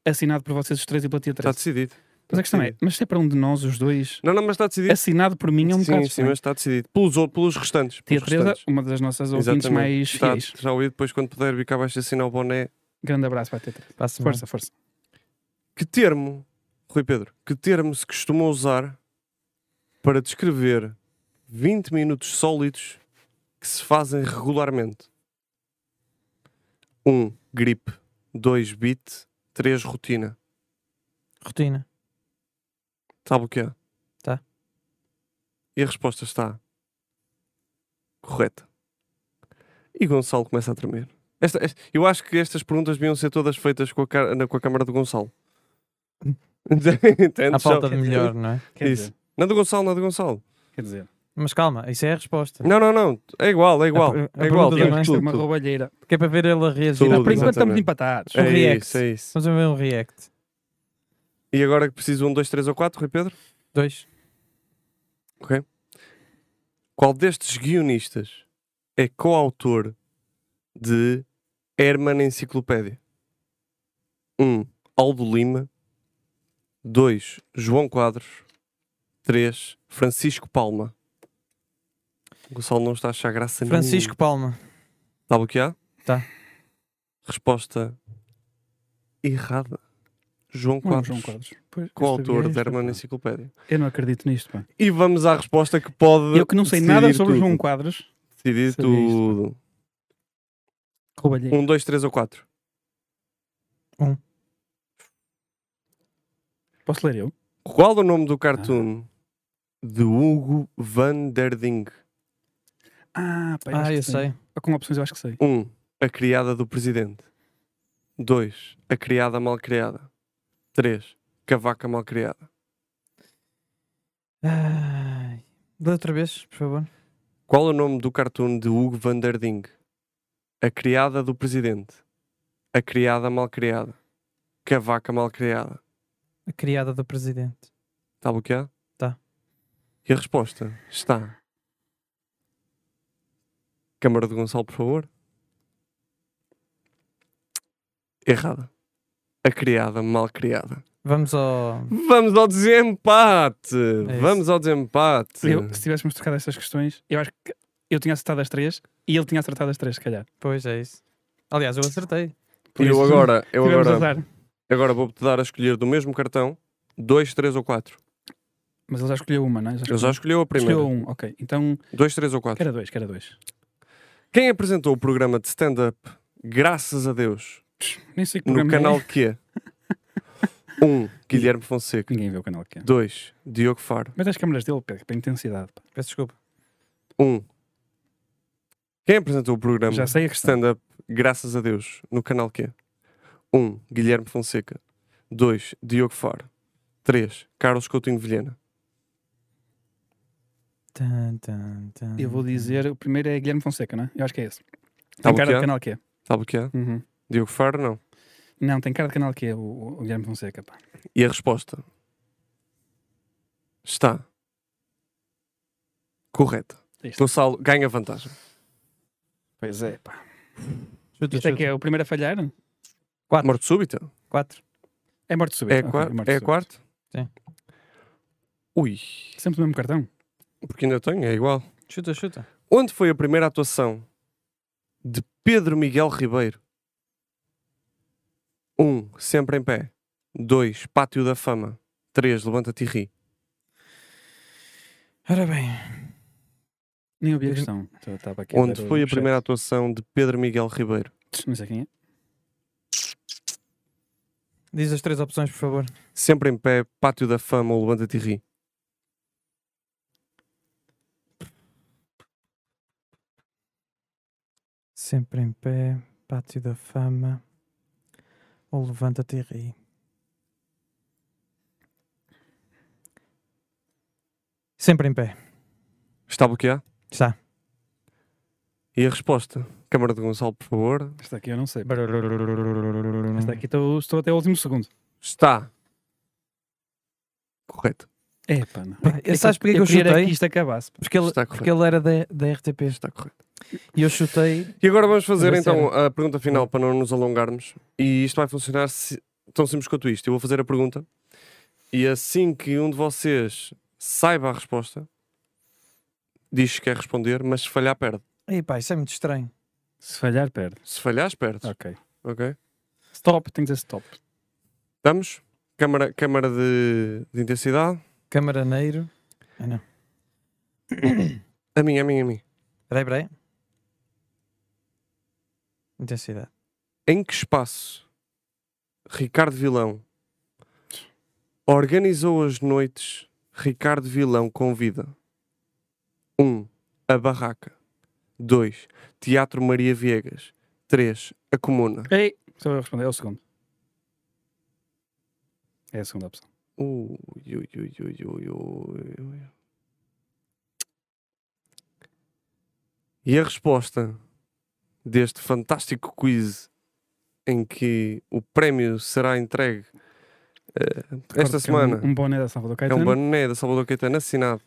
Speaker 2: assinado por vocês os três e pela tia
Speaker 1: Está
Speaker 2: 3.
Speaker 1: decidido.
Speaker 2: Mas a questão é: mas se é para um de nós, os dois,
Speaker 1: Não, não, mas está decidido.
Speaker 2: assinado por mim é um
Speaker 1: sim,
Speaker 2: bocado.
Speaker 1: sim,
Speaker 2: estranho.
Speaker 1: mas está decidido. Pelos, ou- pelos restantes.
Speaker 2: Tia
Speaker 1: Pelos
Speaker 2: Teresa,
Speaker 1: restantes.
Speaker 2: uma das nossas ouvintes mais
Speaker 1: Está
Speaker 2: fiéis.
Speaker 1: Tá, já ouvido. Depois, quando puder vir cá baixo assinar o boné.
Speaker 2: Grande abraço para a tia Teresa.
Speaker 3: Passa
Speaker 2: Força, força.
Speaker 1: Que termo, Rui Pedro, que termo se costuma usar para descrever 20 minutos sólidos que se fazem regularmente? 1. Um, grip. 2. Beat. 3. Rotina.
Speaker 3: Rotina.
Speaker 1: Sabe o que é?
Speaker 3: Tá.
Speaker 1: E a resposta está correta. E Gonçalo começa a tremer. Esta- esta- eu acho que estas perguntas deviam ser todas feitas com a, cara- na- com a câmara do Gonçalo. Entende?
Speaker 3: A
Speaker 1: Só-
Speaker 3: falta de melhor, não é?
Speaker 2: Quer
Speaker 1: Isso.
Speaker 2: dizer,
Speaker 1: Não do Gonçalo, não do Gonçalo.
Speaker 2: quer dizer,
Speaker 3: Mas calma, isso é a
Speaker 2: Tá.
Speaker 3: resposta.
Speaker 1: Não, não, não. É igual, é igual.
Speaker 3: A- a
Speaker 1: é igual.
Speaker 3: pergunta
Speaker 1: tem
Speaker 3: do
Speaker 2: isto é
Speaker 1: tudo,
Speaker 2: uma
Speaker 1: tudo.
Speaker 2: roubalheira.
Speaker 3: Que é para ver ele a reagir.
Speaker 1: Tudo,
Speaker 2: Por enquanto estamos
Speaker 1: exatamente.
Speaker 2: empatados.
Speaker 3: um
Speaker 1: É
Speaker 3: react.
Speaker 1: isso, é isso.
Speaker 3: Vamos ver um react.
Speaker 1: E agora que preciso de um, dois, três ou quatro, Rui Pedro?
Speaker 3: Dois.
Speaker 1: Qual destes guionistas é coautor de Herman Enciclopédia? 1. Um, Aldo Lima. 2. João Quadros. 3. Francisco Palma. O Gonçalo não está a achar graça nenhuma.
Speaker 3: Francisco Palma.
Speaker 1: Sabe o que há?
Speaker 3: Tá.
Speaker 1: Resposta errada. João
Speaker 2: Não,
Speaker 1: Quadros.
Speaker 2: João Quadros. Pois,
Speaker 1: Com o
Speaker 2: eu sabia
Speaker 1: autor
Speaker 2: isto,
Speaker 1: da Herman
Speaker 2: pá.
Speaker 1: Enciclopédia.
Speaker 2: Eu não acredito nisto, pá.
Speaker 1: E vamos à resposta que pode.
Speaker 2: Eu que não sei
Speaker 1: decidir
Speaker 2: nada sobre
Speaker 1: tudo.
Speaker 2: João Quadros,
Speaker 1: Decidir
Speaker 2: Sabia isto.
Speaker 1: tudo.
Speaker 2: roubalheira.
Speaker 1: Um, dois, três ou quatro.
Speaker 2: Posso ler eu?
Speaker 1: Qual o nome do cartoon de Hugo Van Der Ding?
Speaker 2: Ah, pá, acho
Speaker 3: Ah,
Speaker 2: que
Speaker 3: eu
Speaker 2: sim.
Speaker 3: sei.
Speaker 2: Com opções eu acho que sei.
Speaker 1: 1. Um, a criada do presidente. 2. A criada mal criada. 3. Cavaca mal criada.
Speaker 3: Ai. Dê outra vez, por favor.
Speaker 1: Qual o nome do cartoon de Hugo Van Der Ding? A criada do presidente. A criada mal criada. Cavaca mal criada.
Speaker 3: A criada do presidente.
Speaker 1: Está bloqueado?
Speaker 3: Tá.
Speaker 1: é? E a resposta está. Câmara de Gonçalo, por favor. Errada. A criada, mal criada.
Speaker 3: Vamos ao.
Speaker 1: Vamos ao desempate!
Speaker 3: isso.
Speaker 1: Vamos ao desempate!
Speaker 2: É Eu, se tivéssemos tocado estas questões, eu acho que eu tinha acertado as três e ele tinha acertado as três, se calhar.
Speaker 3: Pois é isso. Aliás, eu acertei.
Speaker 2: Por
Speaker 1: Eu
Speaker 2: isso,
Speaker 1: agora, eu
Speaker 2: tivemos
Speaker 1: agora,
Speaker 2: azar.
Speaker 1: agora vou-te dar a escolher do mesmo cartão dois, três ou quatro.
Speaker 2: Mas ele já escolheu uma, não é? Já
Speaker 1: Ele já escolheu a primeira.
Speaker 2: Escolheu um, ok. Então,
Speaker 1: Dois, três ou quatro.
Speaker 2: que era dois, que era dois.
Speaker 1: Quem apresentou o programa de stand-up Graças a Deus
Speaker 2: Nem sei que
Speaker 1: no
Speaker 2: programa é.
Speaker 1: canal que é? 1. Guilherme Fonseca.
Speaker 2: Ninguém vê o canal que é.
Speaker 1: 2. Diogo Faro.
Speaker 2: Mas as câmaras dele, Pedro, para a intensidade. pá.
Speaker 3: Peço desculpa.
Speaker 1: 1. Quem apresentou o programa
Speaker 2: Já sei a questão.
Speaker 1: stand-up Graças a Deus no canal que é? 1. Guilherme Fonseca. 2. Diogo Faro. 3. Carlos Coutinho Vilhena.
Speaker 3: Tan, tan, tan,
Speaker 2: Eu vou
Speaker 3: tan.
Speaker 2: dizer, o primeiro é Guilherme Fonseca, não é? Eu acho que é esse.
Speaker 1: Tá
Speaker 2: Tem cara de
Speaker 1: bloqueado?
Speaker 2: canal que é.
Speaker 1: Está bloqueado?
Speaker 2: Uhum.
Speaker 1: Diogo Faro, não.
Speaker 2: Não, tem cara de canal que é o, o Guilherme Fonseca. Pá.
Speaker 1: E a resposta está correta.
Speaker 2: É isto.
Speaker 1: Gonçalo ganha vantagem.
Speaker 2: Pois é, pá.
Speaker 3: Chuta,
Speaker 2: Isto é que
Speaker 3: chuta.
Speaker 2: é o primeiro a falhar?
Speaker 3: Quatro.
Speaker 1: Morte súbita?
Speaker 3: Quatro.
Speaker 2: É morte súbita.
Speaker 1: É,
Speaker 2: Ok,
Speaker 1: quar
Speaker 2: morte
Speaker 1: é
Speaker 2: súbita.
Speaker 1: quarto?
Speaker 3: Sim.
Speaker 1: Ui,
Speaker 2: Sempre o mesmo cartão.
Speaker 1: porque ainda tenho, é igual.
Speaker 3: Chuta, chuta.
Speaker 1: Onde foi a primeira atuação de Pedro Miguel Ribeiro? 1. Um, sempre em pé. 2. Pátio da Fama. 3. Levanta-te e ri.
Speaker 3: Ora bem.
Speaker 2: Nem ouvi a questão. Então eu tava aqui
Speaker 1: Uhum. Onde
Speaker 2: dar o
Speaker 1: foi a
Speaker 2: chat.
Speaker 1: primeira atuação de Pedro Miguel Ribeiro?
Speaker 2: Tch, Não sei quem é.
Speaker 3: Diz as três opções, por favor.
Speaker 1: Sempre em pé, Pátio da Fama ou Levanta-te e ri?
Speaker 3: Sempre em pé, pátio da fama. Ou levanta-te e ri. Sempre em pé.
Speaker 1: Está bloqueado?
Speaker 3: Está.
Speaker 1: E a resposta? Câmara de Gonçalo, por favor.
Speaker 2: Esta aqui eu não sei. Uhum. pá. Esta aqui estou, estou até o último segundo.
Speaker 1: Está. Correto.
Speaker 2: É, pá, não.
Speaker 3: Pá,
Speaker 2: É
Speaker 3: sabes porque é que eu
Speaker 2: queria era
Speaker 3: chutei?
Speaker 2: que isto acabasse. pá.
Speaker 3: Porque ele,
Speaker 1: Está correto.
Speaker 3: porque ele era da, da RTP.
Speaker 1: Está correto.
Speaker 3: E eu chutei.
Speaker 1: E agora vamos fazer
Speaker 3: Mas é
Speaker 1: então a pergunta final para não nos alongarmos. E isto vai funcionar se- tão simples quanto isto. Eu vou fazer a pergunta e assim que um de vocês saiba a resposta, diz que quer responder, mas se falhar, perde.
Speaker 3: Ei, pá, isso é muito estranho.
Speaker 2: Se falhar, perde.
Speaker 1: Se falhares, perdes.
Speaker 2: Ok.
Speaker 1: Ok?
Speaker 2: Stop, tem que dizer stop.
Speaker 1: Estamos? Câmara, câmara de, de intensidade?
Speaker 3: Camaraneiro. Ah, não.
Speaker 1: A mim, a mim, a mim.
Speaker 3: Peraí, peraí. Intensidade.
Speaker 1: Em que espaço Ricardo Vilão organizou as noites Ricardo Vilão convida? 1. Um, a Barraca. 2. Teatro Maria Viegas. 3. A Comuna.
Speaker 2: Ei, só eu responder. É o segundo. É a segunda opção.
Speaker 1: Ui, ui, ui, ui, ui, ui, ui. E a resposta deste fantástico quiz em que o prémio será entregue eh,
Speaker 2: Recordo que
Speaker 1: esta
Speaker 2: é
Speaker 1: semana
Speaker 2: Um, um boné da Salvador
Speaker 1: é
Speaker 2: Caetano.
Speaker 1: um boné da Salvador Caetano assinado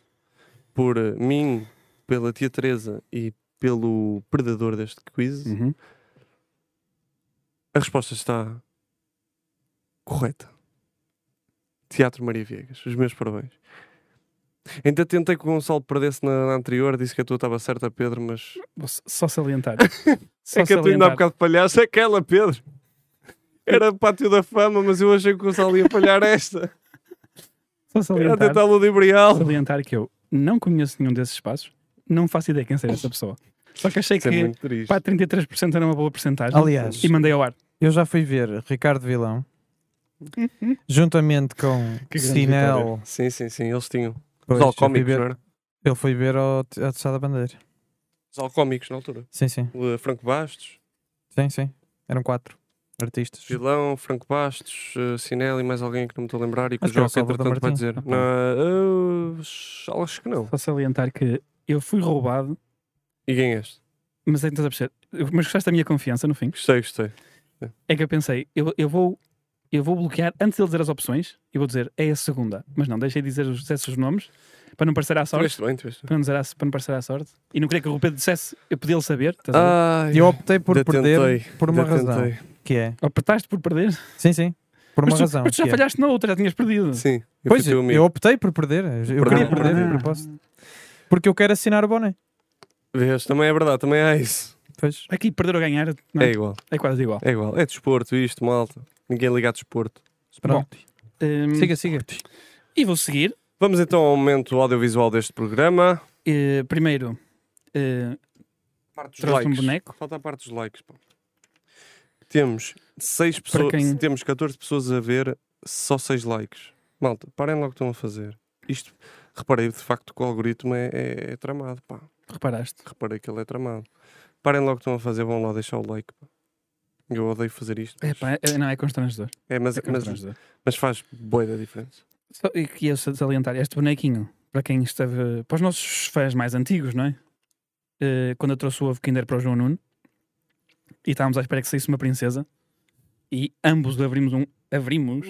Speaker 1: por eh, mim, pela tia Teresa e pelo predador deste quiz.
Speaker 2: Uhum.
Speaker 1: A resposta está correta. Teatro Maria Viegas. Os meus parabéns. Ainda tentei que o Gonçalo perdesse na, na anterior, disse que a tua estava certa, Pedro, mas.
Speaker 2: Vou s- Só salientar. Só
Speaker 1: é que a tua ainda há bocado palhaço, aquela, Pedro. Era pátio da fama, mas eu achei que o Gonçalo ia palhar esta.
Speaker 2: Só
Speaker 1: Era
Speaker 2: salientar.
Speaker 1: tentar ludibriá-lo.
Speaker 2: salientar que eu não conheço nenhum desses espaços, não faço ideia quem seja essa pessoa. Só que achei
Speaker 1: Isso é
Speaker 2: que
Speaker 1: muito triste.
Speaker 2: pá, 33% era uma boa porcentagem
Speaker 3: Aliás,
Speaker 2: e mandei ao ar.
Speaker 3: eu já fui ver Ricardo Vilão juntamente com
Speaker 2: Que grande
Speaker 3: Sinel.
Speaker 1: Sim, sim, sim, eles tinham.
Speaker 3: Pois,
Speaker 1: Os
Speaker 3: eu fui
Speaker 1: alcoómicos,
Speaker 3: ver-
Speaker 1: não era?
Speaker 3: Ele foi ver ao, te- ao Tessado da Bandeira.
Speaker 1: Os alcoómicos na altura.
Speaker 3: Sim, sim.
Speaker 1: Uh, Franco Bastos,
Speaker 3: Sim, sim. Eram quatro artistas.
Speaker 1: Vilão, Franco Bastos, uh, Sinelli, mais alguém que não me estou a lembrar e que
Speaker 3: Acho
Speaker 1: o
Speaker 3: que era o
Speaker 1: Joca,
Speaker 3: Salvador
Speaker 1: entretanto, vai
Speaker 3: Martins.
Speaker 1: dizer.
Speaker 2: Ah, pá.
Speaker 1: Não, eh, eu acho que não.
Speaker 2: Só salientar que eu fui roubado,
Speaker 1: E ganhaste.
Speaker 2: mas é que estás a perceber. Mas gostaste da minha confiança no fim?
Speaker 1: Gostei, gostei.
Speaker 2: É que eu pensei, eu, eu vou. Eu vou bloquear antes de ele dizer as opções e vou dizer é a segunda, mas não deixei de dizer os, dissesse os nomes para não parecer à sorte.
Speaker 1: Tiveste bem, tiveste bem.
Speaker 2: Para não, dizer à, para não parecer à sorte e não queria que o Pedro dissesse, eu podia ele saber. Estás a ver?
Speaker 1: Ai,
Speaker 3: E eu optei por
Speaker 1: ainda
Speaker 3: perder
Speaker 1: tentei,
Speaker 3: por uma
Speaker 1: ainda
Speaker 3: razão.
Speaker 1: tentei.
Speaker 3: Que é.
Speaker 2: Apertaste por perder,
Speaker 3: Sim, sim. Por uma
Speaker 2: mas, tu,
Speaker 3: razão.
Speaker 2: mas tu já
Speaker 3: que é-
Speaker 2: falhaste na outra, já tinhas perdido.
Speaker 1: Sim, eu
Speaker 3: Pois, é,
Speaker 1: fui
Speaker 2: um
Speaker 1: teu
Speaker 3: eu,
Speaker 1: amigo.
Speaker 3: optei por perder. Eu
Speaker 1: Por
Speaker 3: queria
Speaker 1: não
Speaker 3: perder,
Speaker 1: perder.
Speaker 3: de propósito. Porque eu quero assinar o boné.
Speaker 1: Vês, também é verdade, também há isso.
Speaker 3: Pois.
Speaker 2: Aqui perder ou ganhar não,
Speaker 1: É
Speaker 2: é.
Speaker 1: igual,
Speaker 2: quase igual.
Speaker 1: é igual. É desporto isto, malta. Ninguém liga a desporto.
Speaker 3: Pronto.
Speaker 2: Hum,
Speaker 3: Siga, siga.
Speaker 2: E vou seguir.
Speaker 1: Vamos então ao momento audiovisual deste programa.
Speaker 2: Eh, primeiro, eh,
Speaker 1: Parte
Speaker 2: trouxe um boneco.
Speaker 1: Falta a parte dos likes. pá. Temos seis pessoas,
Speaker 2: quem-
Speaker 1: temos 14 pessoas a ver, só 6 likes. Malta, parem logo o que estão a fazer. Isto, reparei de facto que o algoritmo é, é- é tramado, pá.
Speaker 2: Reparaste?
Speaker 1: Reparei que ele é tramado. Parem logo o que estão a fazer, vão lá deixar o like. pá. Eu odeio fazer isto.
Speaker 2: É,
Speaker 1: Mas...
Speaker 2: pá, é- não, é constrangedor.
Speaker 1: É, mas,
Speaker 2: É
Speaker 1: mas,
Speaker 2: constrangedor.
Speaker 1: mas faz boi da diferença.
Speaker 2: Só- e que ia salientar este bonequinho, para quem esteve. para os nossos fãs mais antigos, não é? Eh, quando eu trouxe o ovo Kinder para o João Nuno e estávamos à espera que saísse uma princesa e ambos abrimos um. abrimos?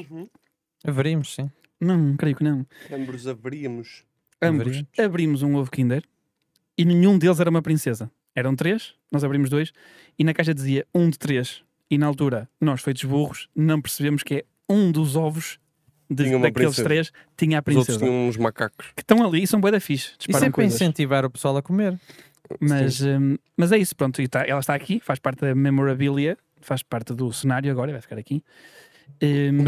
Speaker 3: Haveríamos, sim.
Speaker 2: Não, creio que não.
Speaker 1: Ambos abríamos.
Speaker 2: Ambos
Speaker 3: Abrimos.
Speaker 2: abrimos um ovo Kinder e nenhum deles era uma princesa. Eram três, nós abrimos dois e na caixa dizia um de três. E na altura, nós feitos burros, não percebemos que é um dos ovos de,
Speaker 1: Tinha uma
Speaker 2: daqueles
Speaker 1: princesa.
Speaker 2: três tinha a
Speaker 1: Os outros
Speaker 2: princesa.
Speaker 1: tinham uns macacos.
Speaker 2: que estão ali e são bué da fixe.
Speaker 3: Isso
Speaker 2: Disparam
Speaker 3: é para
Speaker 2: coisas.
Speaker 3: incentivar o pessoal a comer.
Speaker 2: Mas, hum, mas é isso, pronto. e tá- ela está aqui, faz parte da memorabilia, faz parte do cenário agora, vai ficar aqui. Hum,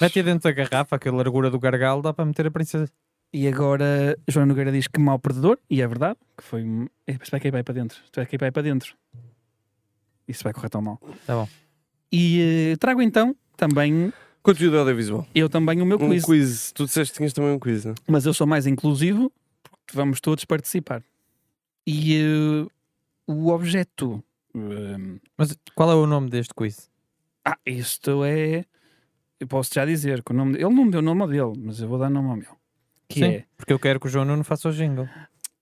Speaker 3: Mete dentro da garrafa, que a largura do gargalo dá para meter a princesa.
Speaker 2: e agora João Nogueira diz que mau perdedor, e é verdade, que foi. um- Epá, Isto vai cair bem para dentro. Isto vai cair bem para dentro. Isso vai correr tão mal.
Speaker 3: Tá bom.
Speaker 2: E eh, trago então também,
Speaker 1: Conteúdo audiovisual.
Speaker 2: eu também, o meu
Speaker 1: Um
Speaker 2: quiz,
Speaker 1: quiz. Tu disseste que tinhas também um quiz, não?
Speaker 2: mas eu sou mais inclusivo, porque vamos todos participar. E eh, o objeto. hum,
Speaker 3: Mas qual é o nome deste quiz?
Speaker 2: Ah, isto é. Eu posso já dizer que o nome. Ele não me deu o nome ao dele, mas eu vou dar o nome ao meu. Que
Speaker 3: Sim.
Speaker 2: é.
Speaker 3: Porque eu quero que o João Nuno faça o jingle.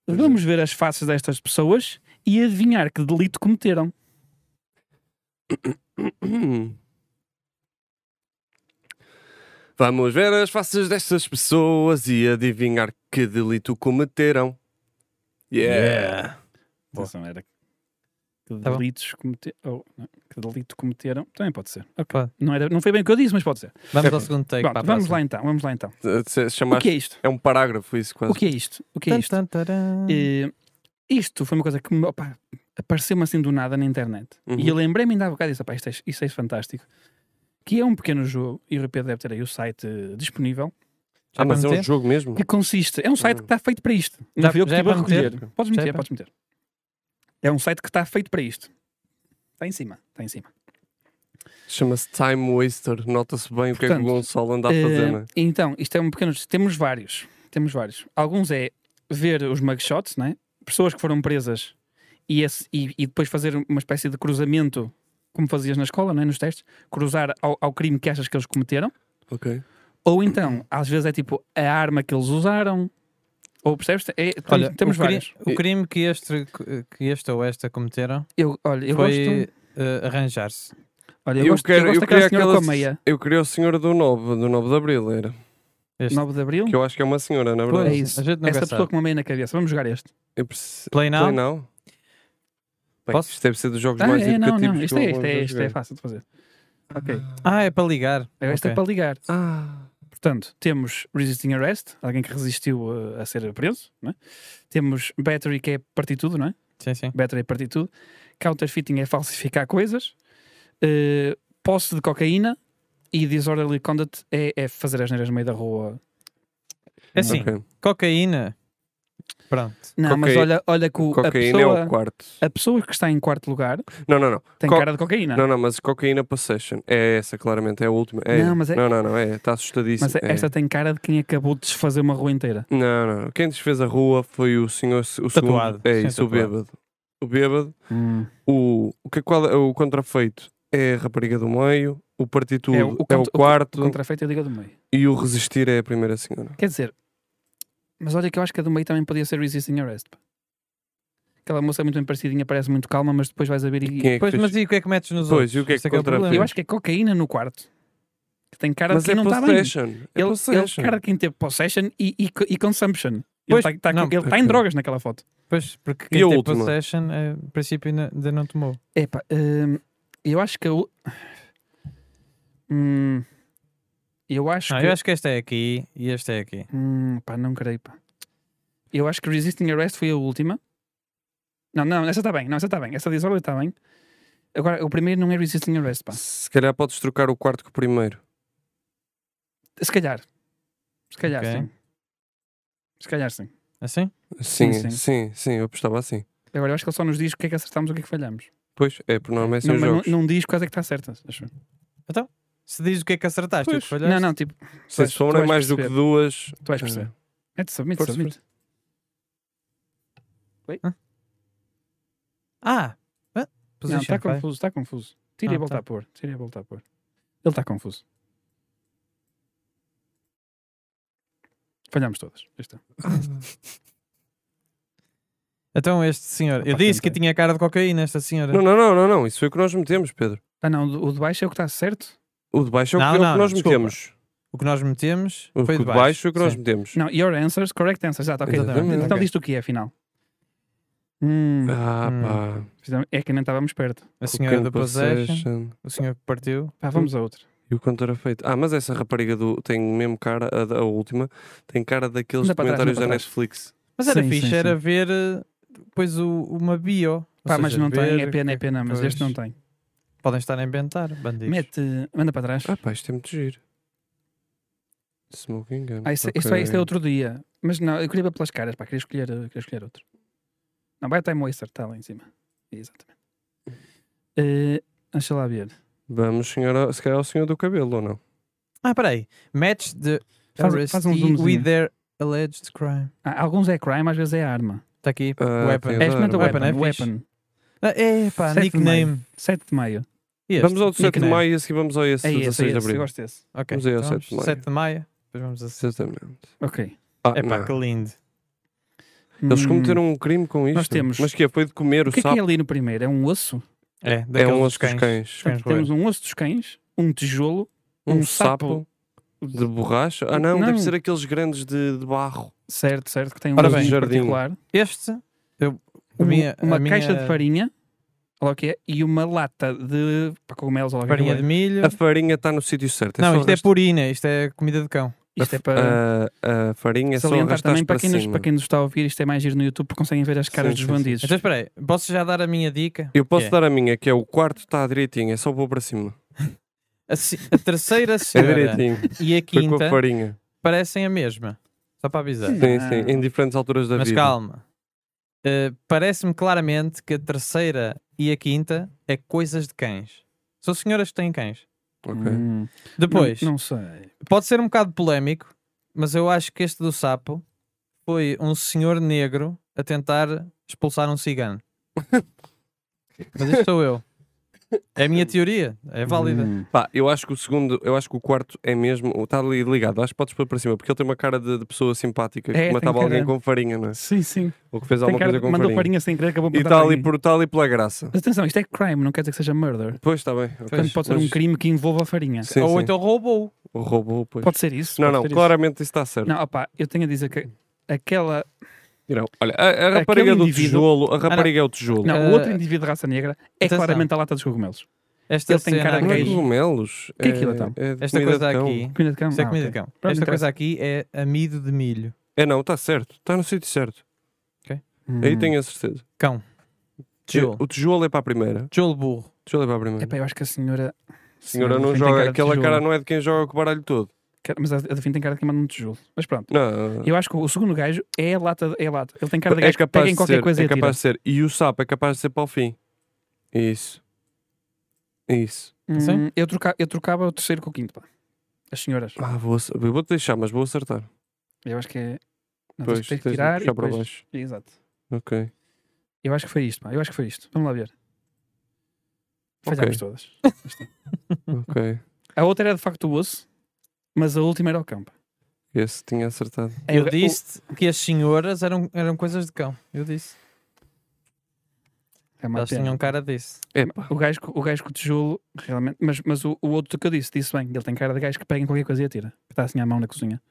Speaker 1: Pois é.
Speaker 2: Vamos ver as faces destas pessoas e adivinhar que delito cometeram.
Speaker 1: Vamos ver as faces destas pessoas e adivinhar que delito cometeram. Yeah! Boa.
Speaker 2: Atenção, era. Que
Speaker 3: Tá bom.
Speaker 2: delitos cometeram. que delito cometeram. Também pode ser. Ok.
Speaker 3: Pode.
Speaker 2: Não, era, não foi bem o que eu disse, mas pode ser.
Speaker 3: Vamos
Speaker 1: Certo.
Speaker 3: ao segundo take.
Speaker 2: É. Pronto,
Speaker 3: para a
Speaker 2: vamos
Speaker 3: próxima.
Speaker 2: lá então, vamos lá então.
Speaker 1: Se- se
Speaker 2: O
Speaker 1: Chamaste...
Speaker 2: que é isto?
Speaker 1: É um parágrafo isso quase.
Speaker 2: O que é isto? O que é isto?
Speaker 3: Tan, tan, taran.
Speaker 2: Eh, isto foi uma coisa que me- opá, apareceu-me assim do nada na internet.
Speaker 1: Uhum.
Speaker 2: E eu lembrei-me ainda há bocado disso, opá, isto, é, isto é fantástico. Que é um pequeno jogo, e o Pedro deve ter aí o site eh, disponível,
Speaker 3: Já
Speaker 1: Ah, mas é
Speaker 3: vamos
Speaker 1: um
Speaker 3: ter?
Speaker 1: jogo mesmo?
Speaker 2: que consiste. É um site que está feito para isto. Não
Speaker 3: Já-
Speaker 2: fui eu que
Speaker 3: já é
Speaker 2: estive a
Speaker 3: para meter?
Speaker 2: recolher. Podes
Speaker 3: Já é
Speaker 2: meter,
Speaker 3: para-
Speaker 2: podes meter. É um site que está feito para isto. Está em cima, está em cima.
Speaker 1: Chama-se Time Waster. Nota-se bem o que é que o
Speaker 2: Portanto,
Speaker 1: Gonçalo anda a fazer,
Speaker 2: Eh,
Speaker 1: não é?
Speaker 2: Então, isto é um pequeno. Temos vários. Temos vários. Alguns é ver os mugshots, né? pessoas que foram presas e, esse- e- e depois fazer uma espécie de cruzamento, como fazias na escola, né? nos testes, cruzar ao, ao crime que achas que eles cometeram.
Speaker 1: Ok.
Speaker 2: Ou então, às vezes é tipo a arma que eles usaram. Ou percebes? É, tem-
Speaker 3: Olha,
Speaker 2: temos
Speaker 3: o, cri-
Speaker 2: vários.
Speaker 3: o crime que este, que este ou esta cometeram
Speaker 2: Eu, olha, eu
Speaker 3: foi
Speaker 2: gosto. É
Speaker 3: eh, arranjar-se.
Speaker 2: Olha, eu,
Speaker 1: eu
Speaker 2: gosto,
Speaker 1: quero-
Speaker 2: eu gosto
Speaker 1: eu
Speaker 2: daquela
Speaker 1: queria
Speaker 2: senhora com a
Speaker 1: aquelas-
Speaker 2: meia.
Speaker 1: Eu queria o senhor do 9, do 9 de Abril, era.
Speaker 2: 9 de Abril.
Speaker 1: Que eu acho que é uma senhora, na
Speaker 3: Pois,
Speaker 1: verdade.
Speaker 2: É isso.
Speaker 3: A gente nunca
Speaker 2: Essa
Speaker 3: sabe.
Speaker 2: pessoa com uma meia na cabeça. Vamos jogar este.
Speaker 1: Eu preciso...
Speaker 3: Play now?
Speaker 1: Play now? Bem,
Speaker 3: Posso?
Speaker 1: Isto deve ser dos jogos
Speaker 2: Ah,
Speaker 1: mais
Speaker 2: é, não,
Speaker 1: educativos
Speaker 2: não.
Speaker 1: que
Speaker 2: Isto
Speaker 1: eu
Speaker 2: é,
Speaker 1: alguma
Speaker 2: isto é,
Speaker 1: vez
Speaker 2: isto é
Speaker 1: joguei.
Speaker 2: fácil de fazer. Ok.
Speaker 3: Ah, é para ligar.
Speaker 2: Agora isto é
Speaker 3: Ok.
Speaker 2: para ligar.
Speaker 1: Ah,
Speaker 2: Portanto, temos Resisting Arrest, alguém que resistiu uh, a ser preso. Não é? Temos Battery, que é partir tudo, não é?
Speaker 3: Sim, sim.
Speaker 2: Battery é partir tudo. Counterfeiting é falsificar coisas. Uh, posse de cocaína. E Disorderly Conduct é, é fazer as neiras no meio da rua.
Speaker 3: É assim,
Speaker 1: ok. é
Speaker 3: cocaína. Pronto.
Speaker 2: Não, mas
Speaker 1: Cocaí-
Speaker 2: olha, olha que o, a,
Speaker 1: Cocaína é
Speaker 2: pessoa,
Speaker 1: o quarto.
Speaker 2: a pessoa que está em quarto lugar
Speaker 1: Não, não, não.
Speaker 2: tem
Speaker 1: Co-
Speaker 2: cara de cocaína.
Speaker 1: Não, não, mas cocaína possession. É essa, claramente. É a última. É.
Speaker 2: Não, mas é-
Speaker 1: Não, não, não, É. Está assustadíssimo.
Speaker 2: mas
Speaker 1: é.
Speaker 2: esta tem cara de quem acabou de desfazer uma rua inteira.
Speaker 1: Não, não. Quem desfez a rua foi o senhor. O
Speaker 3: Tatuado.
Speaker 1: Segundo, é
Speaker 3: Sim,
Speaker 1: isso, o
Speaker 3: tatuado.
Speaker 1: bêbado. O bêbado. O, o, que, qual é, o contrafeito é a rapariga do meio. O partitudo
Speaker 2: É
Speaker 1: é
Speaker 2: o- o
Speaker 1: o,
Speaker 2: contra- o
Speaker 1: quarto.
Speaker 2: Contrafeito eu digo a do meio.
Speaker 1: E o resistir é a primeira senhora.
Speaker 2: Quer dizer, mas olha que eu acho que a do meio também podia ser Resisting Arrest. pá. Aquela moça é muito bem parecidinha, parece muito calma, mas depois vais a ver e.
Speaker 1: Quem é que
Speaker 3: Pois,
Speaker 1: fez?
Speaker 3: mas e o que é que metes nos
Speaker 1: Pois,
Speaker 3: outros?
Speaker 1: e o que é
Speaker 3: Esse
Speaker 1: que
Speaker 3: o
Speaker 1: contrafez?
Speaker 3: problema.
Speaker 2: Eu acho que é cocaína no quarto. Que tem cara
Speaker 1: mas
Speaker 2: de quem
Speaker 1: é
Speaker 2: não está bem.
Speaker 1: possession. É
Speaker 2: Ele, ele
Speaker 1: possession.
Speaker 2: tem cara de quem teve possession e, e, co- e consumption. Ele
Speaker 3: Pois,
Speaker 2: está tá, com-
Speaker 3: não,
Speaker 2: ele tá em
Speaker 1: porque-
Speaker 2: drogas naquela foto.
Speaker 3: Pois, porque
Speaker 1: E a
Speaker 3: quem tem
Speaker 1: última?
Speaker 3: possession, eh, no princípio, ainda ainda não tomou.
Speaker 2: Epá, hum, eu acho que. a u- Hum, eu acho
Speaker 3: Não,
Speaker 2: que.
Speaker 3: eu acho que esta é aqui e esta é aqui.
Speaker 2: Hum, pá, não creio, pá. Eu acho que Resisting Arrest foi a última. Não, não, essa está bem, não, essa está bem. Essa Disorder está bem. Agora, o primeiro não é Resisting Arrest, pá.
Speaker 1: Se calhar podes trocar o quarto com o primeiro.
Speaker 2: Se calhar. Se calhar,
Speaker 3: Ok.
Speaker 2: sim. Se calhar, sim.
Speaker 3: Assim?
Speaker 1: Sim,
Speaker 2: sim.
Speaker 1: sim, sim, eu apostava assim.
Speaker 2: Agora, eu acho que ele só nos diz o que é que acertamos e o que é que falhamos.
Speaker 1: Pois, é, por norma é assim
Speaker 2: não,
Speaker 1: os
Speaker 2: mas não,
Speaker 1: jogos.
Speaker 2: não diz quais é que está certas, acho.
Speaker 3: Se diz o que é que acertaste,
Speaker 1: Pois.
Speaker 3: tu falhaste.
Speaker 2: Não, não, tipo,
Speaker 1: Se
Speaker 2: vais-
Speaker 1: se for
Speaker 2: tu vais
Speaker 1: é mais do que
Speaker 2: perceber.
Speaker 1: duas.
Speaker 2: tu vais perceber. É de submit,
Speaker 1: Força,
Speaker 2: submit.
Speaker 3: Ah! ah,
Speaker 2: Não,
Speaker 3: Position
Speaker 2: está
Speaker 3: five.
Speaker 2: tá confuso, está confuso. Tira e
Speaker 3: Ah,
Speaker 2: volta
Speaker 3: tá.
Speaker 2: a pôr. Tira e volta a pôr. Ele está confuso. Falhámos todas. Aí está.
Speaker 3: Então este senhor, eu
Speaker 2: Opa,
Speaker 3: disse que
Speaker 2: tentei.
Speaker 3: tinha cara de cocaína esta senhora.
Speaker 1: Não, não, não, não, não. Isso foi o que nós metemos, Pedro.
Speaker 2: Ah, não. O de baixo é o que está certo?
Speaker 1: O de baixo é o que,
Speaker 3: Não,
Speaker 1: é o que
Speaker 3: não,
Speaker 1: nós
Speaker 3: desculpa.
Speaker 1: metemos.
Speaker 3: O que nós metemos
Speaker 1: O
Speaker 3: foi
Speaker 1: que
Speaker 3: de
Speaker 1: de baixo
Speaker 3: baixo.
Speaker 1: foi o que nós
Speaker 3: Sim.
Speaker 1: metemos.
Speaker 2: Não. Your answers, correct answers. Ah, tá ok.
Speaker 1: Exatamente.
Speaker 2: Então
Speaker 3: Ok.
Speaker 2: diz-te o que é, afinal. Hum,
Speaker 1: Ah,
Speaker 3: Hum.
Speaker 1: pá.
Speaker 2: fizemos- É que nem estávamos perto.
Speaker 3: A senhora
Speaker 1: Cocaine
Speaker 3: da possession, o senhor que partiu.
Speaker 2: Pá, vamos a outra.
Speaker 1: E o quanto era feito. Ah, mas essa rapariga do, tem mesmo cara, a, da- a última, tem cara daqueles
Speaker 2: Anda para trás,
Speaker 1: comentários
Speaker 2: anda
Speaker 1: da
Speaker 2: para trás.
Speaker 1: Netflix.
Speaker 3: Mas era
Speaker 2: Sim,
Speaker 3: fixe,
Speaker 2: sim,
Speaker 3: era ver eh, depois o, uma bio. Ou
Speaker 2: Pá, mas
Speaker 3: seja,
Speaker 2: não tem.
Speaker 3: ver
Speaker 2: É pena, é
Speaker 3: que-
Speaker 2: pena. Mas este
Speaker 3: pois.
Speaker 2: não tem.
Speaker 3: Podem estar a inventar, bandidos.
Speaker 2: Mete. Manda para trás.
Speaker 1: Ah, pá, isto é muito giro. Smoking gun.
Speaker 2: Ah, isso, isso é,
Speaker 1: ok.
Speaker 2: isso é outro dia. Mas não, eu queria ver pelas caras, pá, queria escolher, eh, queria escolher outro. Não, vai a Time Waster, está lá em cima. Exatamente. Eh, deixa lá ver.
Speaker 1: Vamos, senhora, se calhar, ao senhor do cabelo, ou não?
Speaker 3: Ah, peraí. Match the
Speaker 2: Faz, faz um
Speaker 3: arrestee
Speaker 2: zoomzinho.
Speaker 3: with their alleged crime.
Speaker 2: Ah, alguns é crime, às vezes é arma.
Speaker 3: Está aqui.
Speaker 1: Ah,
Speaker 3: weapon.
Speaker 1: tem
Speaker 2: É,
Speaker 1: a dar,
Speaker 2: experimenta
Speaker 1: não é?
Speaker 2: weapon,
Speaker 3: Weapon é fixe.
Speaker 2: weapon.
Speaker 3: Ah, é, pá,
Speaker 2: Sete de maio.
Speaker 3: nickname.
Speaker 2: 7 de maio.
Speaker 3: Este.
Speaker 1: Vamos ao de 7 de
Speaker 3: né?
Speaker 2: Nickname.
Speaker 1: maio e a seguir vamos ao esse,
Speaker 2: É
Speaker 1: do
Speaker 2: esse, é
Speaker 1: 16 de
Speaker 2: esse, eu
Speaker 1: abril.
Speaker 2: gosto desse.
Speaker 3: Ok,
Speaker 1: Vamos aí ao
Speaker 3: então
Speaker 1: 7 de maio.
Speaker 3: 7 de maio. Depois vamos a
Speaker 1: Exatamente.
Speaker 2: Ok.
Speaker 1: Ah,
Speaker 3: É pá,
Speaker 1: não.
Speaker 3: que lindo.
Speaker 1: Eles
Speaker 2: Hum,
Speaker 1: cometeram um crime com isto.
Speaker 2: Nós temos-
Speaker 1: Mas que é? Foi de comer o,
Speaker 2: O que é que
Speaker 1: sapo.
Speaker 2: é ali no primeiro? É um osso?
Speaker 3: É,
Speaker 1: É
Speaker 3: daqueles
Speaker 1: um
Speaker 3: dos
Speaker 1: osso dos cães.
Speaker 3: Cães
Speaker 2: Portanto, temos
Speaker 3: roer.
Speaker 2: um osso dos cães, um tijolo,
Speaker 1: Um,
Speaker 2: um
Speaker 1: sapo de borracha. Ah, não,
Speaker 2: Não.
Speaker 1: deve ser aqueles grandes de, de barro.
Speaker 2: certo, certo, que tem um
Speaker 3: Ora
Speaker 2: osso
Speaker 1: bem. Jardim.
Speaker 2: particular.
Speaker 3: Este, eu, a
Speaker 2: Um-
Speaker 3: minha- a
Speaker 2: uma
Speaker 3: minha
Speaker 2: caixa de farinha olha o que é, e uma lata de pá, cogumelos. olha o que é que
Speaker 3: farinha
Speaker 2: é.
Speaker 3: de milho.
Speaker 1: A farinha está no sítio certo.
Speaker 3: Não,
Speaker 1: só
Speaker 3: isto é
Speaker 1: arrastar-
Speaker 3: purina, isto é comida de cão.
Speaker 2: Isto é
Speaker 1: eh,
Speaker 2: para
Speaker 1: a, a farinha é só
Speaker 2: salientar
Speaker 1: arrastar
Speaker 2: também
Speaker 1: para
Speaker 2: para quem, nos,
Speaker 1: cima.
Speaker 2: para quem nos está a ouvir. Isto é mais giro no YouTube porque conseguem ver as caras
Speaker 1: Sim,
Speaker 2: dos
Speaker 1: sim, sim.
Speaker 2: bandidos.
Speaker 3: Então espera aí, posso já dar a minha dica?
Speaker 1: Eu posso
Speaker 3: É.
Speaker 1: dar a minha, que é o quarto está direitinho, é só pôr para cima.
Speaker 3: A, se- a terceira
Speaker 1: É
Speaker 3: senhora
Speaker 1: direitinho.
Speaker 3: e a
Speaker 1: Foi com a
Speaker 3: quinta
Speaker 1: farinha.
Speaker 3: parecem a mesma. Só para avisar.
Speaker 1: Sim,
Speaker 2: Ah.
Speaker 1: sim, em diferentes alturas da
Speaker 3: Mas
Speaker 1: vida.
Speaker 3: calma. Uh, Parece-me claramente que a terceira e a quinta é coisas de cães. São senhoras que têm cães.
Speaker 1: Ok.
Speaker 2: Hum,
Speaker 3: Depois,
Speaker 2: Não, não sei.
Speaker 3: pode ser um bocado polémico, mas eu acho que este do sapo foi um senhor negro a tentar expulsar um cigano. mas isto sou eu. É a minha teoria. É válida.
Speaker 2: Hum.
Speaker 1: Pá, eu acho que o segundo, eu acho que o quarto é mesmo, está ali ligado, acho que podes pôr para cima, porque ele tem uma cara de, de pessoa simpática que
Speaker 2: É, tem
Speaker 1: matava alguém
Speaker 2: cara-
Speaker 1: com farinha, não é?
Speaker 2: Sim, sim.
Speaker 1: Ou que fez
Speaker 2: Tem
Speaker 1: alguma
Speaker 2: cara
Speaker 1: coisa
Speaker 2: de-
Speaker 1: com
Speaker 2: mandou
Speaker 1: um farinha.
Speaker 2: farinha sem querer, acabou por
Speaker 1: E
Speaker 2: matar
Speaker 1: está ali
Speaker 2: alguém.
Speaker 1: por, tá ali pela graça.
Speaker 2: Mas atenção, isto é crime, não quer dizer que seja murder.
Speaker 1: Pois, está bem. ok.
Speaker 3: Pois,
Speaker 2: Portanto, pode ser um
Speaker 1: Mas-
Speaker 2: crime que envolva a farinha.
Speaker 1: Sim,
Speaker 3: Ou
Speaker 1: sim.
Speaker 3: então roubou.
Speaker 1: O robô, pois.
Speaker 2: Pode ser isso.
Speaker 1: não,
Speaker 2: pode
Speaker 1: não,
Speaker 2: ser isso.
Speaker 1: claramente isso está certo.
Speaker 2: Não, opá, eu tenho a dizer que aquela.
Speaker 1: Não, Olha, a, a rapariga do
Speaker 2: indivíduo- Ah,
Speaker 1: tijolo, a rapariga é o tijolo.
Speaker 2: Não, o
Speaker 3: Eh,
Speaker 2: outro indivíduo de raça negra é
Speaker 3: atenção.
Speaker 2: claramente a lata dos cogumelos.
Speaker 3: Esta
Speaker 2: Ele tem
Speaker 3: cena
Speaker 2: cara de
Speaker 1: Não é
Speaker 3: aqui-
Speaker 2: queijo. gajo.
Speaker 1: cogumelos.
Speaker 2: Que é aquilo, então?
Speaker 1: é de
Speaker 3: Esta
Speaker 1: comida
Speaker 3: coisa
Speaker 1: de cão.
Speaker 3: aqui.
Speaker 2: Comida de cão?
Speaker 3: Isto é
Speaker 2: Ah,
Speaker 3: comida
Speaker 2: ok.
Speaker 3: de cão.
Speaker 2: Pronto,
Speaker 3: Esta
Speaker 2: interessa.
Speaker 3: coisa aqui é amido de milho.
Speaker 1: É não, está certo. Está no sítio certo. Aí
Speaker 2: Hum.
Speaker 1: tenho a certeza.
Speaker 3: Cão. Tijolo.
Speaker 1: O tijolo é para a primeira.
Speaker 3: Tijolo burro.
Speaker 1: Tijolo é para a primeira.
Speaker 2: Epá, eu acho que a senhora. a
Speaker 1: Senhora
Speaker 2: do
Speaker 1: não
Speaker 2: fim tem
Speaker 1: joga.
Speaker 2: cara de
Speaker 1: aquela
Speaker 2: tijolo.
Speaker 1: cara não é de quem joga com o baralho todo.
Speaker 2: Cara- Mas a, a do fim tem cara de queimado num tijolo. Mas pronto.
Speaker 1: Não.
Speaker 2: Eu acho que o segundo gajo é a lata. É a lata. Ele tem cara de
Speaker 1: é
Speaker 2: gajo que pega
Speaker 1: capaz
Speaker 2: em
Speaker 1: de
Speaker 2: qualquer
Speaker 1: ser,
Speaker 2: coisa e
Speaker 1: é
Speaker 2: atira.
Speaker 1: capaz de ser. E o sapo é capaz de ser para o fim. Isso. Isso.
Speaker 2: Hum,
Speaker 3: Sim?
Speaker 2: eu, troca, eu trocava o terceiro com o quinto, pá. As senhoras.
Speaker 1: Ah, vou, ac- eu vou-te deixar, mas vou acertar.
Speaker 2: Eu acho que é. Não,
Speaker 1: Depois
Speaker 2: tens,
Speaker 1: tens
Speaker 2: tens
Speaker 1: de
Speaker 2: que tirar e
Speaker 1: puxar para
Speaker 2: depois-
Speaker 1: baixo.
Speaker 2: Exato.
Speaker 1: Ok.
Speaker 2: Eu acho que foi isto, pá. Eu acho que foi isto. Vamos lá ver.
Speaker 1: Ok.
Speaker 2: Falhámos todas.
Speaker 1: Ok.
Speaker 2: A outra era de facto o osso, mas a última era o campo.
Speaker 1: Esse tinha acertado.
Speaker 3: Eu disse que as senhoras eram, eram coisas de cão. Eu disse.
Speaker 2: É uma
Speaker 3: Elas
Speaker 2: pena. É,
Speaker 3: tinham cara disso.
Speaker 1: Epá.
Speaker 2: O gajo, co- o gajo com o tijolo, realmente. Mas, mas o, o outro que eu disse, disse bem. Ele tem cara de gajo que pega em qualquer coisa e atira. Que está assim à mão na cozinha.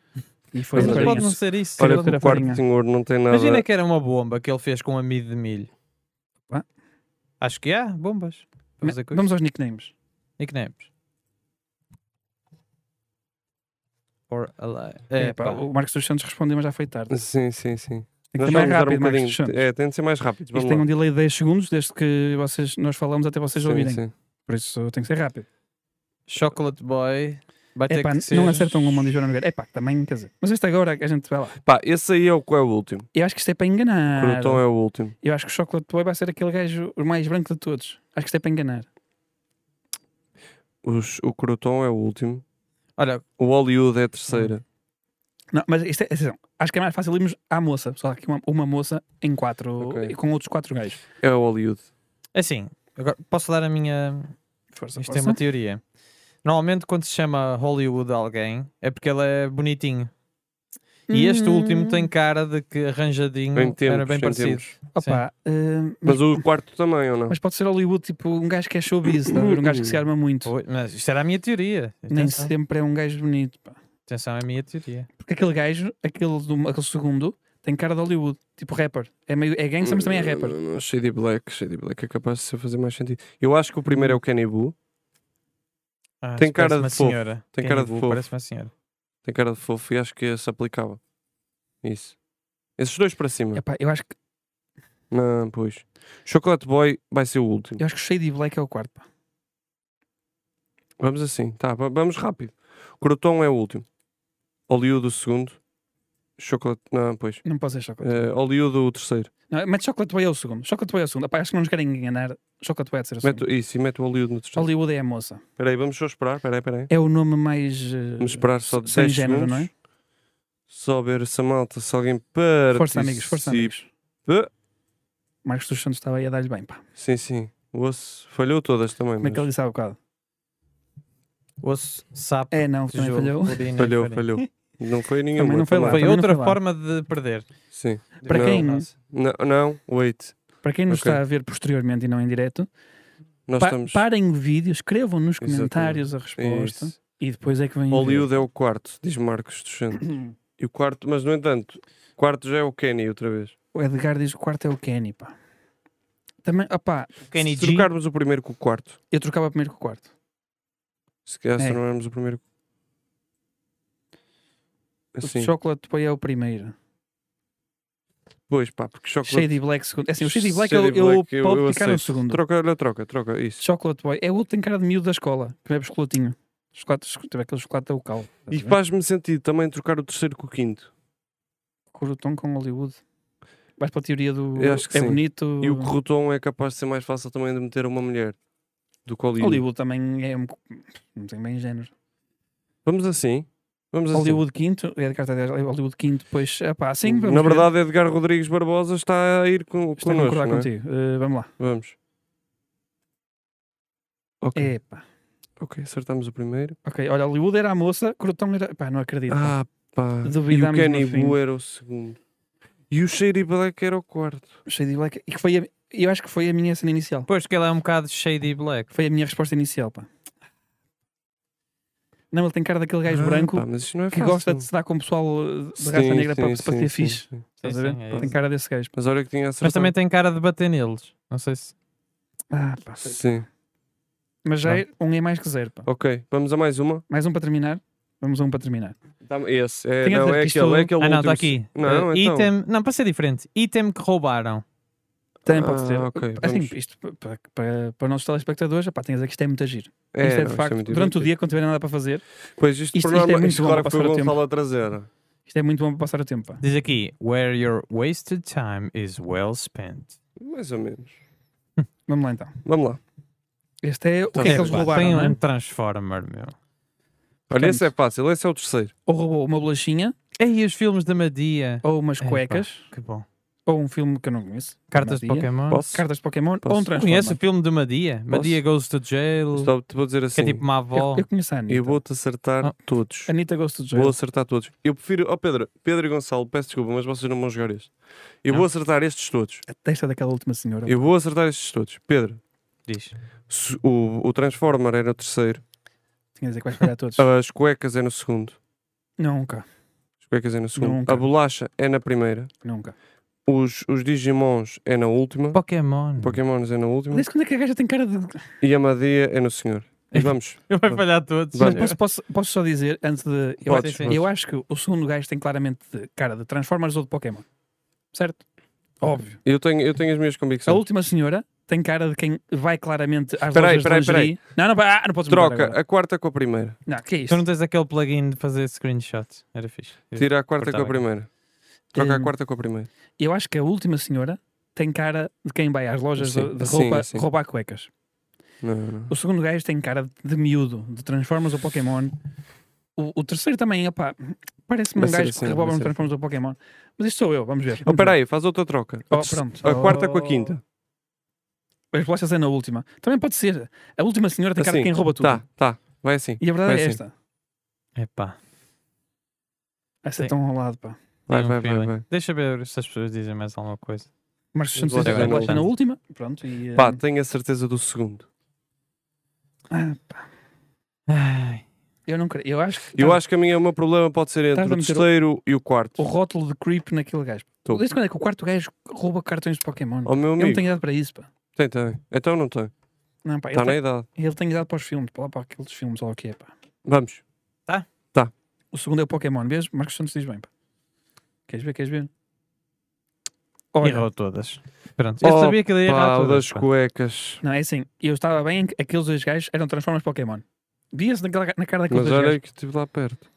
Speaker 2: E foi
Speaker 1: Mas
Speaker 2: a
Speaker 3: Mas
Speaker 1: olha-
Speaker 2: farinha.
Speaker 3: pode não ser isso.
Speaker 2: Olha,
Speaker 1: Olha,
Speaker 2: Tijolo
Speaker 1: que
Speaker 2: era
Speaker 1: o quarto
Speaker 2: farinha.
Speaker 1: senhor não tem nada.
Speaker 3: Imagina que era uma bomba que ele fez com amido de milho.
Speaker 2: Opa.
Speaker 3: Acho que há bombas. Para fazer com
Speaker 2: Vamos
Speaker 3: isso.
Speaker 2: aos nicknames.
Speaker 3: Nicknames. Or alive.
Speaker 2: É,
Speaker 3: É,
Speaker 2: pá,
Speaker 3: pá.
Speaker 2: O Marcos dos Santos respondeu, mas já foi tarde.
Speaker 1: Sim, sim, sim.
Speaker 2: Tem que
Speaker 1: Nós vamos
Speaker 2: ser mais
Speaker 1: dar um
Speaker 2: rápido, Marcos
Speaker 1: bocadinho.
Speaker 2: dos Santos.
Speaker 1: É, tem de ser mais rápido. Vamos
Speaker 2: Isto tem
Speaker 1: lá.
Speaker 2: um delay de 10 segundos, desde que vocês, nós falamos até vocês
Speaker 1: Sim,
Speaker 2: ouvirem.
Speaker 1: sim.
Speaker 2: Por isso tem que ser rápido.
Speaker 3: Chocolate Boy. Vai ter
Speaker 2: Epá,
Speaker 3: que ser.
Speaker 2: não acertam uma de Joana Nogueira. Epá, também, quer dizer. Mas este agora que a gente vai lá.
Speaker 1: Pá, esse aí é o, é o último.
Speaker 2: Eu acho que isto é para
Speaker 1: O
Speaker 2: enganar.
Speaker 1: Croton é o último.
Speaker 2: Eu acho que o Chocolate Boy vai ser aquele gajo o mais branco de todos. Acho que isto é para enganar.
Speaker 1: Os- o Croton é o último.
Speaker 3: Olha,
Speaker 1: O Hollywood é a terceira.
Speaker 2: Não, mas isto é, atenção, acho que é mais fácil irmos à moça. Só que uma, uma moça em quatro,
Speaker 1: Ok.
Speaker 2: e com outros quatro gajos.
Speaker 1: É o Hollywood.
Speaker 3: é assim. Agora posso dar a minha.
Speaker 2: Força,
Speaker 3: Isto é
Speaker 2: força.
Speaker 3: uma teoria. Normalmente, quando se chama Hollywood alguém, é porque ele é bonitinho. E este
Speaker 2: Uhum.
Speaker 3: último tem cara de que arranjadinho
Speaker 1: Em tempos,
Speaker 3: era bem
Speaker 1: em
Speaker 3: parecido.
Speaker 1: tempos.
Speaker 2: Opa, eh, mas,
Speaker 1: Mas o quarto também, ou não?
Speaker 2: mas pode ser Hollywood, tipo um gajo que é showbiz, tá a ver? um gajo que se arma muito.
Speaker 3: Oi, Mas isto era a minha teoria.
Speaker 2: Nem
Speaker 3: Atenção,
Speaker 2: sempre é um gajo bonito. pá.
Speaker 3: atenção, é a minha teoria.
Speaker 2: Porque aquele gajo, aquele, do- aquele segundo, tem cara de Hollywood, tipo rapper. É, meio, é gangster, mas também é rapper.
Speaker 1: Hum, Não, não, Shady Black, Shady Black é capaz de ser fazer mais sentido. Eu acho que o primeiro é o Kenny Boo.
Speaker 3: Ah,
Speaker 1: Tem
Speaker 3: isto
Speaker 1: cara
Speaker 3: parece
Speaker 1: de
Speaker 3: uma
Speaker 1: fofo.
Speaker 3: senhora.
Speaker 1: Tem
Speaker 3: Quem
Speaker 1: cara
Speaker 3: é
Speaker 1: de
Speaker 3: burro,
Speaker 1: fofo.
Speaker 3: Parece uma senhora.
Speaker 1: Tem cara de fofo e acho que se aplicava. Isso. Esses dois para cima.
Speaker 2: Epá, eu, acho que,
Speaker 1: Não, pois. Chocolate Boy vai ser o último.
Speaker 2: eu acho que o Shady Black é o quarto. pá.
Speaker 1: Vamos assim, tá, va- vamos rápido. Croton é o último. Hollywood o segundo. Chocolate. Não, pois.
Speaker 2: Não pode ser chocolate.
Speaker 1: Eh, Hollywood o terceiro.
Speaker 2: Não, mete Chocolate Way é o segundo. Chocolate Way é o segundo. Epá, acho que não nos querem enganar. Chocolate Way é de ser o segundo.
Speaker 1: Meto, isso, e mete o Hollywood no terceiro.
Speaker 2: Hollywood é a moça.
Speaker 1: Espera aí, vamos só esperar. Espera aí, espera aí.
Speaker 2: É o nome mais. eh,
Speaker 1: Vamos esperar só
Speaker 2: sem
Speaker 1: 10
Speaker 2: género,
Speaker 1: segundos.
Speaker 2: não é?
Speaker 1: Só ver essa malta, se alguém participa.
Speaker 2: Força, amigos, força, amigos. Marcos dos Santos estava aí a dar-lhe bem, pá.
Speaker 1: Sim, sim. O osso falhou todas também.
Speaker 2: Como é que ele
Speaker 1: Mas
Speaker 2: disse há bocado?
Speaker 3: Osso, sapo,
Speaker 2: É, não, também
Speaker 3: tijolo,
Speaker 2: falhou.
Speaker 3: urina e
Speaker 1: falhou,
Speaker 3: farinha.
Speaker 1: falhou. Não foi nenhuma.
Speaker 2: não foi lá.
Speaker 3: Foi
Speaker 2: é Também não
Speaker 3: outra
Speaker 2: foi lá.
Speaker 3: forma de perder.
Speaker 1: Sim.
Speaker 2: Para
Speaker 1: Não.
Speaker 2: quem,
Speaker 1: Não, não, wait.
Speaker 2: para quem nos
Speaker 1: Ok.
Speaker 2: está a ver posteriormente e não em direto,
Speaker 1: Nós
Speaker 2: pa-
Speaker 1: estamos.
Speaker 2: parem o vídeo, escrevam nos
Speaker 1: Exatamente.
Speaker 2: comentários a resposta
Speaker 1: Isso.
Speaker 2: e depois é que vem.
Speaker 1: Hollywood é o quarto, diz Marcos dos Santos. E o quarto, mas no entanto, o quarto já é o Kenny outra vez.
Speaker 2: O Edgar diz que o quarto é o Kenny, pá. Também, opá,
Speaker 3: Kenny
Speaker 1: Se
Speaker 3: G.
Speaker 1: trocarmos o primeiro com o quarto,
Speaker 2: eu trocava primeiro com o quarto.
Speaker 1: se calhar se
Speaker 2: É.
Speaker 1: trocarmos o primeiro. Assim,
Speaker 2: O Chocolate depois é o primeiro.
Speaker 1: depois, pá, porque chocolate.
Speaker 2: Shady Black, segundo. É assim, o Shady Black,
Speaker 1: Shady
Speaker 2: eu,
Speaker 1: Black,
Speaker 2: eu,
Speaker 1: eu-
Speaker 2: pode
Speaker 1: eu
Speaker 2: ficar no
Speaker 1: aceito.
Speaker 2: segundo.
Speaker 1: Troca, olha, troca, troca, isso.
Speaker 2: Chocolate Boy. É o outro que tem cara de miúdo da escola, que bebe chocolatinho. Chocolate, tipo aquele chocolate da Ucal.
Speaker 1: E faz-me sentido também trocar o terceiro com o quinto.
Speaker 2: Corutão com Hollywood. Vais para a teoria do.
Speaker 1: Eu acho que
Speaker 2: é
Speaker 1: sim.
Speaker 2: bonito.
Speaker 1: E o corrutom é capaz de ser mais fácil também de meter uma mulher do que Hollywood.
Speaker 2: Hollywood também é um. co- Não tem bem género.
Speaker 1: Vamos assim. Vamos assim.
Speaker 2: Hollywood quinto. É de carta 10. Hollywood quinto, depois. Epá, sim, vamos
Speaker 1: Na
Speaker 2: ver.
Speaker 1: verdade, Edgar Rodrigues Barbosa está a ir com,
Speaker 2: Estou a
Speaker 1: connosco.
Speaker 2: concordar
Speaker 1: não é?
Speaker 2: contigo. Eh, vamos lá.
Speaker 1: Vamos. Ok,
Speaker 2: Epá.
Speaker 1: ok, acertamos o primeiro.
Speaker 2: Ok, olha, Hollywood era a moça, Corutão era. Epá, não acredito. pá.
Speaker 1: Ah, pá. E o
Speaker 2: Duvidamos
Speaker 1: Kenny
Speaker 2: no fim.
Speaker 1: Boo era o segundo. E o Shady Black era o quarto.
Speaker 2: Shady Black. E que foi a- Eu acho que foi a minha cena inicial.
Speaker 3: Pois que ele é um bocado shady black.
Speaker 2: Foi a minha resposta inicial, pá. Não, ele tem cara daquele gajo
Speaker 1: Ah,
Speaker 2: branco
Speaker 1: pá, mas isto não é
Speaker 2: que
Speaker 1: fácil.
Speaker 2: gosta de se dar com o pessoal eh, de raça
Speaker 1: Sim,
Speaker 2: negra para,
Speaker 1: sim,
Speaker 2: para
Speaker 1: sim, sim,
Speaker 2: ser fixe.
Speaker 1: sim.
Speaker 2: Estás
Speaker 3: Sim,
Speaker 2: a ver?
Speaker 3: sim, é
Speaker 2: tem
Speaker 3: isso.
Speaker 2: cara desse gajo. pá.
Speaker 1: Mas olha que tinha
Speaker 3: Mas
Speaker 1: acertado.
Speaker 3: também tem cara de bater neles. Não sei se.
Speaker 2: Ah, pá.
Speaker 1: Sim.
Speaker 2: Mas já é um é mais que zero, pá.
Speaker 1: Ok, vamos a mais uma.
Speaker 2: Mais um para terminar. Vamos a um para terminar.
Speaker 1: Tá- Esse. É,
Speaker 2: Tenho a
Speaker 1: não,
Speaker 2: dizer
Speaker 1: é
Speaker 2: que isto-
Speaker 1: aquele. É aquele
Speaker 3: Ah, não,
Speaker 1: último.
Speaker 2: tá
Speaker 3: está aqui.
Speaker 1: Não,
Speaker 3: Eh,
Speaker 1: então.
Speaker 3: Item... não, para ser diferente. Item que roubaram.
Speaker 2: Também pode
Speaker 1: Ah,
Speaker 2: ser.
Speaker 1: ok,
Speaker 2: assim,
Speaker 1: vamos.
Speaker 2: isto pa- pa- pa- para, os nossos telespectadores, pá, tens aqui isto é muito agir.
Speaker 1: É,
Speaker 2: isto é
Speaker 1: não,
Speaker 2: de
Speaker 1: é
Speaker 2: facto,
Speaker 1: muito
Speaker 2: durante o
Speaker 1: divertido.
Speaker 2: dia, quando tiverem nada para fazer,
Speaker 1: Pois isto,
Speaker 2: Isto-
Speaker 1: por
Speaker 2: isto é
Speaker 1: norma,
Speaker 2: muito
Speaker 1: isto
Speaker 2: bom
Speaker 1: claro que
Speaker 2: para
Speaker 1: foi o
Speaker 2: passar o
Speaker 1: Gonçalo a trazer.
Speaker 2: isto é muito bom para passar o tempo. Pá.
Speaker 3: Diz aqui: Where your wasted time is well spent.
Speaker 1: Mais ou menos.
Speaker 2: Vamos lá então.
Speaker 1: Vamos lá.
Speaker 2: Este é o que
Speaker 1: Tá
Speaker 2: é que
Speaker 1: bem,
Speaker 2: eles
Speaker 1: pá.
Speaker 2: roubaram,
Speaker 3: Tem
Speaker 2: não é?
Speaker 3: um Transformer, meu.
Speaker 1: Olha,
Speaker 2: Portanto-
Speaker 1: esse é fácil. Esse é o terceiro.
Speaker 2: Ou roubou uma bolachinha,
Speaker 3: Ei, os filmes da Madia.
Speaker 2: ou umas
Speaker 3: Epá.
Speaker 2: cuecas,
Speaker 3: Que bom.
Speaker 2: ou um filme que eu não conheço.
Speaker 3: Cartas de
Speaker 2: Madia.
Speaker 3: Pokémon.
Speaker 1: Posso?
Speaker 2: Ah, Cartas de Pokémon,
Speaker 1: Posso.
Speaker 2: ou um Transformer.
Speaker 3: Conhece o filme de Madia? Madia Goes to Jail.
Speaker 1: Só te vou dizer
Speaker 3: Que
Speaker 1: assim.
Speaker 3: é tipo uma avó.
Speaker 2: Eu, eu conheço a Anitta.
Speaker 1: Eu vou-te acertar
Speaker 3: Ah.
Speaker 1: todos.
Speaker 2: Anitta Ghost of
Speaker 1: Vou
Speaker 2: Jail.
Speaker 1: acertar todos. Eu prefiro. Oh, Pedro, Pedro e Gonçalo, peço desculpa, mas vocês não vão jogar este. Eu
Speaker 3: Não.
Speaker 1: vou acertar estes todos.
Speaker 2: A testa daquela última senhora.
Speaker 1: Eu vou acertar estes todos. Pedro,
Speaker 3: Diz.
Speaker 1: se- o, o Transformer era o terceiro.
Speaker 2: Tinha a dizer que vais falhar todos.
Speaker 1: As cuecas é no segundo.
Speaker 2: Nunca,
Speaker 1: As cuecas é no segundo.
Speaker 2: Nunca.
Speaker 1: A bolacha é na primeira.
Speaker 2: nunca.
Speaker 1: Os, os Digimons é na última.
Speaker 3: Pokémon.
Speaker 1: Pokémons é na última.
Speaker 2: Desde quando é que a gaja tem cara de.
Speaker 1: E a Madia é no senhor. E vamos.
Speaker 3: Eu vai falhar todos.
Speaker 1: Vai.
Speaker 2: Posso, posso- posso só dizer, antes de. Eu,
Speaker 1: Podes,
Speaker 2: acho,
Speaker 3: podes.
Speaker 2: eu acho que o segundo gajo tem claramente de- cara de Transformers ou de Pokémon. Certo? Óbvio.
Speaker 1: Eu tenho, eu tenho as minhas
Speaker 2: A
Speaker 1: convicções.
Speaker 2: última senhora tem cara de quem vai claramente às
Speaker 1: Peraí,
Speaker 2: lojas de
Speaker 1: peraí, peraí.
Speaker 2: lingerie. Não, não, pá, ah, não podes mudar
Speaker 1: Troca Então
Speaker 2: agora.
Speaker 1: a quarta com a primeira.
Speaker 2: Não, que é isto?
Speaker 3: Tu não tens aquele plugin de fazer screenshots. Era fixe.
Speaker 1: Tira a quarta com a
Speaker 3: Cortava.
Speaker 1: primeira. Troca a
Speaker 2: Hum.
Speaker 1: quarta com a primeira.
Speaker 2: Eu acho que a última senhora tem cara de quem vai às lojas de-
Speaker 1: Sim,
Speaker 2: de
Speaker 1: sim,
Speaker 2: roupa
Speaker 1: sim.
Speaker 2: roubar cuecas.
Speaker 1: Não, não.
Speaker 2: O segundo gajo tem cara de, de miúdo, de Transformers ou Pokémon. O, o terceiro também, opá, parece-me
Speaker 1: Vai
Speaker 2: um
Speaker 1: ser
Speaker 2: gajo
Speaker 1: assim,
Speaker 2: que rouba
Speaker 1: vai
Speaker 2: um
Speaker 1: ser
Speaker 2: Transformers ou Pokémon. Mas isto sou eu, vamos ver.
Speaker 1: Oh, peraí, faz outra troca. A
Speaker 2: Oh,
Speaker 1: ter-
Speaker 2: pronto.
Speaker 1: A quarta com a
Speaker 2: Oh.
Speaker 1: quinta.
Speaker 2: as bolachas é na última. Também pode ser. A última senhora tem cara de
Speaker 1: Assim,
Speaker 2: quem rouba tudo.
Speaker 1: Tá, tá. Vai assim.
Speaker 2: E a verdade
Speaker 1: Vai
Speaker 2: é
Speaker 1: assim.
Speaker 2: esta.
Speaker 3: Epá.
Speaker 2: Essa é
Speaker 3: Sim.
Speaker 2: tão ao lado, pá.
Speaker 1: Vai,
Speaker 3: tenho um
Speaker 1: vai, vai,
Speaker 3: feeling.
Speaker 1: vai.
Speaker 3: Deixa ver se as pessoas dizem mais alguma coisa.
Speaker 2: Marcos Santos
Speaker 1: Vou
Speaker 2: diz a
Speaker 1: jogar
Speaker 2: bolacha é
Speaker 1: no-
Speaker 2: na última. Pronto. E,
Speaker 1: é
Speaker 2: Tá.
Speaker 1: Pá,
Speaker 2: eh,
Speaker 1: tenho a certeza do segundo.
Speaker 2: ah, pá,
Speaker 3: Ai,
Speaker 2: eu não creio. Eu acho que.
Speaker 1: Eu
Speaker 2: tá-
Speaker 1: acho que a minha, o meu problema pode ser
Speaker 2: Estás
Speaker 1: entre o
Speaker 2: a meter o-
Speaker 1: terceiro e o quarto.
Speaker 2: O rótulo de creep naquele gajo.
Speaker 1: Tô.
Speaker 2: Desde quando é que o quarto gajo rouba cartões de Pokémon?
Speaker 1: Ó Oh, meu
Speaker 2: eu não
Speaker 1: amigo.
Speaker 2: tenho idade para isso, pá.
Speaker 1: Tem, tem. Então não tem.
Speaker 2: Não, pá.
Speaker 1: Está Tá
Speaker 2: Ele,
Speaker 1: na idade.
Speaker 2: tem, ele tem idade para os filmes, para lá para aqueles filmes, ou o que é, pá.
Speaker 1: Vamos.
Speaker 2: O segundo é o Pokémon, vês? Marcos Santos diz bem, pá. Queres ver? Queres ver? Olha,
Speaker 3: errou todas. Pronto. Eu sabia que ele ia errar
Speaker 1: Pá, o
Speaker 3: todas.
Speaker 1: das
Speaker 3: pá.
Speaker 1: cuecas.
Speaker 2: não, é assim. Eu estava bem em que aqueles dois gajos eram Transformers Pokémon. Via-se naquela- na cara daqueles
Speaker 1: Mas
Speaker 2: dois
Speaker 1: olha
Speaker 2: gajos.
Speaker 1: que estive lá perto.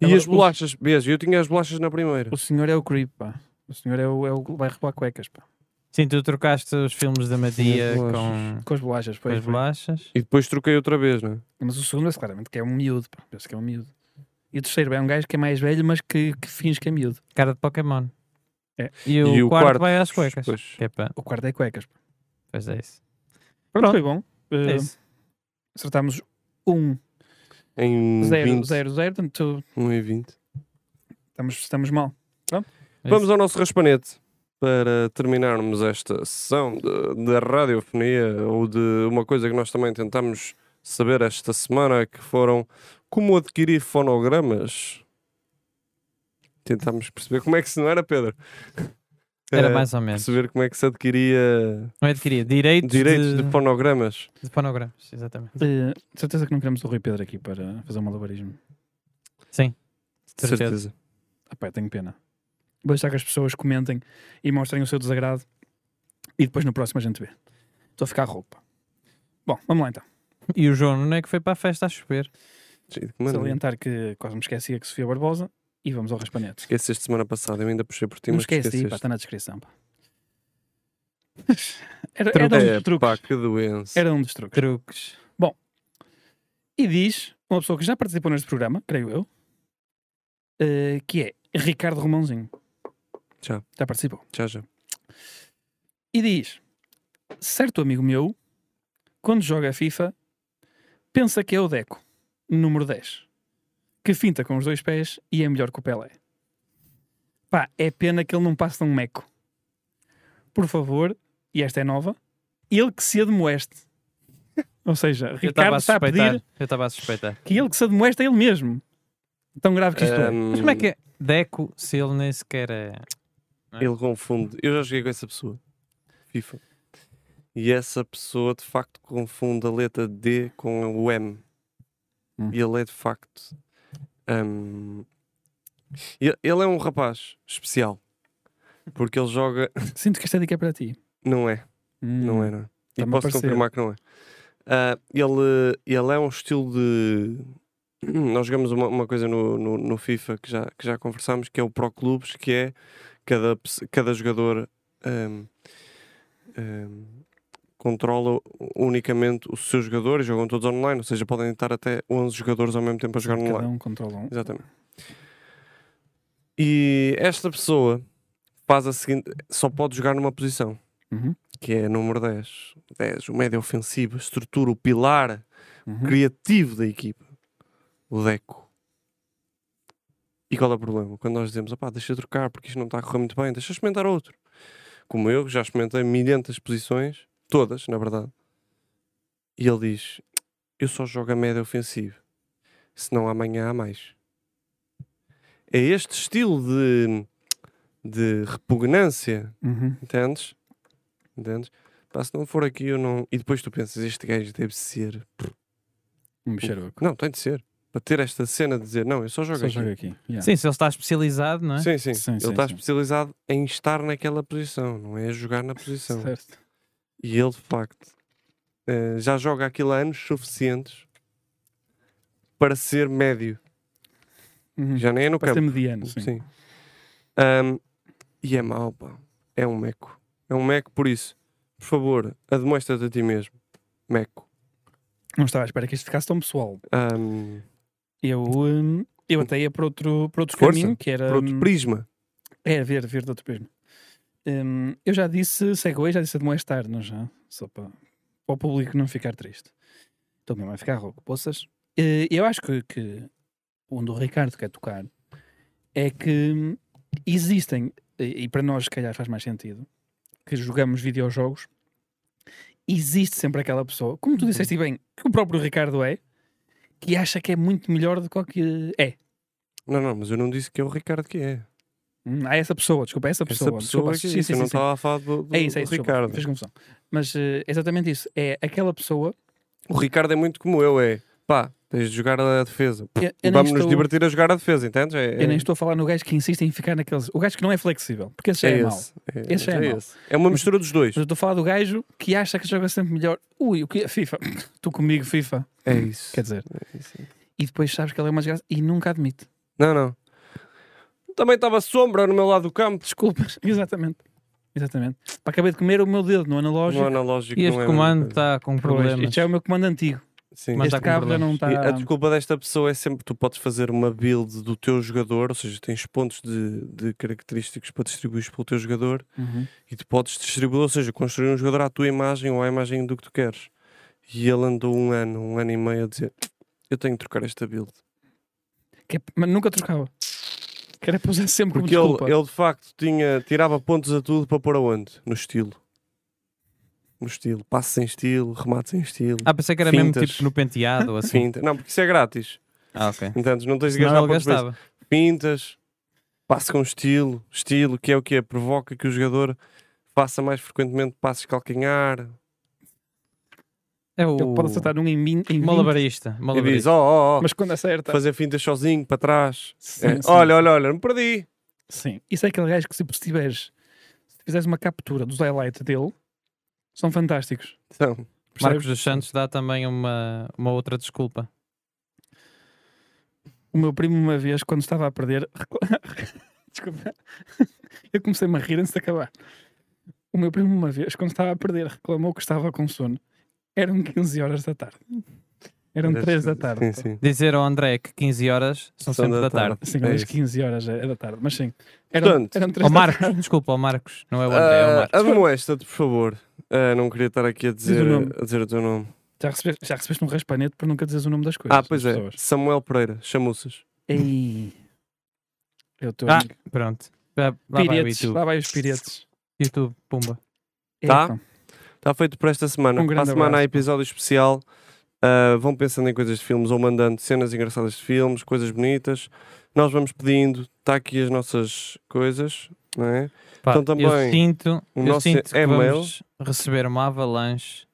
Speaker 1: E
Speaker 2: Agora,
Speaker 1: as
Speaker 2: o-
Speaker 1: bolachas, vês? Eu tinha as bolachas na primeira.
Speaker 2: O senhor é o creep, pá. O senhor é o, é o vai roubar cuecas, pá.
Speaker 3: Sim, tu trocaste os filmes da Madia
Speaker 1: as bolachas.
Speaker 3: com,
Speaker 2: Com as bolachas,
Speaker 3: com
Speaker 2: pois.
Speaker 3: as
Speaker 2: foi.
Speaker 3: bolachas.
Speaker 1: E depois troquei outra vez, não é?
Speaker 2: Mas o segundo é claramente que é um miúdo, pá. Penso que é um miúdo. E o terceiro é um gajo que é mais velho, mas que, que finge que é miúdo.
Speaker 3: Cara de Pokémon.
Speaker 2: É.
Speaker 3: E, o, quarto, vai às cuecas.
Speaker 1: Pois.
Speaker 3: Que é pá,
Speaker 2: O quarto é cuecas, pá.
Speaker 3: pois é isso.
Speaker 2: Pronto, foi bom.
Speaker 3: É
Speaker 2: Eh,
Speaker 3: isso.
Speaker 2: acertámos 1,
Speaker 1: Em
Speaker 2: 0,
Speaker 1: 20,
Speaker 2: 0, 0. Portanto,
Speaker 1: 1 e 20.
Speaker 2: estamos, estamos mal.
Speaker 3: É
Speaker 1: Vamos
Speaker 3: isso.
Speaker 1: ao nosso raspanete para terminarmos esta sessão de, de radiofonia ou de uma coisa que nós também tentámos saber esta semana que foram como adquirir fonogramas. Tentámos perceber como é que se não era, Pedro?
Speaker 3: Era
Speaker 1: Eh,
Speaker 3: mais ou menos.
Speaker 1: Perceber como é que se adquiria
Speaker 3: Não é de queria. Direitos,
Speaker 1: direitos
Speaker 3: de,
Speaker 1: de fonogramas.
Speaker 3: de fonogramas. Exatamente.
Speaker 2: Eh, de certeza que não queremos o Rui Pedro aqui para fazer um malabarismo.
Speaker 3: Sim.
Speaker 1: De
Speaker 3: certeza.
Speaker 1: certeza.
Speaker 2: Ah, pá, tenho pena. Vou deixar que as pessoas comentem e mostrem o seu desagrado. E depois no próximo a gente vê. Estou a ficar roupa. Bom, vamos lá então.
Speaker 3: E o João não é que foi para a festa a chover.
Speaker 1: Sim, como é, não é?
Speaker 2: Salientar que quase me esquecia que Sofia Barbosa e vamos ao Raspanete.
Speaker 1: Esqueceste semana passada, eu ainda puxei por ti,
Speaker 2: Não
Speaker 1: mas te
Speaker 2: esquece aí, pá,
Speaker 1: esqueceste.
Speaker 2: tá- está na descrição. Pá. Era, era um dos
Speaker 1: É,
Speaker 2: truques.
Speaker 1: pá, que doença.
Speaker 2: Era um dos truques.
Speaker 3: Truques.
Speaker 2: E diz uma pessoa que já participou neste programa, creio eu, eh, que é Ricardo Romãozinho.
Speaker 1: Já.
Speaker 2: Já participou.
Speaker 1: Já, já.
Speaker 2: E diz: certo amigo meu, quando joga FIFA, pensa que é o Deco, número 10, que finta com os dois pés e é melhor que o Pelé. Pá, é pena que ele não passe de um meco. Por favor, e esta é nova, ele que se admoeste. Ou seja,
Speaker 3: Eu estava
Speaker 2: Ricardo
Speaker 3: a
Speaker 2: está a
Speaker 3: suspeitar.
Speaker 2: pedir
Speaker 3: Eu estava a suspeitar.
Speaker 2: que ele que se admoeste é ele mesmo. Tão grave que isto é.
Speaker 1: Ahm,
Speaker 3: Mas como é que é? Deco, se ele nem sequer é.
Speaker 1: Ele confunde. Eu já joguei com essa pessoa. FIFA. E essa pessoa de facto confunde a letra D com o M.
Speaker 2: Hum.
Speaker 1: E ele é de facto. hum, e- ele é um rapaz especial. Porque ele joga.
Speaker 2: Sinto que esta dica é para ti. Hum,
Speaker 1: Não é, não é, não é. E
Speaker 2: Tá-me a
Speaker 1: posso
Speaker 2: parecer.
Speaker 1: confirmar que não é. Ah, ele, ele é um estilo de. Nós jogamos uma, uma coisa no, no, no FIFA que já, que já conversámos, que é o Pro Clubes, que é cada, pes- cada jogador ahm, ahm, controla unicamente o seu jogador e jogam todos online, ou seja, podem estar até 11 jogadores ao mesmo tempo a jogar online.
Speaker 2: Cada um controla um.
Speaker 1: Exatamente. E esta pessoa faz a seguinte: só pode jogar numa posição,
Speaker 2: Uhum,
Speaker 1: que é número 10. 10, o médio ofensivo, a estrutura, o pilar
Speaker 2: uhum.
Speaker 1: criativo da equipa, o Deco. E qual é o problema? Quando nós dizemos, opá, deixa trocar porque isto não está a correr muito bem, deixa experimentar outro. Como eu, já experimentei milhentas posições, todas, na verdade. E ele diz, eu só jogo a média ofensiva, senão amanhã há mais. É este estilo de, de repugnância
Speaker 2: Uhum.
Speaker 1: Entendes? Entendes? Pá, se não for aqui, eu não. E depois tu pensas, este gajo deve ser.
Speaker 2: Um bicharoco.
Speaker 1: Não, tem de ser. Para ter esta cena de dizer, não, eu só jogo
Speaker 2: Só
Speaker 1: aqui.
Speaker 2: joga aqui. Yeah.
Speaker 3: Sim, se ele está especializado, não é?
Speaker 1: Sim, sim.
Speaker 2: Sim,
Speaker 1: Ele
Speaker 2: sim,
Speaker 1: está
Speaker 2: sim.
Speaker 1: especializado em estar naquela posição, não é jogar na posição.
Speaker 2: Certo.
Speaker 1: E ele, de facto, eh, já joga aquilo há anos suficientes para ser médio.
Speaker 2: Uhum.
Speaker 1: Já nem é no
Speaker 2: Para ser
Speaker 1: campo.
Speaker 2: mediano, sim.
Speaker 1: Sim. Ahm, e é mau, pá. É um meco. É um meco, por isso, por favor, admoestra-te a ti mesmo. Meco.
Speaker 2: Não estava à espera que isto ficasse tão pessoal.
Speaker 1: Ahm,
Speaker 2: Eu, hum, eu até ia para outro, para outro
Speaker 1: Força.
Speaker 2: caminho, que era,
Speaker 1: Para outro
Speaker 2: hum,
Speaker 1: prisma.
Speaker 2: era ver, ver de outro prisma. Hum, eu já disse Segway, já disse admoestar, não já? Só para, para o público não ficar triste. Então mesmo vai ficar rouco, poças. Eh, eu acho que, que onde o Ricardo quer tocar é que hum, existem, e e para nós se calhar faz mais sentido, que jogamos videojogos, existe sempre aquela pessoa, como
Speaker 1: Uhum.
Speaker 2: tu disseste bem, que o próprio Ricardo é, que acha que é muito melhor do que o que é.
Speaker 1: Não, não, mas eu não disse que é o Ricardo que é.
Speaker 2: Hum, Há essa pessoa, desculpa, essa pessoa.
Speaker 1: Essa
Speaker 2: desculpa,
Speaker 1: pessoa é que
Speaker 2: sim,
Speaker 1: disse,
Speaker 2: sim,
Speaker 1: eu não
Speaker 2: sim, sim.
Speaker 1: estava a falar do, do-
Speaker 2: É isso, é
Speaker 1: do
Speaker 2: isso. desculpa,
Speaker 1: Ricardo.
Speaker 2: Fez confusão. Mas eh, é exatamente isso. É aquela pessoa.
Speaker 1: O Ricardo é muito como eu, é pá, tens de jogar a defesa.
Speaker 2: Eu, eu nem
Speaker 1: Vamos nos
Speaker 2: estou,
Speaker 1: divertir a jogar a defesa, entendes? É,
Speaker 2: eu nem estou a falar no gajo que insiste em ficar naqueles. O gajo que não é flexível, porque esse já é, mau. Mas
Speaker 1: esse. É,
Speaker 2: Esse é mau.
Speaker 1: esse. É uma mistura dos dois.
Speaker 2: eu estou a falar do gajo que acha que joga sempre melhor. Ui, o que é FIFA. tu comigo, FIFA.
Speaker 1: É isso.
Speaker 2: Quer dizer.
Speaker 1: É isso.
Speaker 2: E depois sabes que ele é uma desgraça e nunca admite.
Speaker 1: Não, não. Também estava sombra no meu lado do campo.
Speaker 2: Desculpas. Exatamente. Exatamente. Para acabei de comer o meu dedo no
Speaker 1: Não
Speaker 2: analógico.
Speaker 1: analógico
Speaker 3: E
Speaker 1: não
Speaker 3: este
Speaker 1: é a mesma
Speaker 3: comando
Speaker 2: tá-
Speaker 1: coisa.
Speaker 3: está com
Speaker 2: Pois,
Speaker 3: problemas.
Speaker 2: Isto já é o meu comando antigo.
Speaker 1: Sim.
Speaker 3: Mas
Speaker 2: este
Speaker 3: está com
Speaker 2: cabo já não
Speaker 1: E
Speaker 2: está.
Speaker 1: a desculpa desta pessoa é sempre tu podes fazer uma build do teu jogador, ou seja, tens pontos de, de característicos para distribuir pelo teu jogador
Speaker 2: Uhum.
Speaker 1: e tu podes distribuir, ou seja, construir um jogador à tua imagem ou à imagem do que tu queres. E ele andou um ano, um ano e meio a dizer: Eu tenho que trocar esta build.
Speaker 2: Que é- mas nunca trocava. Que era para usar sempre
Speaker 1: Porque
Speaker 2: como
Speaker 1: ele,
Speaker 2: desculpa.
Speaker 1: ele de facto tinha, tirava pontos a tudo para pôr aonde? No estilo. No estilo. Passo sem estilo, remate sem estilo.
Speaker 3: Ah, pensei que era mesmo
Speaker 1: Fintas.
Speaker 3: tipo no penteado ou assim.
Speaker 1: Finta. Não, porque isso é grátis.
Speaker 3: Ah, ok.
Speaker 1: Portanto, não tens de
Speaker 3: Senão
Speaker 1: gastar
Speaker 3: ele
Speaker 1: pontos para isso.
Speaker 3: gastava.
Speaker 1: pintas, passe com estilo, estilo que é o que é, provoca que o jogador faça mais frequentemente passes calcanhar
Speaker 3: É o
Speaker 1: Tipo,
Speaker 2: Ele pode acertar um em, min, em 20,
Speaker 3: malabarista.
Speaker 1: e diz,
Speaker 3: malabarista.
Speaker 1: ó, ó,
Speaker 2: mas quando
Speaker 1: ó,
Speaker 2: acerta.
Speaker 1: fazer fintas sozinho para trás.
Speaker 2: Sim,
Speaker 1: É,
Speaker 2: sim,
Speaker 1: olha, olha, olha, me perdi.
Speaker 2: sim. Isso é aquele gajo que se perceberes, se fizeres uma captura dos highlights dele, são fantásticos.
Speaker 1: Então,
Speaker 3: Marcos
Speaker 2: Percebes?
Speaker 3: dos Santos dá também uma, uma outra desculpa.
Speaker 2: O meu primo, uma vez, quando estava a perder. recla- Desculpa. Eu comecei-me a rir antes de acabar. O meu primo, uma vez, quando estava a perder, reclamou que estava com sono. Eram 15 horas da tarde. Eram 3 da tarde.
Speaker 1: Sim, sim.
Speaker 3: Dizer ao André que 15 horas então. são,
Speaker 1: São
Speaker 3: sempre da tarde.
Speaker 2: Sim,
Speaker 1: É
Speaker 2: mas
Speaker 1: isso.
Speaker 2: 15 horas é é da tarde, mas sim.
Speaker 1: Portanto,
Speaker 2: eram 3
Speaker 3: Ao Marcos, desculpa, ao Marcos. Não é o André, é o
Speaker 1: Ah,
Speaker 3: Marcos.
Speaker 1: Admoesta-te, por favor. Ah, não queria estar aqui a dizer,
Speaker 2: nome.
Speaker 1: a dizer o teu nome.
Speaker 2: Já recebeste, já recebeste um raspanete por nunca dizeres o nome das coisas.
Speaker 1: Ah, pois
Speaker 2: das
Speaker 1: é.
Speaker 2: pessoas.
Speaker 1: Samuel Pereira, chamuças.
Speaker 2: Ei. Eu estou.
Speaker 3: Ah, pronto. Lá, lá vai o
Speaker 2: piretes.
Speaker 3: YouTube.
Speaker 2: Lá vai os Então, piretes.
Speaker 3: YouTube, pumba.
Speaker 1: Tá?
Speaker 2: Epa.
Speaker 1: Está feito por esta semana.
Speaker 2: Um
Speaker 1: Para a
Speaker 2: grande
Speaker 1: semana há
Speaker 2: abraço.
Speaker 1: episódio especial. Ah, vão pensando em coisas de filmes ou mandando cenas engraçadas de filmes, coisas bonitas. Nós vamos pedindo. Está aqui as nossas coisas, não é?
Speaker 3: Pá,
Speaker 1: Então também,
Speaker 3: eu sinto,
Speaker 1: o
Speaker 3: eu
Speaker 1: nosso
Speaker 3: sinto que
Speaker 1: e-mail-
Speaker 3: vamos receber uma avalanche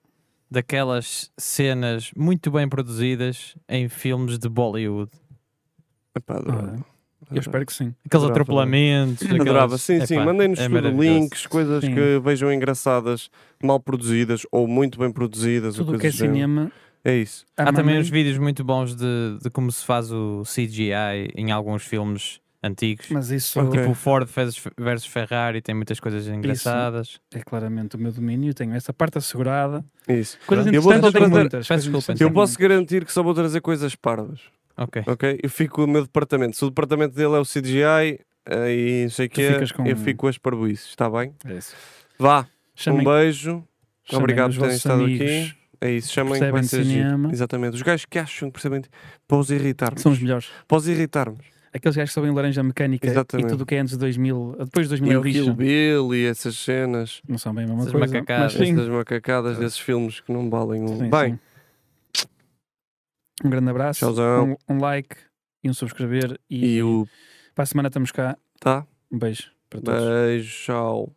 Speaker 3: daquelas cenas muito bem produzidas em filmes de Bollywood.
Speaker 1: Epá, adorava.
Speaker 2: Ah, eu espero que sim.
Speaker 3: Aqueles
Speaker 1: Adorava.
Speaker 3: atropelamentos. aquelas-
Speaker 1: Adorava. Sim, sim.
Speaker 3: Epá,
Speaker 1: Mandem-nos
Speaker 3: é
Speaker 1: tudo
Speaker 3: maravilhoso.
Speaker 1: links, coisas
Speaker 2: Sim.
Speaker 1: que vejam engraçadas, mal produzidas ou muito bem produzidas. ou
Speaker 2: Tudo o que é
Speaker 1: coisas do género.
Speaker 2: cinema.
Speaker 1: É isso.
Speaker 3: Há Ah, também
Speaker 2: mamãe-
Speaker 3: uns vídeos muito bons de, de como se faz o CGI em alguns filmes antigos.
Speaker 2: Mas isso
Speaker 1: Ok.
Speaker 3: Tipo o Ford versus versus Ferrari, tem muitas coisas engraçadas.
Speaker 2: é claramente o meu domínio. Tenho essa parte assegurada.
Speaker 1: É isso.
Speaker 2: Coisas
Speaker 1: Eu vou
Speaker 2: interessantes eu tenho
Speaker 1: trazer-
Speaker 2: muitas.
Speaker 3: Peço
Speaker 2: coisas
Speaker 3: desculpa,
Speaker 2: interessantes
Speaker 1: Eu
Speaker 2: tenho
Speaker 1: posso
Speaker 2: muitas.
Speaker 1: garantir que só vou trazer coisas parvas.
Speaker 3: Ok.
Speaker 1: Ok? Eu fico com o meu departamento. Se o departamento dele é o CGI eh, e não sei o
Speaker 2: Tu
Speaker 1: que é,
Speaker 2: ficas com-
Speaker 1: eu fico com as parboices, está bem?
Speaker 2: É isso.
Speaker 1: Vá, um
Speaker 2: Chamem-
Speaker 1: beijo.
Speaker 2: chamem
Speaker 1: Obrigado
Speaker 2: os
Speaker 1: por terem
Speaker 2: vossos
Speaker 1: estado
Speaker 2: amigos
Speaker 1: aqui. É isso,
Speaker 2: que
Speaker 1: chamem que vai
Speaker 2: Percebem de
Speaker 1: ser giro.
Speaker 2: cinema.
Speaker 1: Exatamente. Os gajos que acham que percebem para os irritarmos.
Speaker 2: São os melhores.
Speaker 1: Para os irritarmos.
Speaker 2: Aqueles gajos que sabem laranja mecânica
Speaker 1: Exatamente.
Speaker 2: e tudo o que é antes de 2000, depois de
Speaker 1: E
Speaker 2: 2000 é
Speaker 1: o Kill
Speaker 2: lixo.
Speaker 1: Bill e essas cenas,
Speaker 2: Não são bem a mesma
Speaker 3: Essas
Speaker 2: coisa.
Speaker 3: macacadas.
Speaker 2: Mas sim.
Speaker 1: essas macacadas desses filmes que não valem um.
Speaker 2: Sim,
Speaker 1: bem,
Speaker 2: sim. Um grande abraço.
Speaker 1: Tchauzão.
Speaker 2: Um, um like e um subscrever. E,
Speaker 1: e o.
Speaker 2: para a semana estamos cá.
Speaker 1: Tá?
Speaker 2: Um beijo para todos.
Speaker 1: Beijo, tchau.